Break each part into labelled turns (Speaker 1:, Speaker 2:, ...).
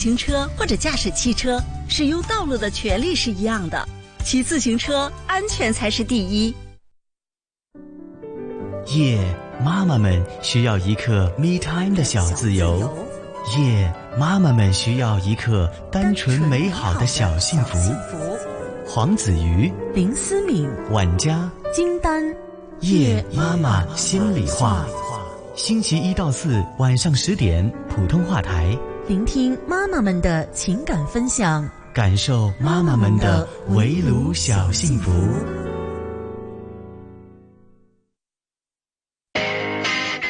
Speaker 1: 行车或者驾驶汽车，使用道路的权利是一样的。骑自行车，安全才是第一。
Speaker 2: 夜，妈妈们需要一刻 me time 的小自由；夜，妈妈们需要一刻单纯美好的小幸福。黄子瑜、
Speaker 3: 林思敏、
Speaker 2: 晚佳、
Speaker 3: 金丹，
Speaker 2: 夜妈妈心里话。星期一到四晚上十点，普通话台。
Speaker 3: 聆听妈妈们的情感分享，
Speaker 2: 感受妈妈们的围炉小幸福。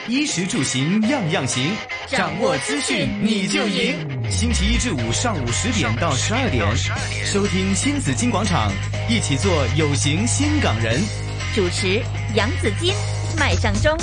Speaker 2: 衣食住行样样行，掌握资讯你就赢。星期一至五上午十点到十二点，收听新紫金广场，一起做有型新港人。
Speaker 4: 主持杨紫金，麦尚中。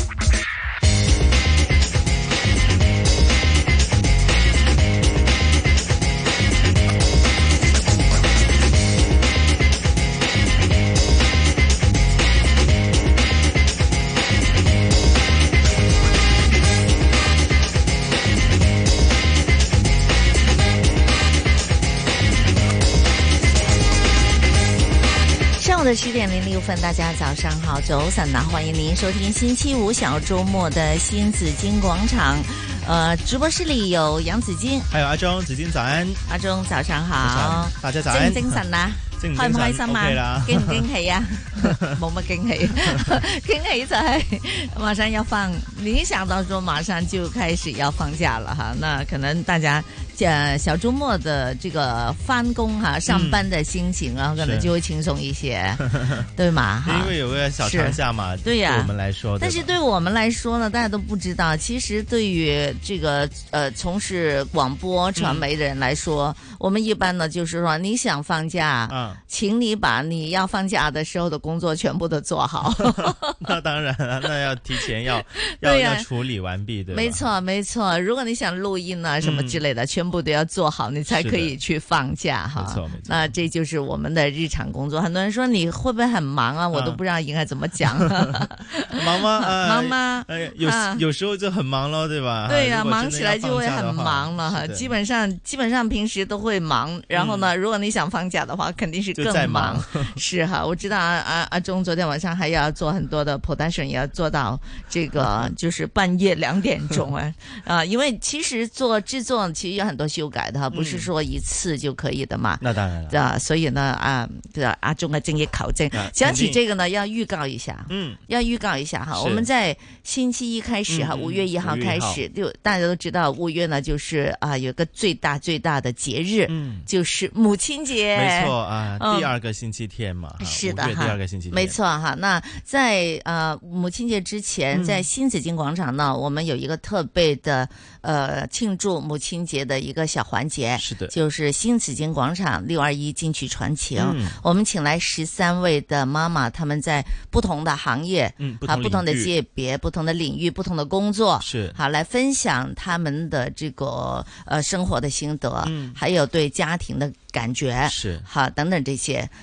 Speaker 3: 的十点零六分，大家早上好，周三呐，欢迎您收听星期五小周末的新紫金广场。呃，直播室里有杨紫金，
Speaker 5: 还哎有阿忠，紫金早安，
Speaker 3: 阿忠早上好，
Speaker 5: 大家早安，
Speaker 3: 精神啊！
Speaker 5: 精
Speaker 3: 開唔開心啊？驚唔驚喜 啊？冇乜驚喜， 驚喜就係馬上要放，理想當中馬上就開始要放假了哈。那可能大家呃小周末的這個翻工哈、上班的心情啊，可能就會輕鬆一些， 對嘛？哈，
Speaker 5: 因為有個小長假嘛，
Speaker 3: 對呀，
Speaker 5: 我們來說。
Speaker 3: 但是對我們來說呢，大家都不知道，其實對於這個呃從事廣播傳媒的人來說，我們一般呢就是說你想放假。請你把你要放假的時候的工作全部都做好。
Speaker 5: 那當然了，那要提前 要要、啊、要處理完畢，對。
Speaker 3: 沒錯，沒錯。如果你想錄音啊什麼之類的，嗯、全部都要做好，你才可以去放假哈。
Speaker 5: 沒錯，沒錯。
Speaker 3: 那這就是我們的日常工作。很多人說你會不會很忙啊？我都不知道應該怎麼講。
Speaker 5: 忙 嗎？呃、
Speaker 3: 忙嗎？
Speaker 5: 呃、有、啊、有時候就很忙咯，對吧？
Speaker 3: 對呀、啊，忙起來就會很忙了哈。基本上基本上平時都會忙，然後呢，嗯、如果你想放假的話，肯定是。更忙 是哈，我知道啊啊阿忠昨天晚上還要做很多的 production，也要做到這個就是半夜兩點鐘啊啊，因為其實做製作其實有很多修改的哈，不是說一次就可以的嘛。嗯、
Speaker 5: 那當然了
Speaker 3: 啊，所以呢啊，阿忠啊精益求精。想起這個呢，要預告一下，嗯，要預告一下哈，我們在星期一開始哈，五、嗯、月一號開始，就大家都知道五月呢就是啊有個最大最大的節日，嗯，就是母親節，
Speaker 5: 沒錯啊。第二個星期天嘛，
Speaker 3: 嗯是的
Speaker 5: 哈，第二個星期天，
Speaker 3: 沒錯哈。那在呃母親節之
Speaker 5: 嗯
Speaker 3: 前，在新紫荊廣場呢，我們有一個特別的呃慶祝母親節的一個小環節，
Speaker 5: 是的，
Speaker 3: 就是新紫荊廣場六二一金曲傳情，
Speaker 5: 嗯
Speaker 3: 我們請來十三位的媽媽，她們在不同的行業，啊不同的界別、不同的領域、不同的工作，
Speaker 5: 是
Speaker 3: 好來分享他們的這個呃生活的心得，還有對家庭的感覺，
Speaker 5: 是
Speaker 3: 好等等這。些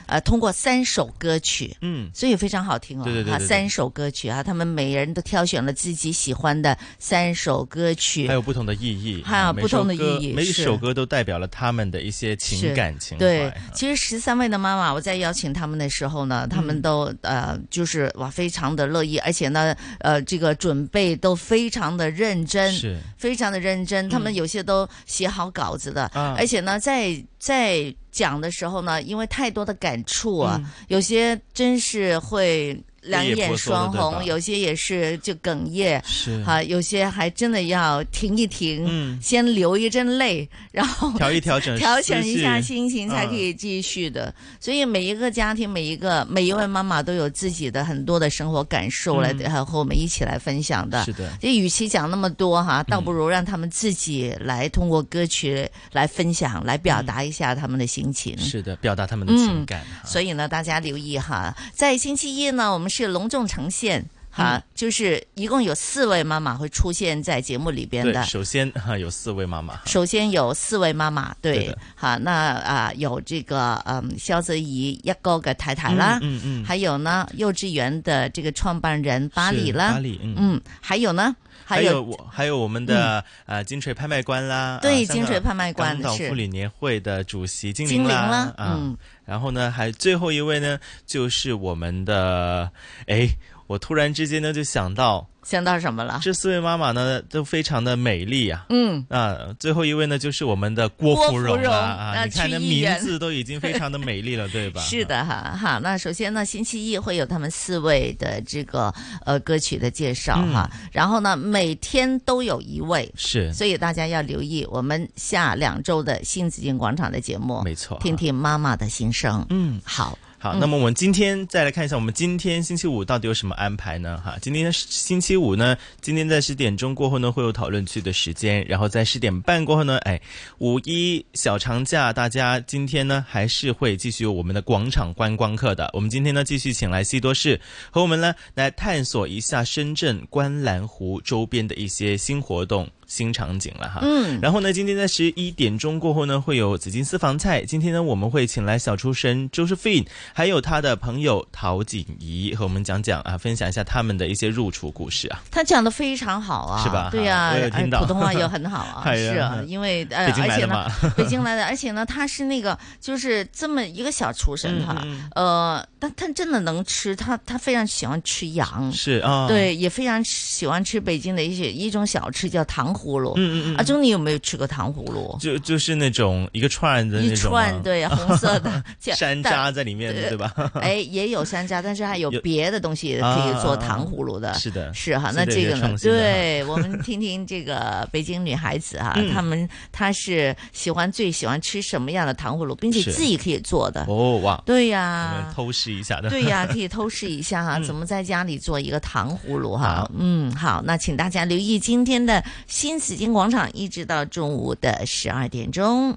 Speaker 3: 呃，通過三首歌曲，嗯，所以非常好聽哦。
Speaker 5: 對對對，對，對，
Speaker 3: 三首歌曲啊，他們每人都挑選了自己喜歡的三首歌曲，
Speaker 5: 還有不同的意義，
Speaker 3: 還有不同的意義，
Speaker 5: 每一首歌都代表了他們的一些情感情懷。
Speaker 3: 對， 其實十三位的媽媽，我在邀請他們的時候呢，他們都、嗯、呃，就是哇，非常的樂意，而且呢，呃，這個準備都非常的認真，
Speaker 5: 是
Speaker 3: 非常的認真。他們有些都寫好稿子的，嗯、而且呢，在在。講的時候呢，因為太多的感觸啊，嗯、有些真是會兩眼雙紅，有些也是就哽咽，
Speaker 5: 啊，
Speaker 3: 有些還真的要停一停，嗯、先流一陣淚，然後
Speaker 5: 調一調整，
Speaker 3: 調整一下心情
Speaker 5: 啊
Speaker 3: 才可以繼續的。嗯、所以每一個家庭，每一個每一位媽媽都有自己的很多的生活感受來、嗯、和我們一起來分享的。
Speaker 5: 是的，嗯
Speaker 3: 就與其講那麼多哈，倒不如讓他們自己來通過歌曲來分享，嗯、來表達一下他們的心情。
Speaker 5: 嗯是的，啊表達他們的情感。
Speaker 3: 嗯、所以呢，大家留意哈，在星期一呢，我們。是隆重呈現。哈，就是一共有四位妈妈会出现在节目里边
Speaker 5: 对，
Speaker 3: 的。
Speaker 5: 首先哈有四位妈妈，
Speaker 3: 首先有四位妈妈，
Speaker 5: 对的
Speaker 3: 好，那啊、有这个嗯肖泽怡一个嘅太太啦，
Speaker 5: 嗯嗯，
Speaker 3: 还有呢幼稚园的这个创办人巴里
Speaker 5: 是
Speaker 3: 啦，
Speaker 5: 巴里，嗯。
Speaker 3: 嗯，还有呢，还
Speaker 5: 还
Speaker 3: 有嗯
Speaker 5: 我，还有我们的、呃金锤拍卖官啦，
Speaker 3: 对
Speaker 5: 啊香
Speaker 3: 金
Speaker 5: 港
Speaker 3: 锤拍卖官
Speaker 5: 港岛
Speaker 3: 是
Speaker 5: 妇女年会的主席金
Speaker 3: 精灵
Speaker 5: 啦，
Speaker 3: 啦，
Speaker 5: 啊、
Speaker 3: 嗯，
Speaker 5: 然后呢，还最后一位呢，就是我们的，哎，我突然之间呢就想到，
Speaker 3: 想到什么了？
Speaker 5: 这四位妈妈呢都非常的美丽啊。
Speaker 3: 嗯，
Speaker 5: 啊，最后一位呢，就是我们的郭
Speaker 3: 郭
Speaker 5: 芙
Speaker 3: 芙蓉
Speaker 5: 了
Speaker 3: 啊
Speaker 5: 啊！你看
Speaker 3: 去
Speaker 5: 那
Speaker 3: 医
Speaker 5: 名
Speaker 3: 院
Speaker 5: 字都已经非常的美丽了，对吧？
Speaker 3: 是的哈，哈。那首先呢，星期一会有他们四位的这个呃歌曲的介绍哈，然后呢，每天都有一位，
Speaker 5: 嗯是，
Speaker 3: 所以大家要留意我们下两周的新紫金广场的节目，
Speaker 5: 没错。
Speaker 3: 听听妈妈的心声。
Speaker 5: 嗯，
Speaker 3: 好，
Speaker 5: 好，
Speaker 3: 嗯
Speaker 5: 那么我们今天再来看一下，我们今天星期五到底有什么安排呢？哈，今天是星期五呢，今天在十点钟过后呢，会有讨论区的时间，然后在十点半过后呢，哎，五一小长假，大家今天呢还是会继续有我们的广场观光课的。我们今天呢继续请来西多士和我们呢来探索一下深圳观澜湖周边的一些新活动、新场景了哈。
Speaker 3: 嗯，
Speaker 5: 啊然后呢，今天在十一点钟过后呢，会有紫金私房菜。今天呢，我们会请来小厨神 Josephine，还有他的朋友陶锦怡，和我们讲讲啊，分享一下他们的一些入厨故事啊。
Speaker 3: 他讲的非常好啊，
Speaker 5: 是吧
Speaker 3: 对呀、
Speaker 5: 我有
Speaker 3: 哎
Speaker 5: 听到
Speaker 3: 普通话又很好 啊，
Speaker 5: 是啊
Speaker 3: 是啊，因为呃，
Speaker 5: 北京
Speaker 3: 而
Speaker 5: 来
Speaker 3: 且
Speaker 5: 的
Speaker 3: 呢，
Speaker 5: 嘛，
Speaker 3: 北京来的，而且呢，他是那个就是这么一个小厨神哈，
Speaker 5: 嗯
Speaker 3: 呃，但他真的能吃，他他非常喜欢吃羊，
Speaker 5: 是啊，，
Speaker 3: 对，也非常喜欢吃北京的一些一种小吃叫糖葫芦。
Speaker 5: 嗯嗯啊
Speaker 3: 啊，
Speaker 5: 嗯，
Speaker 3: 钟你有没有吃过糖葫芦？
Speaker 5: 就就是那种一个串的
Speaker 3: 一
Speaker 5: 那种啊吗
Speaker 3: 串对红色 的像
Speaker 5: 山
Speaker 3: 但
Speaker 5: 楂在里面
Speaker 3: 对
Speaker 5: 的，对吧？
Speaker 3: 哎，也有山楂，但是还有
Speaker 5: 有
Speaker 3: 别的东西也可以做
Speaker 5: 啊啊啊
Speaker 3: 糖葫芦的。
Speaker 5: 是的，
Speaker 3: 是哈，
Speaker 5: 是
Speaker 3: 那
Speaker 5: 的
Speaker 3: 这
Speaker 5: 也
Speaker 3: 个呢
Speaker 5: 创，新的哈
Speaker 3: 对我们听听这 个北京女孩子哈
Speaker 5: 嗯，
Speaker 3: 她们她是喜欢最喜欢吃什么样的糖葫芦，并且
Speaker 5: 是
Speaker 3: 自己可以做的。
Speaker 5: 哦哇，
Speaker 3: 对
Speaker 5: 我们
Speaker 3: 呀，
Speaker 5: 偷试一下的，
Speaker 3: 对呀， 可以偷试一下哈，
Speaker 5: 嗯
Speaker 3: 怎么在家里做一个糖葫芦哈
Speaker 5: 好？
Speaker 3: 嗯，好，那请大家留意今天的新紫金广场，一直到中午的十二点钟。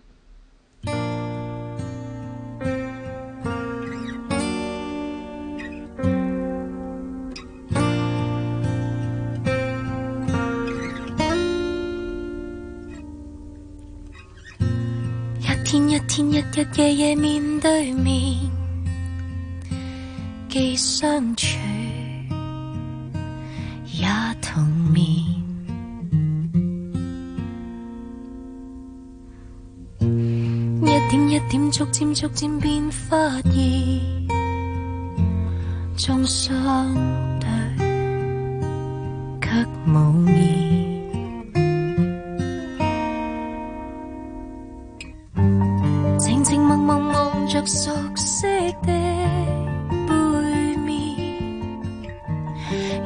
Speaker 6: 一天一天日日夜夜面對面，既相處也同眠。一點一點逐漸逐漸變發現，縱相對，卻無言。靜靜默默望着熟悉的背面，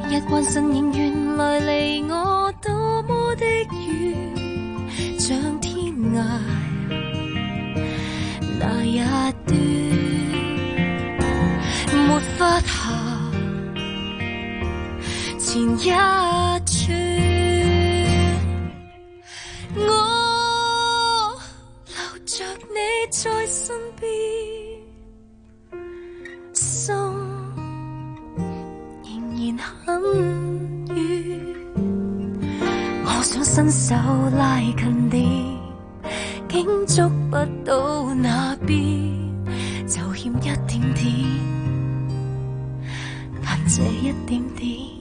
Speaker 6: 一關身影原來離我多麼的遠，像天涯那一端，沒法行前一寸。我留着你在身邊，心仍然很遠。我想伸手拉近點，竟觸不到那邊，就欠一點點，但這一點點。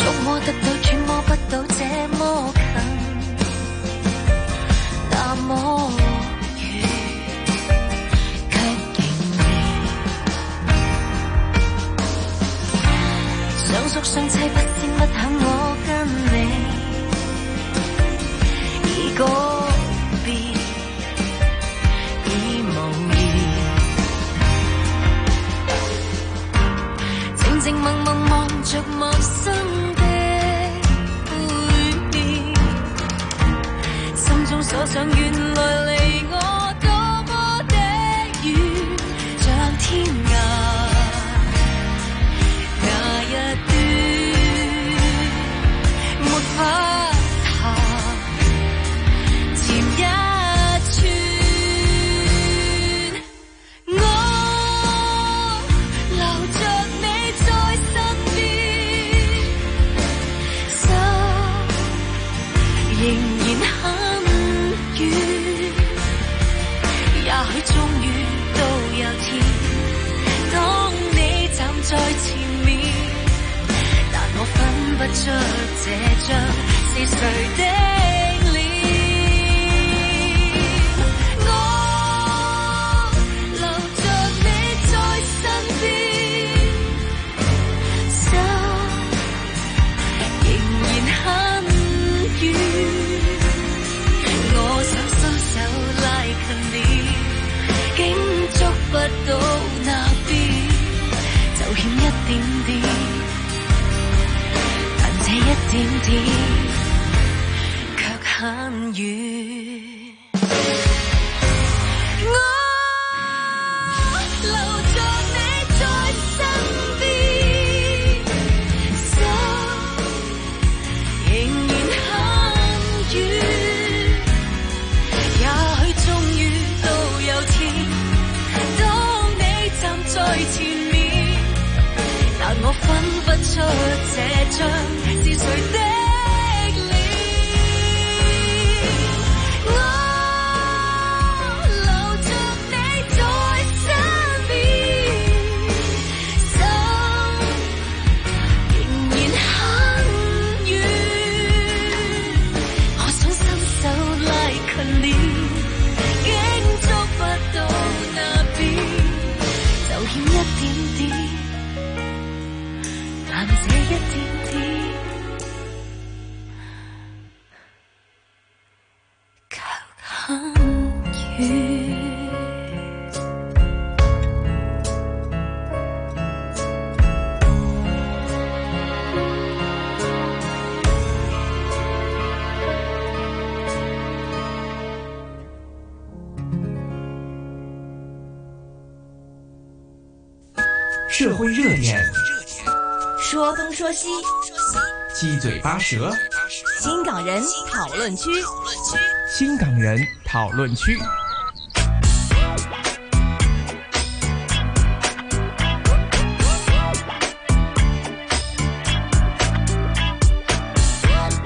Speaker 6: 觸摸得到，揣摩不到這麼近，那麼遠，卻仍然相熟相砌，不聲不響，我跟你已告別，已無言。靜靜默默望着陌生的背面，心中所想原來離我多麼的遠，像天涯那一端，沒法行前一
Speaker 7: 終於都有天，當你站在前面，但我分不出這張是誰的臉。我留着你在身邊，手仍然很軟，我想伸手拉近你，竟觸不到那邊，就欠一點點，但這一點點卻很遠。我留着你在身邊，手仍然很軟。也許終於都有天，當你站在前面，但我分不出這張是誰的臉。我留着你在身邊，手仍然很軟。我想伸手拉近你，竟觸不到那邊，就欠一點點，但這一點點。很遠。
Speaker 8: 社会热点、
Speaker 9: 说东说西，
Speaker 8: 七嘴八舌，
Speaker 9: 新港人讨论区。
Speaker 8: 新港人讨论区。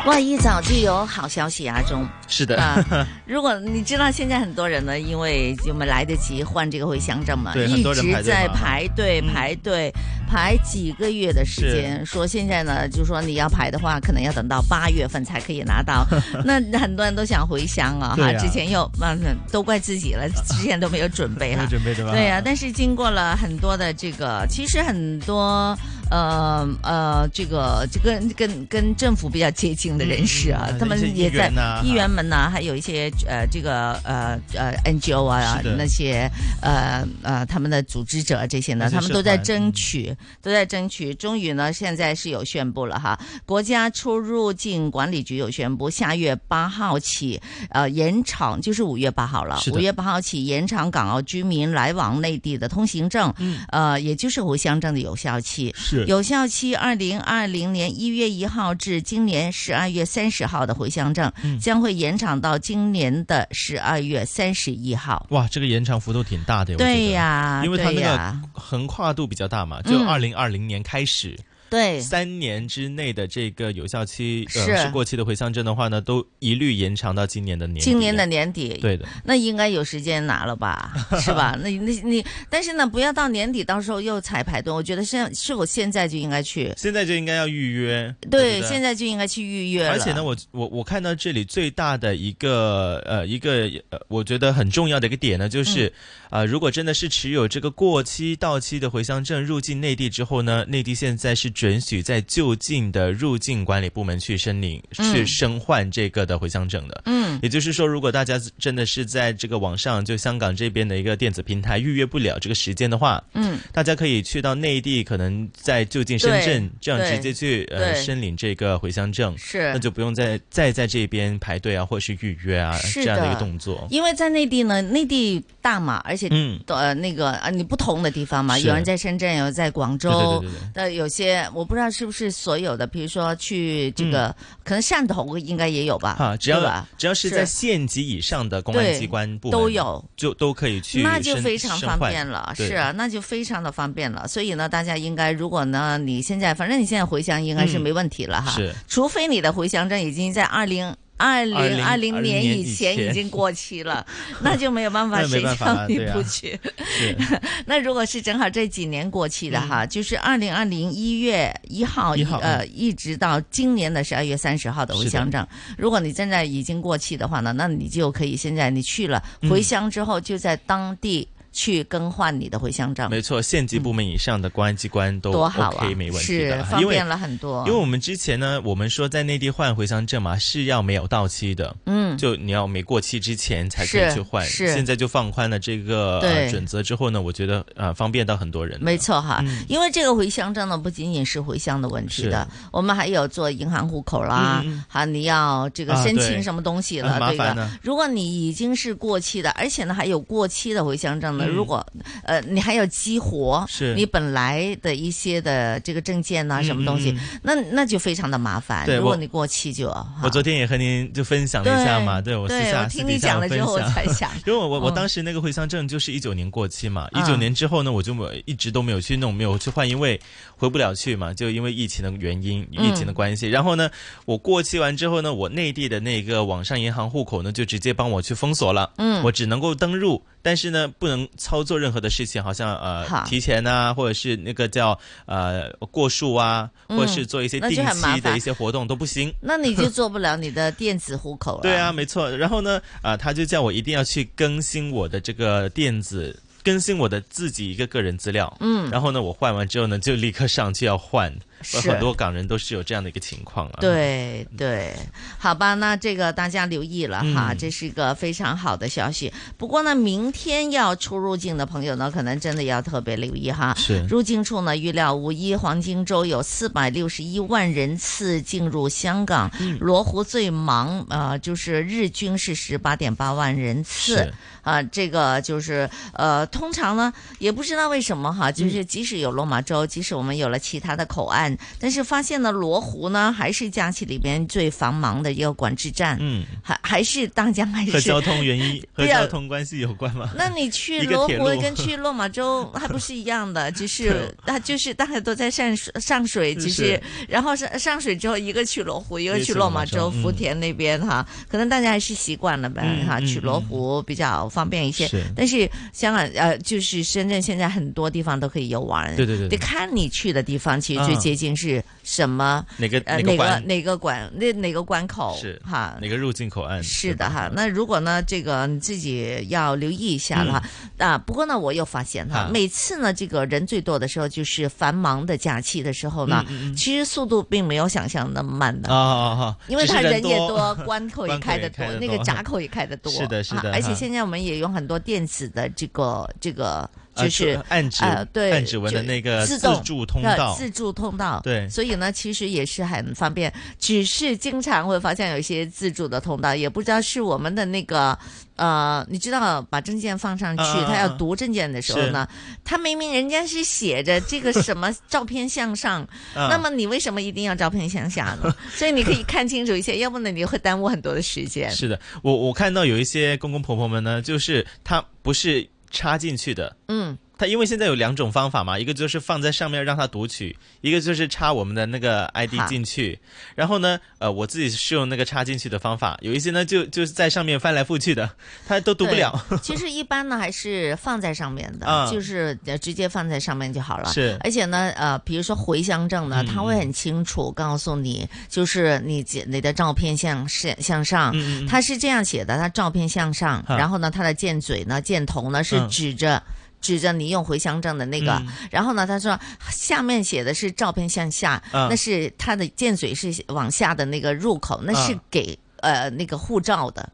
Speaker 3: 哇，一早就有好消息啊，中。
Speaker 5: 是的，
Speaker 3: 啊，如果你知道现在很多人呢，因为就没来得及换这个回乡证嘛，
Speaker 5: 对很
Speaker 3: 一
Speaker 5: 多人
Speaker 3: 直
Speaker 5: 排队
Speaker 3: 在
Speaker 5: 嘛
Speaker 3: 排队
Speaker 5: 嗯
Speaker 3: 排队、排几个月的时间。说现在呢，就说你要排的话，可能要等到八月份才可以拿 到。那很多人都想回乡啊，哈、
Speaker 5: 对啊
Speaker 3: 之前又嗯都怪自己了，之前都没有准 备哈
Speaker 5: 有。准备对吧？
Speaker 3: 对呀、啊但是经过了很多的这个，其实很多呃呃，这个这跟跟跟政府比较接近的人士啊，
Speaker 5: 嗯嗯
Speaker 3: 他们
Speaker 5: 一些
Speaker 3: 也
Speaker 5: 议
Speaker 3: 在
Speaker 5: 员啊呐
Speaker 3: 议员们呐、还有一些呃这个呃呃 NGO 啊
Speaker 5: 是的
Speaker 3: 那些呃呃他们的组织者这些呢，
Speaker 5: 那些
Speaker 3: 他们
Speaker 5: 社
Speaker 3: 都在
Speaker 5: 团
Speaker 3: 争
Speaker 5: 嗯
Speaker 3: 取，都在争取。终于呢，现在是有宣布了哈，国家出入境管理局有宣布，下月八号起，呃，延长就是五月八号了
Speaker 5: 是，的
Speaker 3: 五月八号起延长港澳居民来往内地的通行证，呃，也就是回乡证的有效期。
Speaker 5: 嗯是
Speaker 3: 有效期二零二零年一月一号至今年十二月三十号的回乡证、
Speaker 5: 嗯
Speaker 3: 将会延长到今年的十二月三十一号。
Speaker 5: 哇，这个延长幅度挺大的，我觉得
Speaker 3: 对呀、对
Speaker 5: 因为它那
Speaker 3: 呀
Speaker 5: 个横跨度比较大嘛，就
Speaker 3: 嗯
Speaker 5: 二零二零年开始，
Speaker 3: 对
Speaker 5: 三年之内的这个有效期
Speaker 3: 是
Speaker 5: 呃是过期的回乡证的话呢，都一律延长到今年的年底啊
Speaker 3: 今年的年底，
Speaker 5: 对的，
Speaker 3: 那应该有时间拿 了吧，是吧？那那你，但是呢，不要到年底，到时候又彩排队。我觉得现是否现在就应该去？
Speaker 5: 现在就应该要预约。我
Speaker 3: 对，
Speaker 5: 觉得
Speaker 3: 现在就应该去预约了。
Speaker 5: 而且呢，，我我我看到这里最大的一个呃一个呃，我觉得很重要的一个点呢，就是、
Speaker 3: 嗯
Speaker 5: 呃，如果真的是持有这个过期到期的回乡证入境内地之后呢，内地现在是准许在就近的入境管理部门去申领、
Speaker 3: 嗯
Speaker 5: 去申换这个的回乡证的。
Speaker 3: 嗯，
Speaker 5: 也就是说，如果大家真的是在这个网上，就香港这边的一个电子平台预约不了这个时间的话，
Speaker 3: 嗯，
Speaker 5: 大家可以去到内地，可能在就近深圳这样直接去呃
Speaker 3: 对
Speaker 5: 申领这个回乡证，
Speaker 3: 是
Speaker 5: 那就不用再再在这边排队啊，或者是预约啊
Speaker 3: 是的
Speaker 5: 这样的一个动作。
Speaker 3: 因为在内地呢，内地大嘛，而且、
Speaker 5: 嗯，
Speaker 3: 呃那个啊，你不同的地方嘛，
Speaker 5: 是
Speaker 3: 有人在深圳，有人在广州。
Speaker 5: 对对对对对。
Speaker 3: 那有些我不知道是不是所有的，比如说去这个，可能汕头应该也有吧，
Speaker 5: 哈，嗯啊只
Speaker 3: 对
Speaker 5: 要
Speaker 3: 吧
Speaker 5: 只要是
Speaker 3: 是
Speaker 5: 在县级以上的公安
Speaker 3: 对
Speaker 5: 机关部门
Speaker 3: 都，有，
Speaker 5: 就都可以去申，
Speaker 3: 那就非常
Speaker 5: 申
Speaker 3: 方
Speaker 5: 换
Speaker 3: 便了，
Speaker 5: 对
Speaker 3: 是啊，那就非常的方便了。所以呢，大家应该，如果呢，你现在反正你现在回乡应该是
Speaker 5: 嗯
Speaker 3: 没问题了哈，
Speaker 5: 是
Speaker 3: 除非你的回乡证已经在二零。二零
Speaker 5: 2020
Speaker 3: 二零
Speaker 5: 年
Speaker 3: 年
Speaker 5: 以
Speaker 3: 以前
Speaker 5: 前
Speaker 3: 已经过期 了，那就没有办法，
Speaker 5: 那没
Speaker 3: 谁
Speaker 5: 办法
Speaker 3: 叫你
Speaker 5: 对啊
Speaker 3: 不去？
Speaker 5: 是 嗯
Speaker 3: 那如果是正好这几年过期的哈，就是二零二零一月一号
Speaker 5: 1号嗯
Speaker 3: 呃，一直到今年的十二月三十号的
Speaker 5: 是
Speaker 3: 回
Speaker 5: 的
Speaker 3: 乡证。如果你现在已经过期的话呢，那你就可以现在你去了
Speaker 5: 嗯
Speaker 3: 回乡之后，就在当地去更换你的回乡证，
Speaker 5: 没错，县级部门以上的公安机关都
Speaker 3: 多好
Speaker 5: OK，、
Speaker 3: 啊！
Speaker 5: 没问题
Speaker 3: 是
Speaker 5: 的，
Speaker 3: 方
Speaker 5: 因为
Speaker 3: 便了很多。
Speaker 5: 因为我们之前呢，我们说在内地换回乡证嘛，是要没有到期的，
Speaker 3: 嗯，
Speaker 5: 就你要没过期之前才可以
Speaker 3: 是
Speaker 5: 去换。
Speaker 3: 是
Speaker 5: 现在就放宽了这个、
Speaker 3: 对
Speaker 5: 呃、准则之后呢，我觉得呃方便到很多人了。
Speaker 3: 没错哈，
Speaker 5: 嗯
Speaker 3: 因为这个回乡证呢，不仅仅是回乡的问题的，我们还有做银行户口啦
Speaker 5: 嗯嗯嗯，
Speaker 3: 还、你要这个
Speaker 5: 啊
Speaker 3: 申
Speaker 5: 对
Speaker 3: 请什么东西了，
Speaker 5: 很麻
Speaker 3: 对
Speaker 5: 烦啊
Speaker 3: 吧
Speaker 5: 呢？
Speaker 3: 如果你已经是过期的，而且呢还有过期的回乡证呢，
Speaker 5: 嗯
Speaker 3: 如果呃你还要激活
Speaker 5: 是
Speaker 3: 你本来的一些的这个证件呐、什么东西，
Speaker 5: 嗯嗯
Speaker 3: 那那就非常的麻烦。
Speaker 5: 对
Speaker 3: 如果
Speaker 5: 我
Speaker 3: 你过期就哈
Speaker 5: 我昨天也和您就分享了一下嘛，对我私
Speaker 3: 对
Speaker 5: 下
Speaker 3: 我
Speaker 5: 私
Speaker 3: 听
Speaker 5: 底
Speaker 3: 你
Speaker 5: 下
Speaker 3: 讲了
Speaker 5: 分
Speaker 3: 之后，我
Speaker 5: 享
Speaker 3: 才想。
Speaker 5: 因为我我我
Speaker 3: 嗯
Speaker 5: 当时那个回乡证就是一九年过期嘛，一
Speaker 3: 啊
Speaker 5: 九年之后呢，我就没一直都没有去弄，没有去换，因为回不了去嘛，就因为疫情的原因，
Speaker 3: 嗯
Speaker 5: 疫情的关系。然后呢，我过期完之后呢，我内地的那个网上银行户口呢，就直接帮我去封锁了，
Speaker 3: 嗯
Speaker 5: 我只能够登录，但是呢，不能操作任何的事情，好像
Speaker 3: 好
Speaker 5: 呃提前啊，或者是那个叫呃过数啊，
Speaker 3: 嗯
Speaker 5: 或者是做一些
Speaker 3: 那
Speaker 5: 定
Speaker 3: 就很麻
Speaker 5: 期的
Speaker 3: 烦
Speaker 5: 一些活动都不行。
Speaker 3: 那你就做不了你的电子户口了。
Speaker 5: 对啊，，没错。然后呢，啊、他就叫我一定要去更新我的这个电子，更新我的自己一个个人资料。
Speaker 3: 嗯
Speaker 5: 然后呢，我换完之后呢，就立刻上去要换。
Speaker 3: 是
Speaker 5: 很多港人都是有这样的一个情况啊。，
Speaker 3: 对对，好吧，那这个大家留意了哈，
Speaker 5: 嗯
Speaker 3: 这是一个非常好的消息。不过呢，明天要出入境的朋友呢，可能真的要特别留意哈。
Speaker 5: 是
Speaker 3: 入境处呢预料五一黄金周有四百六十一万人次进入香港，
Speaker 5: 嗯
Speaker 3: 罗湖最忙呃，就是日均是十八点八万人次
Speaker 5: 是
Speaker 3: 啊、这个就是呃，通常呢也不知道为什么哈，
Speaker 5: 嗯
Speaker 3: 就是即使有落马洲，即使我们有了其他的口岸，但是发现呢罗湖呢还是假期里边最繁忙的一个管制站，
Speaker 5: 嗯，
Speaker 3: 还还是大家还
Speaker 5: 和交
Speaker 3: 是。
Speaker 5: 通原 因、和
Speaker 3: 对啊
Speaker 5: 交通关系有关吗？
Speaker 3: 那你去
Speaker 5: 一个
Speaker 3: 罗
Speaker 5: 铁
Speaker 3: 湖
Speaker 5: 路
Speaker 3: 跟去落马 洲还不是一样的，只是它就是大家都在上水上水，只是
Speaker 5: 是
Speaker 3: 然后上上水之后，一个去罗湖，一
Speaker 5: 一
Speaker 3: 个
Speaker 5: 个
Speaker 3: 去
Speaker 5: 去
Speaker 3: 落
Speaker 5: 落马
Speaker 3: 马洲、
Speaker 5: 洲
Speaker 3: 福
Speaker 5: 嗯
Speaker 3: 田那边哈，可能大家还是习惯了呗
Speaker 5: 嗯
Speaker 3: 哈，
Speaker 5: 嗯
Speaker 3: 去罗
Speaker 5: 嗯
Speaker 3: 湖比较方便一些
Speaker 5: 是。
Speaker 3: 但是香港呃，就是深圳现在很多地方都可以游玩，
Speaker 5: 对对对对
Speaker 3: 得看你去的地方其实最
Speaker 5: 啊
Speaker 3: 接近是什么
Speaker 5: 哪个
Speaker 3: 呃
Speaker 5: 哪
Speaker 3: 哪个
Speaker 5: 关？
Speaker 3: 哪个关那哪个关口
Speaker 5: 是
Speaker 3: 哈，
Speaker 5: 哪个入境口岸？
Speaker 3: 是的
Speaker 5: 对吧嗯
Speaker 3: 哈，那如果呢，这个你自己要留意一下了哈。
Speaker 5: 嗯
Speaker 3: 啊，不过呢，我又发现哈
Speaker 5: 啊，
Speaker 3: 每次呢，这个人最多的时候，就是繁忙的假期的时候呢，
Speaker 5: 嗯嗯嗯
Speaker 3: 其实速度并没有想象那么慢的。
Speaker 5: 啊啊啊！
Speaker 3: 因为
Speaker 5: 只是
Speaker 3: 他人也
Speaker 5: 多
Speaker 3: 多，， 关口也
Speaker 5: 关口
Speaker 3: 开
Speaker 5: 也
Speaker 3: 得
Speaker 5: 开得
Speaker 3: 那个
Speaker 5: 多
Speaker 3: 闸口也开得多。
Speaker 5: 是的是
Speaker 3: 啊
Speaker 5: 的
Speaker 3: 而且
Speaker 5: 哈
Speaker 3: 现在我们也有很多电子的这个这个，
Speaker 5: 呃
Speaker 3: 就是
Speaker 5: 按指
Speaker 3: 呃对
Speaker 5: 按指纹的那个
Speaker 3: 就自
Speaker 5: 自
Speaker 3: 动
Speaker 5: 助通
Speaker 3: 呃
Speaker 5: 道，
Speaker 3: 自助通道，
Speaker 5: 对
Speaker 3: 所以呢，其实也是很方便。只是经常会发现有一些自助的通道，也不知道是我们的那个呃，你知道把证件放上去，
Speaker 5: 啊啊啊
Speaker 3: 他要读证件的时候呢，他明明人家是写着这个什么 照片向上，
Speaker 5: 嗯
Speaker 3: 那么你为什么一定要照片向下呢？所以你可以看清楚一些，要不呢你会耽误很多的时间。
Speaker 5: 是的，我我看到有一些公公婆婆们呢，就是他不是插进去的，
Speaker 3: 嗯，
Speaker 5: 他因为现在有两种方法嘛，一个就是放在上面让它读取，一个就是插我们的那个 ID
Speaker 3: 好
Speaker 5: 进去。然后呢，呃，我自己是用那个插进去的方法，有一些呢就就是在上面翻来覆去的， 他都读不
Speaker 3: 对
Speaker 5: 了。
Speaker 3: 其实一般呢还是放在上面的，
Speaker 5: 嗯
Speaker 3: 就是呃直接放在上面就好了。
Speaker 5: 是
Speaker 3: 而且呢，呃，比如说回乡证呢，
Speaker 5: 嗯
Speaker 3: 它会很清楚告诉你，就是你这你的照片向向向上。
Speaker 5: 嗯嗯嗯
Speaker 3: 它是这样写的，它照片向上，
Speaker 5: 哈
Speaker 3: 然后呢，它的箭嘴呢，箭头呢是
Speaker 5: 嗯
Speaker 3: 指着、指着你用回乡证的那个，
Speaker 5: 嗯
Speaker 3: 然后呢，他说下面写的是照片向下，
Speaker 5: 嗯
Speaker 3: 那是它的箭嘴是往下的那个入口，那是
Speaker 5: 嗯
Speaker 3: 给、呃那个护照 的，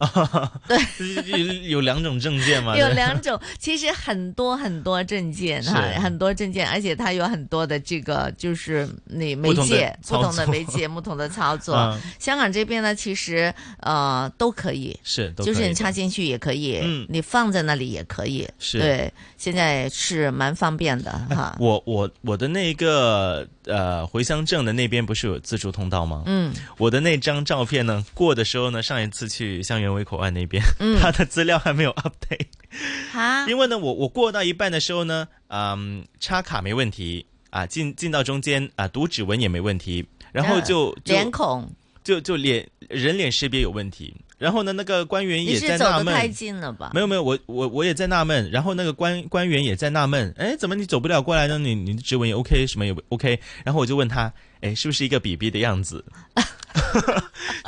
Speaker 5: 有有两种证件嘛，
Speaker 3: 有
Speaker 5: 对
Speaker 3: 两种，其实很多很多证件哈
Speaker 5: 是，
Speaker 3: 很多证件，而且它有很多的这个就是你媒介
Speaker 5: 不同的操作
Speaker 3: 不同的媒介、不同的操作。
Speaker 5: 嗯
Speaker 3: 香港这边呢，其实呃都可以。
Speaker 5: 是，都
Speaker 3: 就是
Speaker 5: 可以
Speaker 3: 你插
Speaker 5: 的
Speaker 3: 进去也可以，
Speaker 5: 嗯
Speaker 3: 你放在那里也可以，
Speaker 5: 是
Speaker 3: 对，现在是蛮方 便的哈。
Speaker 5: 我我我的那个呃回乡证的那边不是有自助通道吗？
Speaker 3: 嗯，
Speaker 5: 我的那张照片呢，过的时候呢，上一次去香园围口岸那边，
Speaker 3: 嗯
Speaker 5: 他的资料还没有 update，
Speaker 3: 哈，
Speaker 5: 因为呢，我我过到一半的时候呢，嗯，插卡没问题啊，进进到中间啊，读指纹也没问题，然后就就
Speaker 3: 嗯脸孔
Speaker 5: 就就脸人脸识别有问题。然后呢，那个官员
Speaker 3: 你
Speaker 5: 也
Speaker 3: 是
Speaker 5: 在
Speaker 3: 走
Speaker 5: 纳
Speaker 3: 得
Speaker 5: 闷，
Speaker 3: 太近了吧？
Speaker 5: 没有没有，我我我也在纳闷，然后那个官官员也在纳闷，哎，怎么你走不了过来呢？你你的指纹也 OK，什么也 OK，然后我就问他，哎，是不是一个 BB 的样子？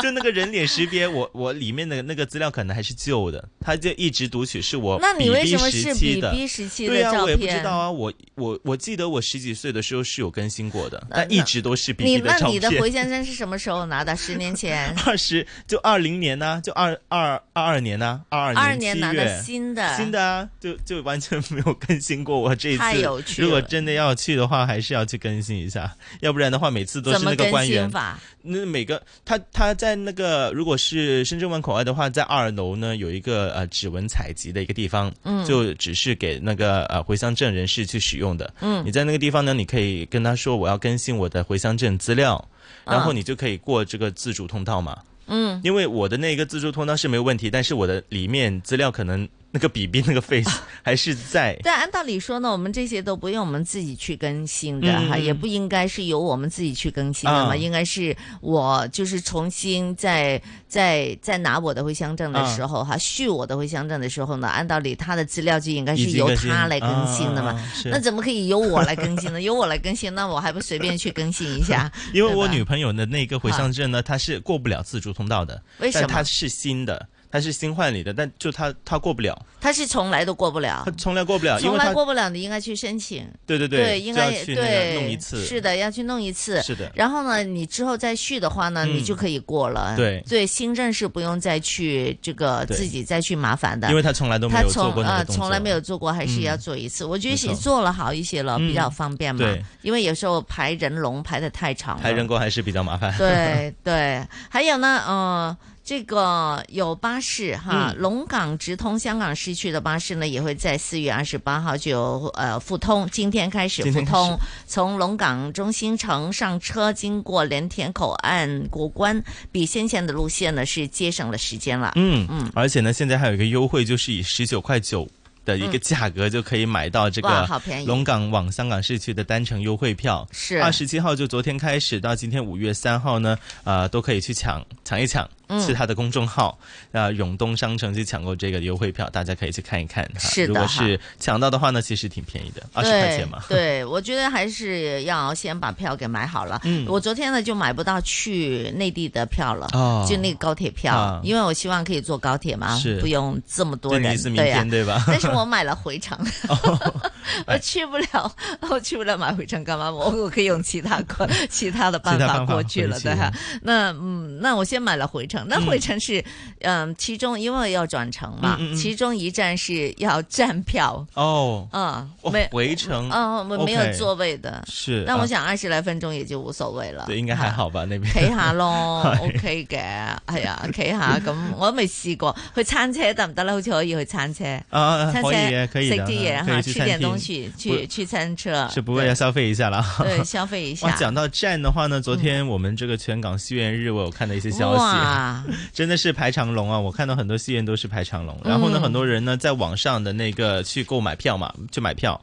Speaker 5: 就那个人脸识别，我我里面的那个资料可能还是旧的，他就一直读取是我
Speaker 3: 那你为
Speaker 5: BB
Speaker 3: 什么
Speaker 5: 时
Speaker 3: 是
Speaker 5: 期
Speaker 3: B
Speaker 5: 的。
Speaker 3: B 时期
Speaker 5: 对
Speaker 3: 的
Speaker 5: 呀、
Speaker 3: 照
Speaker 5: 我也不知
Speaker 3: 片？
Speaker 5: 道啊，我我我记得我十几岁的时候是有更新过的，
Speaker 3: 那
Speaker 5: 但一直都是 B
Speaker 3: 你
Speaker 5: B
Speaker 3: 那
Speaker 5: 的照
Speaker 3: 你的
Speaker 5: 片。
Speaker 3: 回先生是什么时候拿的？十年前
Speaker 5: ，二十就二零年呢、就二二二二年呢、 二
Speaker 3: 二
Speaker 5: 二
Speaker 3: 年
Speaker 5: 七
Speaker 3: 拿
Speaker 5: 月
Speaker 3: 的新的，
Speaker 5: 新的啊，就就完全没有更新过。我这一次
Speaker 3: 太有趣了
Speaker 5: 如果真的要去的话，还是要去更新一下，要不然的话，每次都
Speaker 3: 怎
Speaker 5: 是
Speaker 3: 么
Speaker 5: 那个
Speaker 3: 更
Speaker 5: 官员
Speaker 3: 新。法？
Speaker 5: 那每个他他在那个如果是深圳湾口岸的话，在二楼呢有一个呃指纹采集的一个地方，
Speaker 3: 嗯
Speaker 5: 就只是给那个呃回乡证人士去使用的。
Speaker 3: 嗯
Speaker 5: 你在那个地方呢，你可以跟他说我要更新我的回乡证资料，然后
Speaker 3: 嗯
Speaker 5: 你就可以过这个自主通道嘛。
Speaker 3: 嗯，
Speaker 5: 因为我的那个自助通道是没有问题，但是我的里面资料可能那个笔笔那个 face 还是在。
Speaker 3: 但按道理说呢，我们这些都不用我们自己去更新的
Speaker 5: 嗯
Speaker 3: 哈，
Speaker 5: 嗯
Speaker 3: 也不应该是由我们自己去更新的嘛，
Speaker 5: 啊
Speaker 3: 应该是我就是重新再再再拿我的回乡证
Speaker 5: 啊
Speaker 3: 的时候哈，续我的回乡证的时候呢，按道理他的资料就应该
Speaker 5: 已
Speaker 3: 是
Speaker 5: 经
Speaker 3: 由
Speaker 5: 更新
Speaker 3: 他来更新的嘛。
Speaker 5: 啊啊啊是
Speaker 3: 那怎么可以由我来更新呢？由我来更新，那我还不随便去更新一 下？
Speaker 5: 因为我
Speaker 3: 对吧
Speaker 5: 女朋友的那个回乡证呢，她是过不了自助通道的，
Speaker 3: 为什
Speaker 5: 但
Speaker 3: 么
Speaker 5: 她？是新的，她是新换里的，但就她她过不了，
Speaker 3: 他是从来都过不了
Speaker 5: 她，从来过不了，啊因
Speaker 3: 哦从
Speaker 5: 为
Speaker 3: 来
Speaker 5: 她
Speaker 3: 过不了，你应该去申请。
Speaker 5: 对对
Speaker 3: 应
Speaker 5: 就要
Speaker 3: 该
Speaker 5: 去那个
Speaker 3: 对
Speaker 5: 弄一次，
Speaker 3: 是的，要去弄一次。
Speaker 5: 是的，
Speaker 3: 然后呢，你之后再续的话呢，
Speaker 5: 嗯
Speaker 3: 你就可以过了。
Speaker 5: 对
Speaker 3: 对，新政是不用再去这个
Speaker 5: 对
Speaker 3: 自己再去麻烦的
Speaker 5: 因。为她从来都没
Speaker 3: 他
Speaker 5: 有做
Speaker 3: 从
Speaker 5: 过那
Speaker 3: 呃
Speaker 5: 个动作，
Speaker 3: 从来没有做过，还是
Speaker 5: 嗯
Speaker 3: 要做一次。我觉得
Speaker 5: 没错
Speaker 3: 你做了好一些了，
Speaker 5: 嗯
Speaker 3: 比较方便嘛
Speaker 5: 对。
Speaker 3: 因为有时候排人龙排的太长了，
Speaker 5: 排人工还是比较麻烦。
Speaker 3: 对对，还有呢，呃，这个有巴士
Speaker 5: 嗯
Speaker 3: 哈，龙岗直通香港市区的巴士呢，也会在四月二十八号就呃复通，今天开始
Speaker 5: 今
Speaker 3: 复
Speaker 5: 天开
Speaker 3: 通，从龙岗中心城上车，经过连田口岸过关，比先前的路线呢是节省了时间了。
Speaker 5: 嗯
Speaker 3: 嗯
Speaker 5: 而且呢，现在还有一个优惠，就是以十九块九的一个价格就可以买到这
Speaker 3: 哇
Speaker 5: 个
Speaker 3: 好便宜
Speaker 5: 龙岗往香港市区的单程优惠票。
Speaker 3: 是
Speaker 5: 二十七号就昨天开始到今天五月三号呢，呃，都可以去抢抢一抢
Speaker 3: 嗯，
Speaker 5: 是他的公众号，呃，永东商城去抢购这个优惠票，大家可以去看一看。哈
Speaker 3: 是的
Speaker 5: 如果
Speaker 3: 哈
Speaker 5: 是抢到的话呢，其实挺便宜的，二十
Speaker 3: 对
Speaker 5: 块钱嘛。
Speaker 3: 对，我觉得还是要先把票给买好了。
Speaker 5: 嗯
Speaker 3: 我昨天呢就买不到去内地的票了，
Speaker 5: 哦
Speaker 3: 就那个高铁票，
Speaker 5: 啊
Speaker 3: 因为我希望可以坐高铁嘛，
Speaker 5: 是
Speaker 3: 不用这么多
Speaker 5: 对，
Speaker 3: 人
Speaker 5: 你，是明
Speaker 3: 对呀、啊
Speaker 5: 天对吧？哦
Speaker 3: 但是我买了回程， 我去不了，我去不了买回程干嘛？我我可以用其他 过其他的办
Speaker 5: 其他
Speaker 3: 法
Speaker 5: 办法
Speaker 3: 过去了，
Speaker 5: 回去
Speaker 3: 对哈、那嗯，那我先买了回程，那回程是嗯、其中因为要转乘嘛，
Speaker 5: 嗯嗯嗯
Speaker 3: 其中一站是要站票，
Speaker 5: 哦，
Speaker 3: 嗯，
Speaker 5: 哦
Speaker 3: 没
Speaker 5: 回程
Speaker 3: 哦，我没有
Speaker 5: OK
Speaker 3: 座位的。
Speaker 5: 是。
Speaker 3: 但
Speaker 5: 啊
Speaker 3: 我想二十来分钟也就无所谓啦，
Speaker 5: 对，应哎该还
Speaker 3: 啊
Speaker 5: 好吧那边。
Speaker 3: 企 下咯
Speaker 5: 係
Speaker 3: ，OK 嘅，係啊，企下咁，我都未試過去餐車得唔得咧？好似可以去餐車，
Speaker 5: 啊，
Speaker 3: 餐
Speaker 5: 可以，可
Speaker 3: 車
Speaker 5: 以
Speaker 3: 食
Speaker 5: 的，
Speaker 3: 啲嘢
Speaker 5: 可
Speaker 3: 哈，
Speaker 5: 以去
Speaker 3: 吃
Speaker 5: 餐
Speaker 3: 點
Speaker 5: 厅
Speaker 3: 東，西，去去餐車，
Speaker 5: 是不过要消费一下了。
Speaker 3: 啊 对对消费一
Speaker 5: 哇，
Speaker 3: 下。
Speaker 5: 讲到站的话呢，昨天我们这个全港戏院日，我有看到一些消息，
Speaker 3: 嗯哇，
Speaker 5: 真的是排长龙啊！我看到很多戏院都是排长龙，然后呢，
Speaker 3: 嗯
Speaker 5: 很多人呢在网上的那个去购买票嘛，去买票，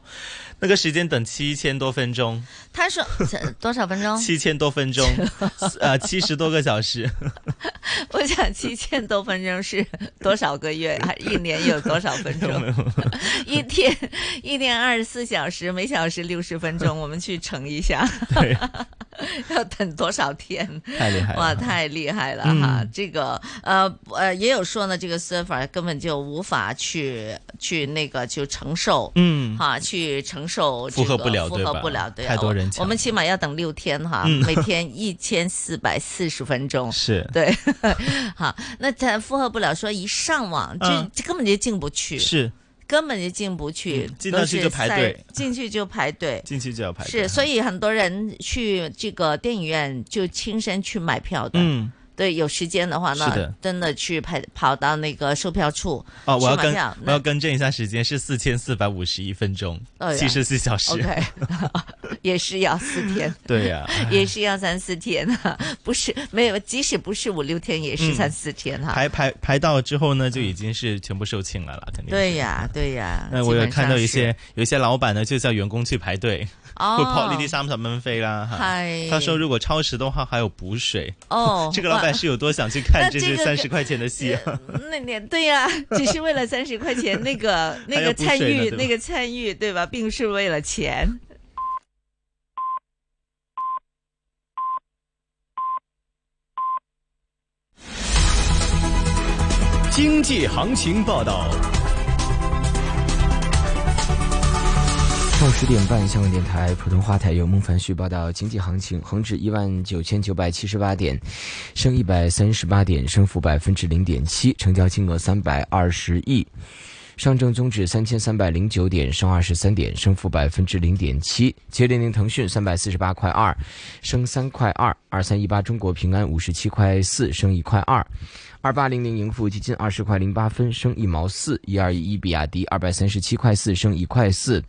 Speaker 5: 那个时间等七千多分钟，
Speaker 3: 他说多少分鐘？
Speaker 5: 七千多分 钟，呃，七十多个小时，
Speaker 3: 我想七千多分鐘是多少個月？啊一年有多少分 鐘？ 一天一天二十四小时，每小时六十分 钟，我们去乘一下，
Speaker 5: 对，
Speaker 3: 要等多少天？
Speaker 5: 太厉害了，
Speaker 3: 哇，太厉害了
Speaker 5: 嗯
Speaker 3: 哈！这个呃呃，也有说呢，这个 server 根本就无法去去那个就承受。
Speaker 5: 嗯，
Speaker 3: 哈，去承受这
Speaker 5: 负荷
Speaker 3: 个
Speaker 5: 不了
Speaker 3: 负
Speaker 5: 对
Speaker 3: 荷
Speaker 5: 吧
Speaker 3: 不了，对啊，
Speaker 5: 太多人
Speaker 3: 我
Speaker 5: 抢
Speaker 3: 我们起码要等六天哈，
Speaker 5: 嗯
Speaker 3: 每天一千四百四十分钟，
Speaker 5: 是
Speaker 3: 对， 好，那他负荷不了，说一上网就
Speaker 5: 嗯
Speaker 3: 就根本就进不去，
Speaker 5: 是
Speaker 3: 根本就进不去
Speaker 5: 嗯，进
Speaker 3: 都
Speaker 5: 到去
Speaker 3: 是
Speaker 5: 就排
Speaker 3: 塞
Speaker 5: 队，
Speaker 3: 进去就排队，
Speaker 5: 进去就要排队，嗯
Speaker 3: 是，所以很多人去这个电影院就亲身去买票的。
Speaker 5: 嗯。
Speaker 3: 对，有时间的话呢，
Speaker 5: 是的
Speaker 3: 真的去排跑到那个售票处。
Speaker 5: 哦，我要
Speaker 3: 去买
Speaker 5: 更
Speaker 3: 票那
Speaker 5: 我要更正一下时间，是四千四百五十一分钟
Speaker 3: 哎，呀
Speaker 5: 七十四小时。
Speaker 3: OK，也是要四天，
Speaker 5: 对呀、
Speaker 3: 也是要三四天 啊，不是没有，即使不是五六天，也是
Speaker 5: 嗯
Speaker 3: 三四天哈、
Speaker 5: 排排排到之后呢，就已经是全部售罄了啦，肯定是。
Speaker 3: 对呀，对呀。
Speaker 5: 那我有
Speaker 3: 啊基本上
Speaker 5: 看到一
Speaker 3: 是
Speaker 5: 些有一些老板呢，就叫员工去排队， 会
Speaker 3: 哦
Speaker 5: 抛呢啲三十蚊飛啦。哈
Speaker 3: 係
Speaker 5: 他说如果超时的话还有补水，
Speaker 3: 哦，
Speaker 5: 这个老
Speaker 3: 哇
Speaker 5: 板来是有多想去看这
Speaker 3: 那这
Speaker 5: 是
Speaker 3: 个
Speaker 5: 三十块钱的戏啊？
Speaker 3: 那那对呀、只是为了三十块钱，那 个那
Speaker 5: 还
Speaker 3: 个
Speaker 5: 要补
Speaker 3: 参
Speaker 5: 水呢对
Speaker 3: 与，
Speaker 5: 吧
Speaker 3: 那个参与，对吧，并不是为了钱。
Speaker 2: 经济行情报道，
Speaker 10: 上午十点半，香港电台普通话台由孟凡旭报道经济行情：恒指一万九千九百七十八点，升一百三十八点，升幅百分之零点七，成交金额三百二十亿。上证综指三千三百零九点，升二十三点，升幅百分之零点七。接连零腾讯三百四十八块二，升三块二；二三一八中国平安五十七块四，升一块二；二八零零盈富基金二十块零八分，升一毛四；一二一一比亚迪二百三十七块四，升一块四；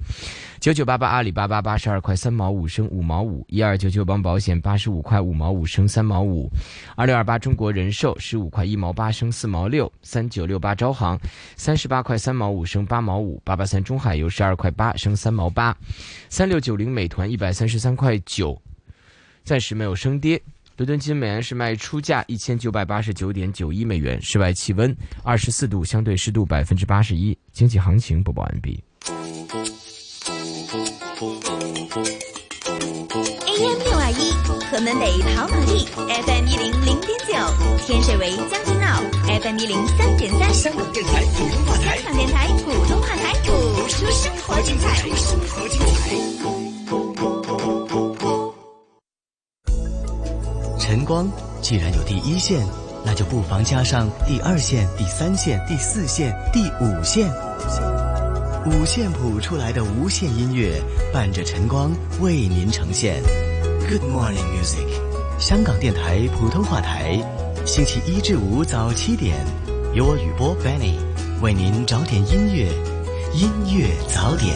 Speaker 10: 九九八八阿里巴巴八十二块三毛五，升五毛五；一二九九帮保险八十五块五毛五，升三毛五；二六二八中国人寿十五块一毛八，升四毛六；三九六八招行三十八块三毛五，升八毛五；八八三中海油十二块八，升三毛八；三六九零美团一百三十三块九。暂时没有升跌。伦敦金美元是卖出价一千九百八十九点九一美元，室外气温二十四度，相对湿度百分之八十一。经济行情播报完毕。
Speaker 4: AM 六二一，河门北跑马地；FM 一零零点九，天水围将军澳；FM 一零三点三。香港电台普通话台，香港电台普通话台，谱出生活精彩。生活精彩。
Speaker 8: 晨光既然有第一线，那就不妨加上第二线、第三线、第四线、第五线。五线谱出来的无线音乐，伴着晨光为您呈现。Good morning music，香港电台普通话台，星期一至五早七点，由我雨波 Benny 为您找点音乐，音乐早点。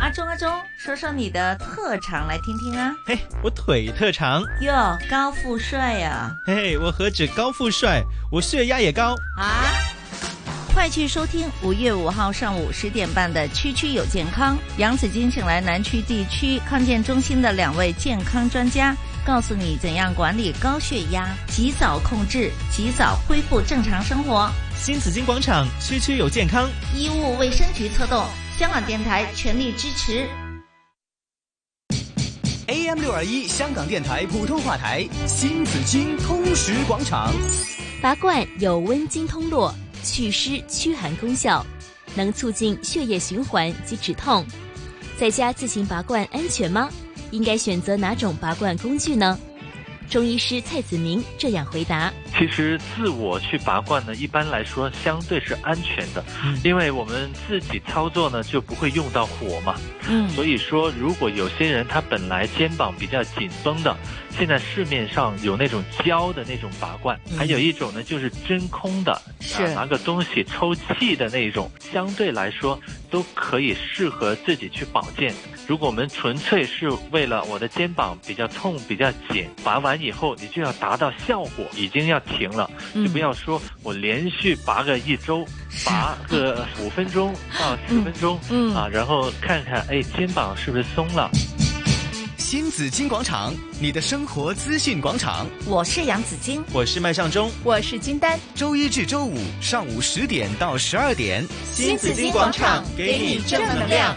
Speaker 3: 阿忠阿忠，说说你的特长来听听啊。
Speaker 5: 嘿， 我腿特长，
Speaker 3: 哟，高富帅呀、
Speaker 5: 嘿嘿，我何止高富帅，我血压也高。
Speaker 3: 啊！快去收听五月五号上午十点半的《区区有健康》，扬子金请来南区地区康健中心的两位健康专家，告诉你怎样管理高血压，及早控制，及早恢复正常生活。
Speaker 5: 新紫金广场区区有健康，
Speaker 3: 医务卫生局策动，香港电台全力支持。
Speaker 8: AM 六二一香港电台普通话台，新紫金通识广场。
Speaker 11: 拔罐有温经通络、祛湿驱寒功效，能促进血液循环及止痛。在家自行拔罐安全吗？应该选择哪种拔罐工具呢？中医师蔡子明这样回答。
Speaker 12: 其实自我去拔罐呢，一般来说相对是安全的，
Speaker 13: 嗯
Speaker 12: 因为我们自己操作呢就不会用到火嘛。
Speaker 13: 嗯
Speaker 12: 所以说如果有些人他本来肩膀比较紧绷的，现在市面上有那种胶的那种拔罐，
Speaker 13: 嗯
Speaker 12: 还有一种呢就是真空的，
Speaker 13: 是
Speaker 12: 啊拿个东西抽气的那种，相对来说都可以适合自己去保健。如果我们纯粹是为了我的肩膀比较痛、比较紧，拔完以后你就要达到效果，已经要停了，
Speaker 14: 嗯
Speaker 12: 就不要说我连续拔个一周，拔个五分钟到十分钟，
Speaker 14: 嗯嗯
Speaker 12: 啊，然后看看哎肩膀是不是松了。
Speaker 2: 新紫金广场，你的生活资讯广场。
Speaker 3: 我是杨子金，
Speaker 5: 我是麦尚中，
Speaker 3: 我是金丹。
Speaker 2: 周一至周五上午十点到十二点，
Speaker 5: 新紫金广场给你正能量。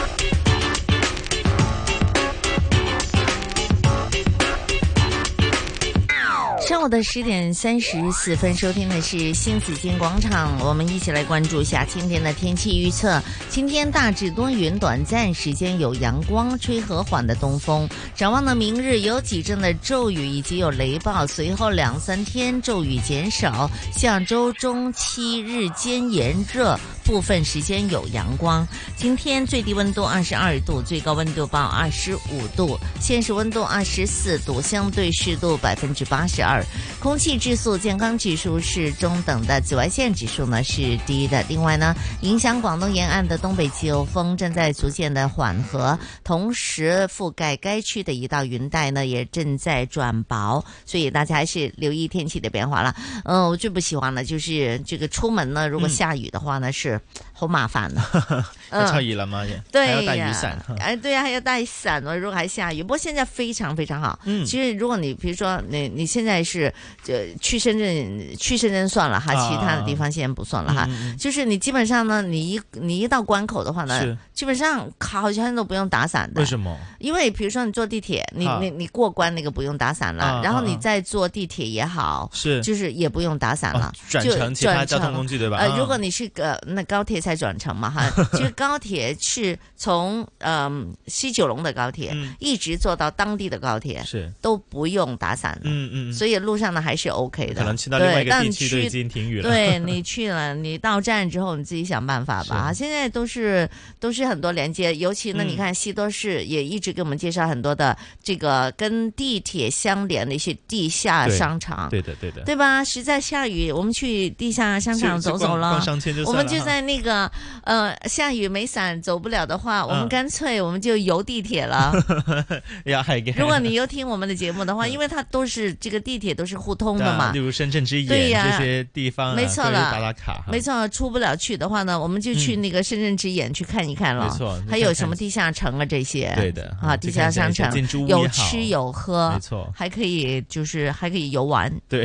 Speaker 3: 中午的十点三十四分收听的是新紫金广场，我们一起来关注一下今天的天气预测。今天大致多云，短暂时间有阳光，吹和缓的东风。展望呢，明日有几阵的骤雨以及有雷暴，随后两三天骤雨减少。下周中期日间炎热，部分时间有阳光。今天最低温度二十二度，最高温度报二十五度，现实温度二十四度，相对湿度百分之八十二，空气质素健康指数是中等的，紫外线指数呢是低的。另外呢，影响广东沿岸的东北季候风正在逐渐的缓和，同时覆盖该区的一道云带呢也正在转薄，所以大家还是留意天气的变化啦。嗯，我最不喜欢的就是这个出门呢，如果下雨的话呢、嗯、是好麻烦啊的。
Speaker 5: 嗯、太热了嘛也，
Speaker 3: 对
Speaker 5: 还要带雨伞。
Speaker 3: 哎，对呀、啊，还要带伞哦。如果还下雨，不过现在非常非常好。嗯，其实如果你比如说你你现在是呃去深圳，去深圳算了哈，
Speaker 5: 啊
Speaker 3: 其他的地方先不算了哈。啊嗯、就是你基本上呢，你一你一到关口的话呢，基本上好像都不用打伞的。
Speaker 5: 为什么？
Speaker 3: 因为比如说你坐地铁，你、啊、你你过关那个不用打伞了，然后你再坐地铁也好，
Speaker 5: 啊是啊
Speaker 3: 就是也不用打伞了。
Speaker 5: 转乘其他交通工具对吧？啊
Speaker 3: 呃，如果你是个那高铁才转乘嘛 哈，就高铁是从嗯西九龙的高铁一直坐到当地的高铁，
Speaker 5: 嗯是
Speaker 3: 都不用打伞的，
Speaker 5: 嗯嗯，
Speaker 3: 所以路上呢还是 OK 的。
Speaker 5: 可能去到另外一个地区已经停雨了。
Speaker 3: 对你去了，你到站之后你自己想办法吧。现在都是都是很多连接，尤其
Speaker 5: 嗯
Speaker 3: 呢，你看西多士也一直给我们介绍很多的这个跟地铁相连的一些地下商场，
Speaker 5: 对的对的，
Speaker 3: 对吧？实在下雨，我们去地下商场走走了，我们就在那个呃下雨。没伞走不了的话，
Speaker 5: 嗯
Speaker 3: 我们干脆我们就游地 铁了。啊如果你又听我们的节目的话，
Speaker 5: 嗯
Speaker 3: 因为它都是这个地铁都是互通 的嘛，
Speaker 5: 啊例如深圳之眼这些地方，啊
Speaker 3: 没错了，
Speaker 5: 打打卡，嗯
Speaker 3: 没错。出不了去的话呢，我们就去那个深圳之眼去看一看了。
Speaker 5: 没错，
Speaker 3: 还有什么地下城啊这些，
Speaker 5: 对的嗯
Speaker 3: 啊，地下商场有吃有喝，
Speaker 5: 没错，
Speaker 3: 还可以就是还可以游玩，
Speaker 5: 对，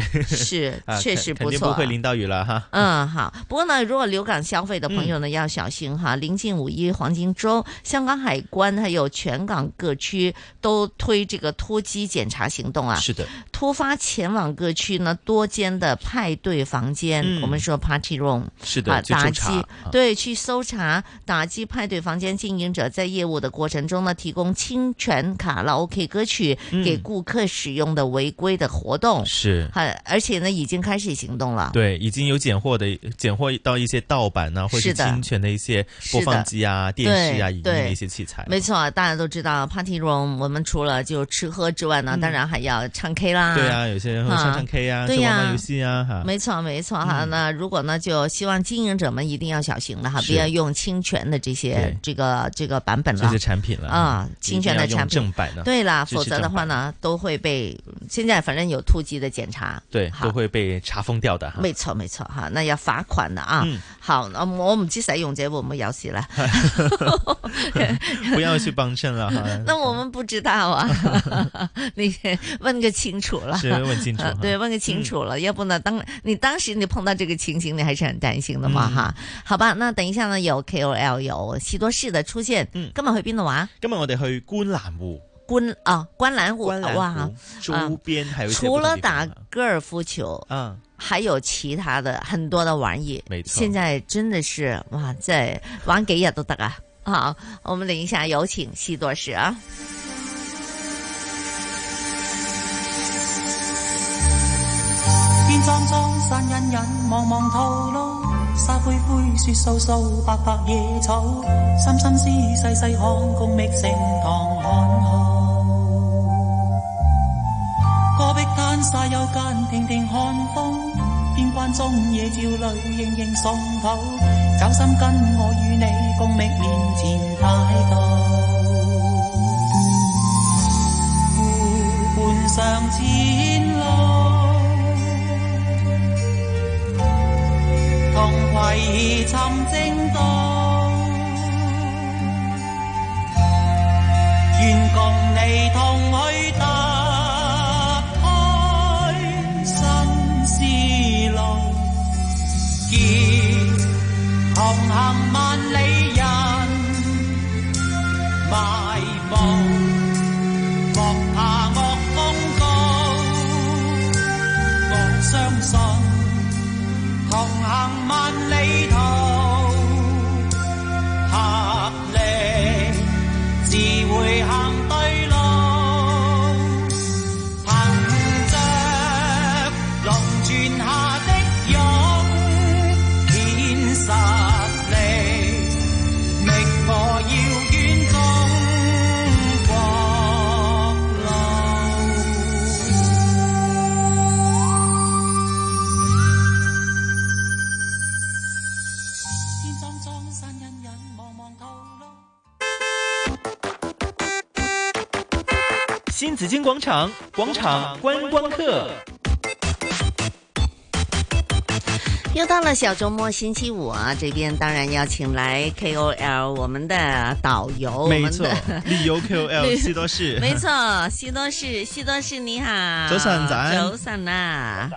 Speaker 5: 啊
Speaker 3: 是确实不错，啊
Speaker 5: 不会淋到雨了哈。
Speaker 3: 嗯，好。不过呢，如果流感消费的朋友呢，要小心哈，临。近五一黄金周，香港海关还有全港各区都推这个突击检查行动啊。
Speaker 5: 是的，
Speaker 3: 突发前往各区呢多间的派对房间，嗯、我们说 party room，
Speaker 5: 是的，
Speaker 3: 啊、打击、
Speaker 5: 啊、
Speaker 3: 对去搜查打击派对房间经营者在业务的过程中呢，提供侵权卡拉 OK 歌曲给顾客使用的违规的活动。嗯、
Speaker 5: 嗯是，
Speaker 3: 还、啊、而且呢已经开始行动了。
Speaker 5: 对，已经有捡获的捡获到一些盗版呢，或是侵权的一些播放机啊、电视啊、影音的一些器材，
Speaker 3: 没错，大家都知道 party room，我们除了就吃喝之外呢，当然还要唱 K
Speaker 5: 嗯
Speaker 3: 啦。
Speaker 5: 对啊，有些人会唱唱 K 啊，
Speaker 3: 嗯对呀，
Speaker 5: 玩游戏啊，哈。
Speaker 3: 没错，没错哈。那如果呢，就希望经营者们一定要小心了哈，不要用侵权的这些这个这个版本了，
Speaker 5: 这些产品了
Speaker 3: 啊，侵权的产品
Speaker 5: 正版的。
Speaker 3: 对啦，否则的话呢，都会被现在反正有突击的检查，
Speaker 5: 对，都会被查封掉 的。
Speaker 3: 没错，没错哈，那要罚款的啊。
Speaker 5: 嗯
Speaker 3: 好，我唔知使用者會唔會有事 啦。
Speaker 5: 不要去帮衬了哈。
Speaker 3: 那我们不知 道啊，你问个清楚了。
Speaker 5: 是问清楚、呃。
Speaker 3: 对，问个清楚了，嗯、要不呢，当你当时你碰到这个情形，你还是很担心的嘛、嗯、哈。好吧，那等一下呢，有 KOL 有喜多士的出现。嗯，今日去邊度玩？
Speaker 5: 今日我哋去觀瀾湖。
Speaker 3: 觀啊，嗯觀瀾湖
Speaker 5: 哇，周邊還有、啊、
Speaker 3: 啊除了打高爾夫球，嗯。还有其他的很多的玩意，
Speaker 5: 没错。
Speaker 3: 现在真的是哇，在玩几日都得啊！好，我们等一下有请西多士啊。
Speaker 13: 變裝裝散隱隱，茫茫途路，沙灰灰，雪掃掃，白白野草，心心思細細看，共覓盛唐漢號。戈壁灘曬有間，亭亭漢風。邊關中野照淚，盈盈送土。找心跟我與你共覓面前態度。湖畔上前路，同攜尋正道。願共你同去踏。同行萬里人，埋伏莫怕惡風高，行萬里途，合力自會行對路。憑着龍泉下的勇，顯實力，覓我遙遠中國路。天蒼蒼，山隱隱，茫茫途路。
Speaker 8: 新紫金广场，广场观光客。
Speaker 3: 又到了小周末星期五啊，这边当然邀请来 KOL 我们的导游，
Speaker 5: 没错
Speaker 3: 我们，的
Speaker 5: 旅游 QL
Speaker 3: 旅
Speaker 5: 西多士，
Speaker 3: 没错，西多士，西多士你好，
Speaker 5: 早晨早安
Speaker 3: 早晨啊，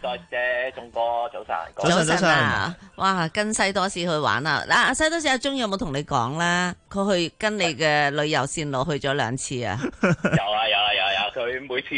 Speaker 15: 早晨，姐，钟哥，早晨，各位
Speaker 3: 早晨啊，哇，跟西多士去玩啊，嗱，阿西多士阿鐘有冇同你講啦？佢去跟你嘅旅遊線路去咗兩次 啊，
Speaker 15: 有啊有啊有啊有啊，佢每次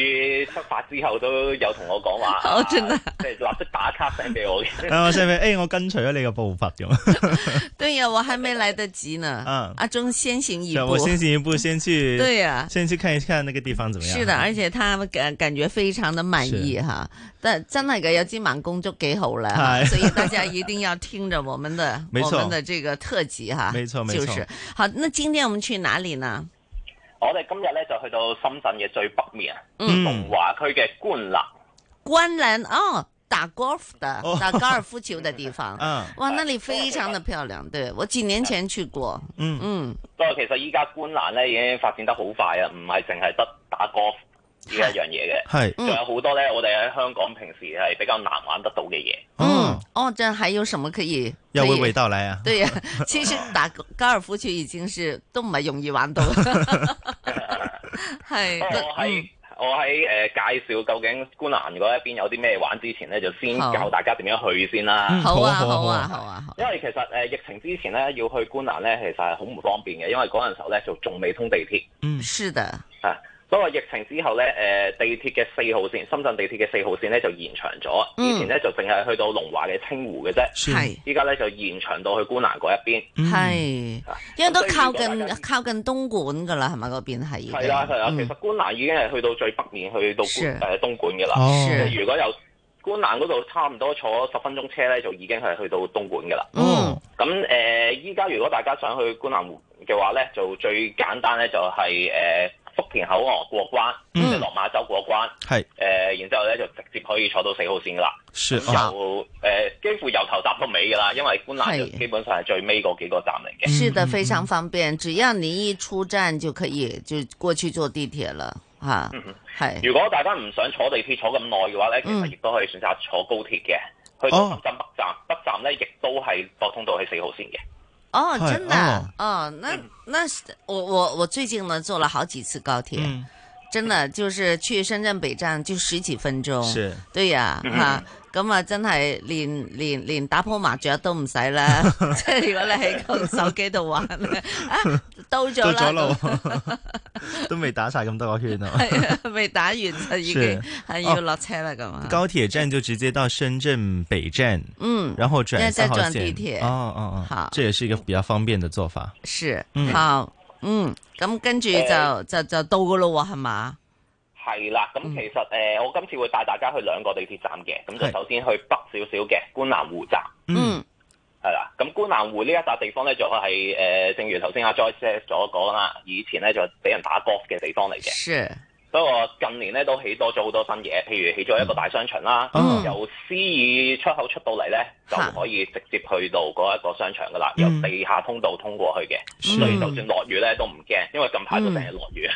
Speaker 15: 出發之後都有同我講話，
Speaker 3: 好真啊，
Speaker 15: 即係立即打卡 send 俾我嘅。
Speaker 5: 啊，我使唔使？誒，我跟隨咗你嘅步伐咁。
Speaker 3: 對呀，我還沒來得及呢，
Speaker 5: 嗯
Speaker 3: 阿鐘先行一
Speaker 5: 对
Speaker 3: 步，
Speaker 5: 啊我先行一 步，先去。
Speaker 3: 对呀
Speaker 5: 先去看一看那個地方怎麼樣。
Speaker 3: 是的，而且他们感感觉非常的满意
Speaker 5: 是
Speaker 3: 哈。但真系嘅有支盲公竹几好啦，哈
Speaker 5: 哎
Speaker 3: 所以大家一定要听着我们 的
Speaker 5: 没
Speaker 3: 我
Speaker 5: 错
Speaker 3: 们的这个特辑哈。
Speaker 5: 没错没
Speaker 3: 就
Speaker 5: 错
Speaker 3: 是好。那今天我们去哪里呢？
Speaker 15: 我哋今日咧就去到深圳嘅最北面啊，
Speaker 3: 嗯
Speaker 15: 從華區嘅官立。
Speaker 3: 观澜哦，打 golf 的，
Speaker 5: 哦
Speaker 3: 打高尔夫球的 地方。
Speaker 15: 嗯
Speaker 3: 哇，那里非常的漂亮。对我几年前去过。
Speaker 5: 嗯
Speaker 3: 嗯，
Speaker 15: 不過其實依家官欄咧已經發展得好快啊，唔係淨係得打 golf 呢一樣嘢嘅，
Speaker 5: 係
Speaker 15: 仲有好多咧，我哋喺香港平時係比較難玩得到嘅嘢。
Speaker 3: 嗯，哦，这还有什么可以？
Speaker 5: 要
Speaker 3: 可以
Speaker 5: 娓娓道来啊。
Speaker 3: 对呀，其实打高尔夫球已经是都唔系容易玩到。 系。嗯
Speaker 15: 不過我喺哦我喺誒、呃介紹究竟官欄嗰一邊有啲咩玩之前咧，就先
Speaker 3: 好
Speaker 15: 教大家點樣去先啦。
Speaker 3: 嗯 好啊好啊好啊好啊好啊！
Speaker 15: 因為其實誒、呃疫情之前咧，要去官欄咧，其實係好唔方便嘅，因為嗰陣時候咧就仲未通地鐵。
Speaker 5: 嗯，
Speaker 3: 是的。
Speaker 15: 啊，不過疫情之後咧，誒、地鐵嘅四號線，深圳地鐵嘅四號線咧就延長咗，
Speaker 3: 嗯
Speaker 15: 以前咧就淨係去到龍華嘅清湖嘅啫，
Speaker 3: 係
Speaker 15: 依家咧就延長到去官欄嗰一邊，
Speaker 3: 嗯
Speaker 5: 嗯
Speaker 15: 啊
Speaker 3: 系，因為都靠近靠近東莞噶啦，係咪嗰邊係已經？嗯
Speaker 15: 係啦係啊啦，其實官欄已經係去到最北面，去到
Speaker 3: 是
Speaker 15: 官誒東莞嘅啦，
Speaker 3: 哦
Speaker 15: 即
Speaker 3: 是
Speaker 15: 係如果由官欄嗰度差唔多坐十分鐘車咧，就已經係去到東莞嘅啦。
Speaker 3: 嗯，
Speaker 15: 咁誒，依家如果大家想去觀南湖嘅話咧，就最簡單咧就係、誒、福田口岸過關，
Speaker 3: 嗯
Speaker 15: 即係落馬洲過關，
Speaker 5: 係
Speaker 15: 誒、然之後咧就直接可以坐到四號線噶啦。
Speaker 5: 是
Speaker 15: 咁
Speaker 5: 啊
Speaker 15: 由誒、幾乎由頭搭到尾噶啦，因為觀南就
Speaker 3: 係
Speaker 15: 基本上係最尾嗰幾個站嚟嘅。
Speaker 3: 是
Speaker 5: 嗯
Speaker 3: 的，非常方便，只要你一出站就可以就過去坐地鐵了，吓，
Speaker 15: 嗯
Speaker 3: 係嗯
Speaker 15: 如果大家唔想坐地鐵坐咁耐嘅話咧，其實亦都可以選擇坐高鐵嘅，去
Speaker 3: 哦
Speaker 15: 到深圳北站，北站咧亦都係駁通道去四號線嘅。
Speaker 3: 哦，
Speaker 15: 係
Speaker 3: 真的啊，哦，那那是我我我最近呢坐了好幾次高
Speaker 5: 嗯
Speaker 3: 鐵，真的就是去深圳北站就十幾分鐘，
Speaker 5: 是
Speaker 3: 對呀，
Speaker 5: 嗯
Speaker 3: 吓。咁啊，真係連連連打鋪麻雀都唔使 啦，即係如果你喺個手機度玩咧，啊，到咗
Speaker 5: 到
Speaker 3: 啦，
Speaker 5: 咗路， 都未打晒咁多個圈 啊。
Speaker 3: 系啊，未打完就已經
Speaker 5: 是哦
Speaker 3: 係要落車啦，咁啊。
Speaker 5: 高鐵站就直接到深圳北站，
Speaker 3: 嗯
Speaker 5: 然后转
Speaker 3: 那再
Speaker 5: 三号
Speaker 3: 转
Speaker 5: 线
Speaker 3: 地铁
Speaker 5: 哦哦哦，
Speaker 3: 好
Speaker 5: 这也是一个比較方便的做法。
Speaker 3: 是
Speaker 5: 嗯
Speaker 3: 好，嗯，咁跟住就
Speaker 15: 誒
Speaker 3: 就就到噶咯喎，係嘛？
Speaker 15: 係啦，咁其實誒、呃我今次會帶大家去兩個地鐵站嘅，咁
Speaker 3: 嗯係
Speaker 15: 就首先去北少少嘅觀南湖站，
Speaker 3: 嗯，
Speaker 15: 係啦，咁觀南湖呢一笪地方咧就係、呃正如頭先阿 Joyce 所講啦，以前咧就俾人打 golf 嘅地方嚟嘅，
Speaker 3: 是，
Speaker 15: 不過近年咧都起多咗好多新嘢，譬如起咗一個大商場啦，
Speaker 5: 嗯
Speaker 15: 由 C 二出口出到嚟咧就可以直接去到嗰一個商場噶啦，由
Speaker 5: 嗯
Speaker 15: 地下通道通過去嘅，
Speaker 5: 是
Speaker 15: 所以就算落雨咧都唔驚，因為近排都
Speaker 5: 嗯
Speaker 15: 成日落雨。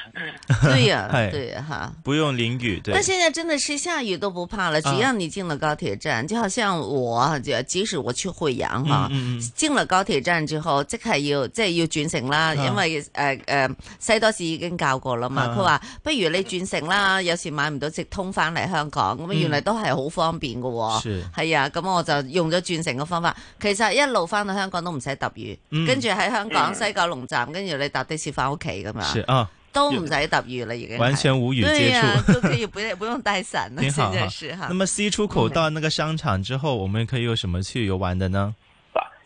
Speaker 3: 對呀，
Speaker 5: 係
Speaker 3: 對呀，哈。
Speaker 5: 不用淋雨，对
Speaker 3: 但。现在真的是下雨都不怕了，只
Speaker 5: 啊
Speaker 3: 要你进了高铁站，就好像我，就即使我去惠阳哈，
Speaker 5: 嗯嗯嗯
Speaker 3: 进了高铁站之後，即係要即係要轉乘啦，
Speaker 5: 啊
Speaker 3: 因為誒誒西多士已經教過啦嘛，
Speaker 5: 啊
Speaker 3: 佢話不如你轉乘啦，有時買唔到直通翻嚟香港，咁
Speaker 5: 嗯
Speaker 3: 原來都係好方便嘅喎
Speaker 5: 是，
Speaker 3: 係啊，咁我就用咗轉乘嘅方法，其實一路翻到香港都唔使揼雨，
Speaker 5: 嗯
Speaker 3: 跟住喺香港
Speaker 5: 嗯
Speaker 3: 西九龍站，跟住你搭的士翻屋企咁樣。
Speaker 5: 是啊，
Speaker 3: 都唔使搭雨了，已经
Speaker 5: 完全无语接触，
Speaker 3: 对呀都可以不不用带伞了，
Speaker 5: 挺
Speaker 3: 现
Speaker 5: 好
Speaker 3: 在
Speaker 5: 哈
Speaker 3: 是哈。嗯
Speaker 5: 那么 C 出口到那个商场之後，我們可以有什麼去遊玩的呢？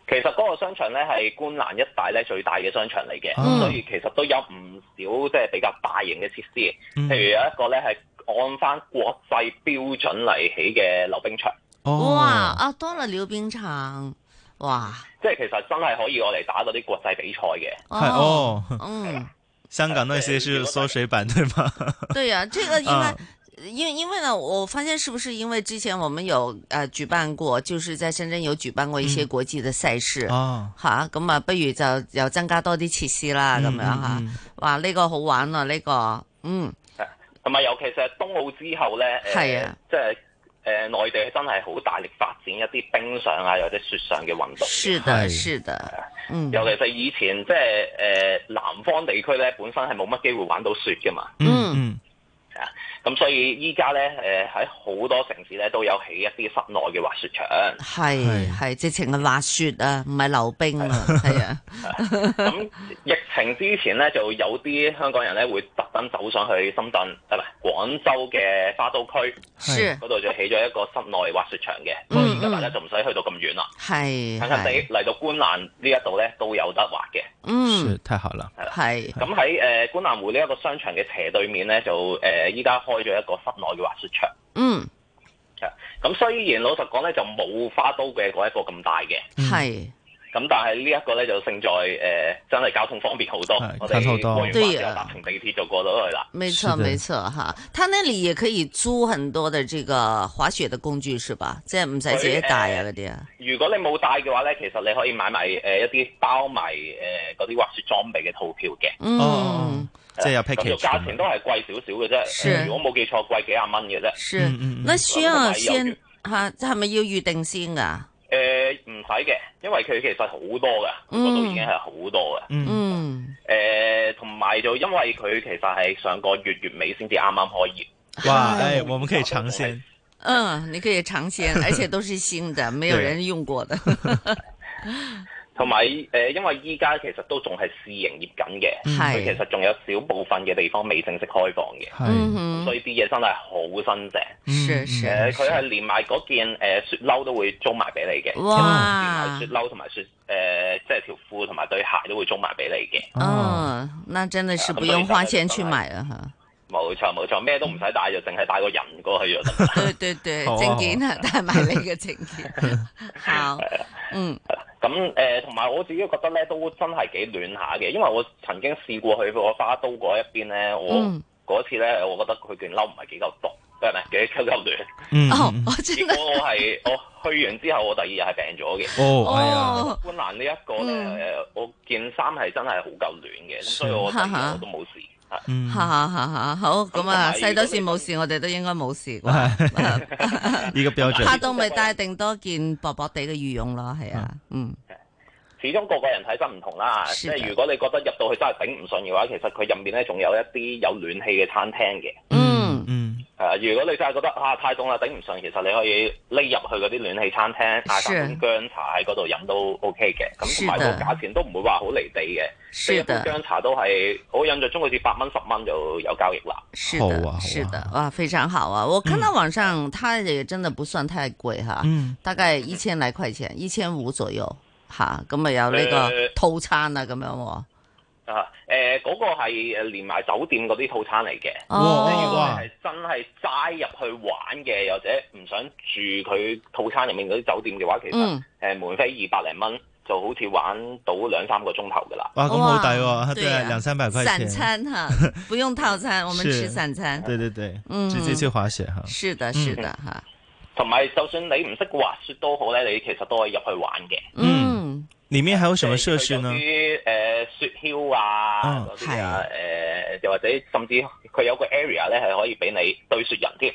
Speaker 15: 其實嗰個商場咧係觀瀾一帶咧最大嘅商場嚟嘅，
Speaker 5: 嗯
Speaker 15: 所以其實都有唔少即係比較大型嘅設施嘅，譬
Speaker 5: 嗯
Speaker 15: 如有一個咧係按翻國際標準嚟起嘅溜冰場，
Speaker 3: 哇啊，多了溜冰場，哇！
Speaker 15: 即係其實真係可以我嚟打嗰啲國際比賽嘅。
Speaker 5: 係哦，
Speaker 3: 嗯，
Speaker 5: 香港那些是縮水版對嗎？
Speaker 3: 对呀、这个应该
Speaker 5: 啊，
Speaker 3: 因为因为呢，我发现是不是因为之前我们有呃举办过，就是在深圳有举办过一些国际的赛事，
Speaker 5: 嗯哦
Speaker 3: 吓咁啊，不如就又增加多啲設施啦，咁、
Speaker 15: 嗯
Speaker 3: 樣吓，
Speaker 15: 嗯
Speaker 3: 哇呢、個好玩啊，呢、個嗯
Speaker 15: 同埋尤其是係冬奧之後咧，誒
Speaker 3: 係啊，
Speaker 15: 即係誒內地真係好大力發展一啲冰上啊，或者雪上嘅運動嘅。
Speaker 3: 是的係是的，嗯
Speaker 15: 尤其是以前即係誒呃南方地區咧，本身係冇乜機會玩到雪嘅嘛。
Speaker 5: 嗯嗯，
Speaker 15: 咁所以依家咧誒喺好多城市咧都有起一啲室內嘅滑雪場。
Speaker 3: 係係直情係滑雪啊，唔係溜冰 啊，係啊，
Speaker 15: 咁疫情之前咧，就有啲香港人咧會特登走上去深圳，啊唔係廣州嘅花都區，
Speaker 3: 是
Speaker 15: 嗰度就起咗一個室內滑雪場嘅，所以而家大家就唔使去到咁遠啦。
Speaker 3: 嗯係
Speaker 15: 近近地
Speaker 3: 係，
Speaker 15: 嚟到觀瀾呢一度咧都有得滑嘅。
Speaker 3: 嗯
Speaker 5: 是太好了。
Speaker 15: 係啦
Speaker 3: 係
Speaker 15: 咁喺誒呃觀瀾湖呢一個商場嘅斜對面咧，就誒依家開咗一個室內嘅滑雪場。
Speaker 3: 嗯
Speaker 15: 咁雖然老實講咧，就冇花都嘅嗰一個咁大嘅。
Speaker 3: 係
Speaker 15: 咁但係呢一個咧就勝在誒、呃真係交通方便好多，我哋
Speaker 5: 交通多
Speaker 15: 過完
Speaker 3: 對
Speaker 15: 關之後搭程地鐵就過到去啦。
Speaker 3: 沒錯，沒錯哈，他那裡也可以租很多的這個滑雪的工具是吧？即係唔使自己帶啊嗰啲啊，
Speaker 15: 如果你冇帶嘅話咧，其實你可以買埋誒、呃一啲包埋誒嗰啲滑雪裝備嘅套票嘅。
Speaker 3: 嗯
Speaker 5: 哦，即係有 package
Speaker 15: 咁就價錢都係貴少少嘅啫，呃如果冇記錯貴幾廿蚊嘅啫。
Speaker 5: 嗯
Speaker 3: 是，
Speaker 15: 嗯
Speaker 3: 那需要先吓，係咪要預定先啊㗎？
Speaker 15: 誒呃唔使嘅，因為佢其實好多嘅，
Speaker 3: 嗯
Speaker 15: 嗰度已經係好多嘅。
Speaker 3: 嗯，
Speaker 15: 誒同埋就因為佢其實係上個月月尾先至啱啱開業。
Speaker 5: 哇，哎，我們可以嘗鮮。
Speaker 3: 嗯，你可以尝 鲜，而且都是新的，没有人用过的。
Speaker 15: 同埋誒，因為依家其實都仲係試營業緊嘅，
Speaker 3: 嗯係
Speaker 15: 佢其實仲有少部分嘅地方未正式開放嘅，
Speaker 3: 嗯哼
Speaker 15: 咁所以啲嘢真係好新淨。
Speaker 3: 是是
Speaker 15: 誒，佢係連埋嗰件呃誒雪褸都會租埋俾你嘅，
Speaker 3: 哇
Speaker 15: 連埋雪褸同埋雪誒，即係條褲同埋對鞋都會租埋俾你嘅。
Speaker 3: 嗯，那真的是不用花钱去买了哈。
Speaker 15: 冇錯冇錯，咩都唔使帶，就淨係帶個人過去就得啦。
Speaker 3: 对对对，
Speaker 15: 好啊
Speaker 3: 证件啊，带埋你嘅证 件。好，嗯，
Speaker 15: 咁誒，同、埋我自己覺得咧，都真係幾暖下嘅，因為我曾經試過去過花都嗰一邊咧，我
Speaker 3: 嗯
Speaker 15: 嗰、次咧，我覺得佢件褸唔係幾夠凍，唔係幾夠暖。
Speaker 5: 嗯
Speaker 3: 哦，我
Speaker 15: 結果我係我去完之後，我第二日係病咗嘅。
Speaker 5: 哦哎呀
Speaker 15: 觀瀾呢一個咧、
Speaker 3: 嗯
Speaker 15: 誒我件衫係真係好夠暖嘅，咁所以我第二日我都冇事。啊
Speaker 5: 嗯，
Speaker 3: 哈哈哈哈，好，咁啊，
Speaker 15: 咁同埋
Speaker 3: 西多士冇事，我哋都应该冇事 啩。
Speaker 5: 一個標準。
Speaker 3: 花都咪帶定多件薄薄地嘅羽絨咯，係啊，嗯，
Speaker 15: 始終個個人體質唔同啦，
Speaker 3: 是
Speaker 15: 即
Speaker 3: 的
Speaker 15: 係如果你覺得入到去真係頂唔順嘅話，其實佢入面咧仲有一啲有暖氣嘅餐廳嘅。
Speaker 3: 嗯
Speaker 5: 嗯。
Speaker 15: 誒、呃如果你真係覺得啊太凍啦，頂唔順，其實你可以匿入去嗰啲暖氣餐廳，啊
Speaker 3: 是
Speaker 15: 飲杯薑茶喺嗰度飲都 OK 嘅。咁同埋
Speaker 3: 是的
Speaker 15: 個價錢都唔會話好離地嘅，即係
Speaker 3: 是
Speaker 15: 一杯
Speaker 3: 的
Speaker 15: 薑茶都係我印象中好似八蚊十蚊就有交易啦。
Speaker 3: 是
Speaker 5: 啊
Speaker 3: 的，是的，哇，非常好啊！我看到网上它也真的不算太貴哈，
Speaker 5: 嗯
Speaker 3: 大概一千來塊錢，一千五左右吓，咁啊有呢個
Speaker 15: 呃
Speaker 3: 套餐啊咁樣喎，
Speaker 15: 啊，誒、嗰、個係誒連埋酒店嗰啲套餐嚟嘅，
Speaker 3: 哦
Speaker 15: 即係如果你係真係齋入去玩嘅，或者唔想住佢套餐入面嗰啲酒店嘅話，其實誒、
Speaker 5: 嗯
Speaker 15: 門飛二百零蚊就好似玩到兩三個鐘頭㗎啦。
Speaker 5: 哇，咁好抵
Speaker 3: 哇
Speaker 5: 喎，
Speaker 3: 對
Speaker 5: 對啊，
Speaker 3: 啊
Speaker 5: 兩三百塊
Speaker 3: 散
Speaker 5: 錢。
Speaker 3: 餐 哈，不用套餐，我們
Speaker 5: 是
Speaker 3: 吃散餐，
Speaker 5: 对對對，
Speaker 3: 嗯
Speaker 5: 直接去滑雪哈。嗯
Speaker 3: 是的，是的哈，
Speaker 15: 同埋就算你唔識滑雪都好咧，你其實都可以入去玩嘅。
Speaker 3: 嗯，
Speaker 5: 裡面還有什麼設施呢？
Speaker 15: 啲誒、呃雪橇啊嗰啲啊，誒、又或者甚至佢有個 area 咧係可以俾你對雪人添。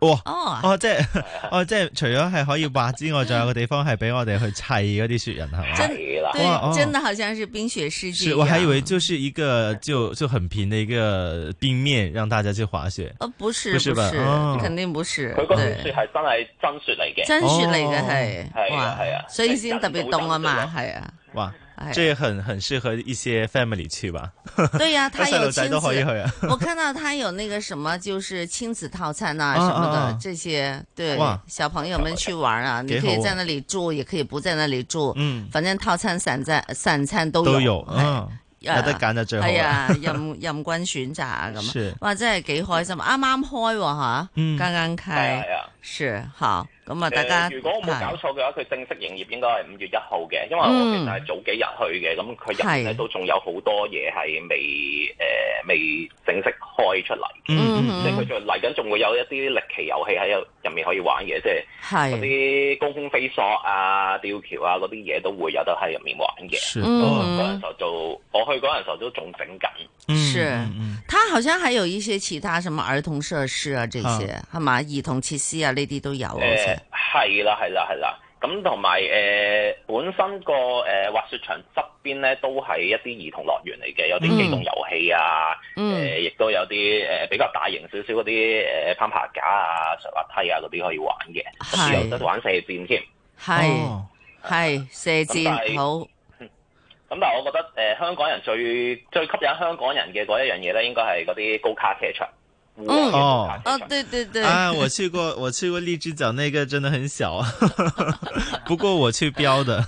Speaker 5: 哇！
Speaker 3: 哦
Speaker 5: 哦，即係 哦，即係除咗係可以滑之 外，仲有個地方係俾我哋去砌嗰啲雪人係嘛？
Speaker 3: 真
Speaker 5: 哇
Speaker 3: 對，
Speaker 5: 哦
Speaker 3: 真的好像是冰雪世界一
Speaker 5: 是，
Speaker 3: 樣，
Speaker 5: 我还以为就是一个就就很平的一个冰面，让大家去滑雪。
Speaker 3: 呃，不是，
Speaker 5: 不是吧
Speaker 3: 不是
Speaker 5: 哦
Speaker 3: 肯定不是，
Speaker 15: 佢
Speaker 3: 對
Speaker 15: 嗰啲雪係真係真雪嚟嘅，
Speaker 5: 哦
Speaker 3: 真雪嚟嘅係哎
Speaker 15: 係啊係啊，
Speaker 3: 所以先特別凍啊嘛，係啊，
Speaker 5: 哇！
Speaker 3: 哎
Speaker 5: 这也很很适合一些 family 去吧？
Speaker 3: 对呀、他
Speaker 5: 細路
Speaker 3: 有
Speaker 5: 仔
Speaker 3: 亲
Speaker 5: 都可以去
Speaker 3: 子
Speaker 5: 啊，
Speaker 3: 我看到他有那个什么，就是亲子套餐呐、
Speaker 5: 啊
Speaker 3: 什么的，
Speaker 5: 啊啊
Speaker 3: 这些对
Speaker 5: 哇
Speaker 3: 小朋友们去玩啊，你
Speaker 5: 几好
Speaker 3: 可
Speaker 5: 啊
Speaker 3: 以在那里住，也可以不在那里住，
Speaker 5: 嗯
Speaker 3: 反正套餐散餐散餐都有，
Speaker 5: 都有，嗯，有
Speaker 3: 哎
Speaker 5: 得揀就最好
Speaker 3: 哎呀
Speaker 5: 啦。，
Speaker 3: 任任君選擇啊咁
Speaker 5: 是，
Speaker 3: 哇真係幾開心，啱啱開喎吓，
Speaker 5: 嗯
Speaker 3: 啱啱開
Speaker 15: 係啊，
Speaker 3: 是好，咁啊
Speaker 15: 誒
Speaker 3: 大家
Speaker 15: 呃如果我冇搞
Speaker 3: 係嗯
Speaker 15: 錯嘅話，佢正式營業應該係五月一號嘅，因為我其實係早幾日去嘅，咁佢入面咧
Speaker 3: 係
Speaker 15: 都仲有好多嘢係未誒、未正式開出嚟嘅，
Speaker 3: 嗯嗯
Speaker 15: 即係佢仲嚟緊仲會有一啲歷奇遊戲喺入面可以玩嘅，即係
Speaker 3: 係
Speaker 15: 嗰啲高空飛索啊、吊橋啊嗰啲嘢都會有得喺入面玩嘅。
Speaker 5: 是
Speaker 15: 咁我
Speaker 3: 嗯
Speaker 15: 嗰陣時候就我去嗰陣時候都仲整緊。
Speaker 5: 嗯
Speaker 3: 是，他好像還有一些其他什麼兒童設施啊，這些係嘛兒童設施啊呢啲都有啊，好
Speaker 15: 誒
Speaker 3: 似
Speaker 15: 係啦，係啦，係啦。咁同埋誒本身個誒、呃滑雪場側邊咧，都係一啲兒童樂園嚟嘅，有啲機動遊戲啊，誒、
Speaker 3: 嗯
Speaker 15: 亦都有啲誒、呃比較大型少少嗰啲誒攀爬架啊、上滑梯啊嗰啲可以玩嘅，甚至有得玩射箭添。
Speaker 5: 哦
Speaker 3: 係係射箭
Speaker 15: 咁但
Speaker 3: 好，
Speaker 15: 係咁但係我覺得誒、呃香港人最最吸引香港人嘅嗰一樣嘢咧，應該係嗰啲高卡車場。
Speaker 3: 嗯
Speaker 5: 哦
Speaker 3: 哦對對對，
Speaker 5: 啊，我去过，我去过荔枝角，那个真的很 小，不过我去标的，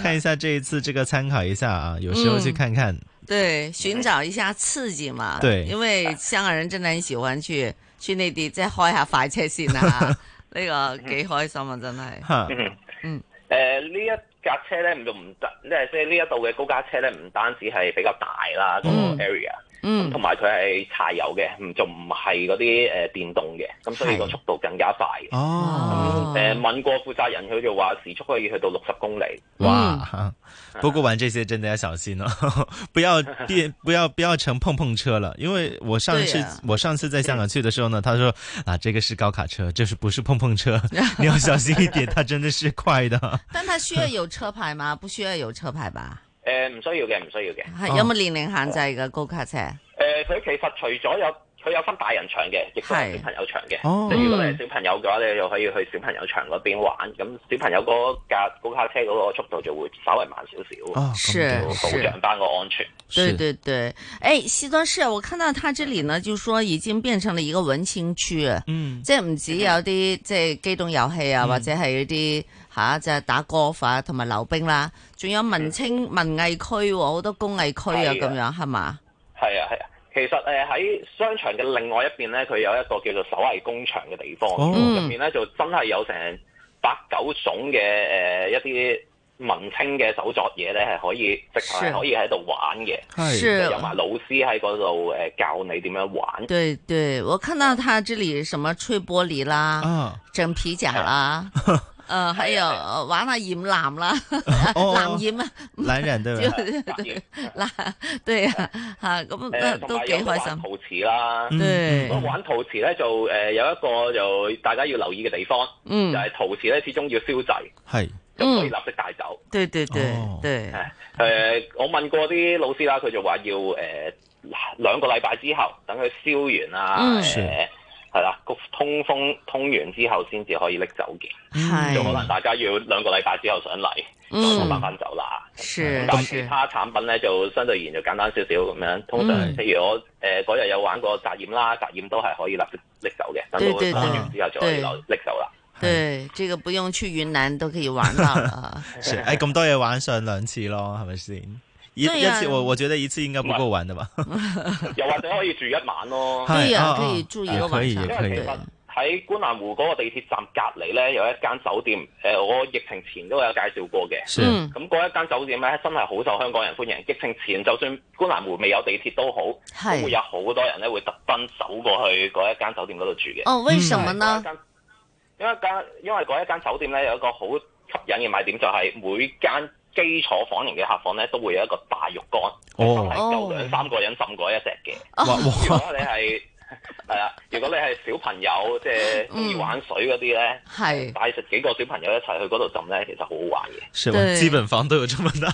Speaker 5: 看一下这一次这个参考一下啊，有时候去看看。
Speaker 15: 嗯
Speaker 3: 对，寻找一下刺激嘛。
Speaker 5: 对
Speaker 3: 因为香港人真係喜歡去去內地，即係開下快車先 啊！呢個幾開心啊，真係。
Speaker 15: 嗯
Speaker 3: 嗯，
Speaker 15: 誒、呃呢一架車咧唔就唔得，即係即係呢一度嘅高架車咧，唔單止係比較大啦，嗰、
Speaker 3: 嗯
Speaker 15: 個 area，
Speaker 3: 嗯
Speaker 15: 咁同埋佢係柴油嘅，唔就唔係嗰啲誒電動嘅，咁所以個速度更加快嘅。
Speaker 5: 哦
Speaker 15: 誒、問過負責人，佢就話時速可以去到六十公里。
Speaker 3: 嗯
Speaker 5: 哇，不过玩这些真的要小心哦， 不要 变，不要不要乘碰碰车了，因为我上次、
Speaker 15: 对呀
Speaker 5: 我上次在香港去的时候呢，他说啊，这个是高卡车，这是不是碰碰 车？你要小心一点，它真的是快的。
Speaker 3: 但他需要有車牌嗎？不需要有車牌吧？
Speaker 15: 誒、唔需要嘅，唔需要嘅。
Speaker 3: 係
Speaker 5: 哦
Speaker 3: 有冇年齡限制嘅高卡車？
Speaker 15: 誒，呃佢其實除咗有佢有分大人場嘅，亦都有小朋友場嘅。
Speaker 3: 哦
Speaker 15: 即係如果你係小朋友嘅話，你就可以去小朋友場嗰邊玩。咁小朋友嗰架高卡車嗰個速度就會稍微慢少少，
Speaker 3: 哦咁是
Speaker 15: 要
Speaker 3: 是
Speaker 15: 保障翻個安全。
Speaker 3: 对对对，哎，西多士，我看到他这里呢，就说已經變成了一個文青區，
Speaker 5: 嗯，
Speaker 3: 即係唔止有啲即係機動遊戲啊，
Speaker 5: 嗯
Speaker 3: 或者係嗰啲吓即係打 golf 啊，同埋溜冰啦，仲有文青文藝區喎，好多工藝區啊，
Speaker 15: 係啊
Speaker 3: 咁樣係嘛？
Speaker 15: 係啊係啊，其實誒喺商場嘅另外一邊咧，佢有一個叫做手藝工場嘅地方，
Speaker 5: 哦
Speaker 15: 入面咧就真係有成八九種嘅誒、一啲。文青嘅手作嘢咧，係可以直頭係
Speaker 3: 是
Speaker 15: 可以喺度玩嘅，
Speaker 3: 是
Speaker 15: 即係有埋老師喺嗰度誒教你點樣玩。
Speaker 3: 對對，我看到他這里什麼吹玻璃啦，
Speaker 5: 啊
Speaker 3: 整皮甲啦，呃，還有呃玩下染藍啦，
Speaker 5: 哦
Speaker 3: 藍染啊，
Speaker 5: 蓝染对
Speaker 3: 就
Speaker 5: 吧？
Speaker 3: 對藍對啊，嚇咁
Speaker 15: 誒
Speaker 3: 呃
Speaker 15: 同
Speaker 3: 都
Speaker 15: 埋
Speaker 3: 幾
Speaker 15: 有得
Speaker 3: 開
Speaker 15: 玩
Speaker 3: 心。嗯
Speaker 15: 陶瓷啦，
Speaker 3: 對
Speaker 15: 咁玩陶瓷咧就誒有一個就大家要留意嘅地方，
Speaker 3: 嗯
Speaker 15: 就係陶瓷咧始終要燒製，
Speaker 5: 係
Speaker 15: 咁所以立即帶走。
Speaker 3: 對對對
Speaker 5: 哦
Speaker 3: 對，
Speaker 15: 誒，呃我問過啲老師啦，佢就話要誒兩個禮拜之後等佢燒完啊，
Speaker 3: 嗯
Speaker 15: 誒
Speaker 3: 是
Speaker 15: 係啦，個通風通完之後先至可以拎走嘅，
Speaker 3: 係
Speaker 15: 就可能大家要兩個禮拜之後上嚟，
Speaker 3: 嗯
Speaker 15: 就慢慢走啦。
Speaker 3: 是
Speaker 15: 但
Speaker 3: 是
Speaker 15: 其他產品咧就相對而言就簡單少少咁樣。通常
Speaker 3: 嗯
Speaker 15: 譬如我誒嗰日有玩過擲染啦，擲染都係可以立即拎走嘅，等
Speaker 3: 對
Speaker 15: 到
Speaker 3: 對
Speaker 15: 搬
Speaker 3: 對
Speaker 15: 完之後就可以
Speaker 3: 對
Speaker 15: 攞拎走啦。
Speaker 3: 對，這個不用去雲南都可以玩到了。
Speaker 5: 是，哎，咁多嘢玩上兩次咯，係咪先？一
Speaker 3: 對
Speaker 5: 一
Speaker 3: 呀
Speaker 5: 次我我覺得一次應該不夠玩的吧？
Speaker 15: 又或者可以住一晚咯。
Speaker 5: 係對呀啊可以啊住一個晚上也可以
Speaker 15: 因
Speaker 5: 也可以
Speaker 15: 為其實喺觀南湖嗰個地鐵站隔離咧，有一間酒店，誒，我疫情前都有介紹過嘅。
Speaker 5: 是嗯
Speaker 15: 咁嗰一間酒店咧，真係好受香港人歡迎。疫情前就算觀南湖未有地鐵都好，
Speaker 3: 係
Speaker 15: 都會有好多人咧會特登走過去嗰一間酒店嗰度住嘅。
Speaker 3: 哦，為什麼呢？
Speaker 15: 因為間因為嗰一間酒店咧有一個好吸引嘅賣點，就係、每間基礎房型嘅客房咧都會有一個大浴缸，
Speaker 5: 哦
Speaker 15: 係夠兩三個人浸過一隻嘅。
Speaker 5: 哇哇
Speaker 15: 如果你係係啊，如果你係小朋友，即係中意玩水嗰啲咧，
Speaker 3: 係
Speaker 15: 帶十幾個小朋友一齊去嗰度浸咧，其實好好玩嘅。
Speaker 5: 是吧？基本房都有这么 大。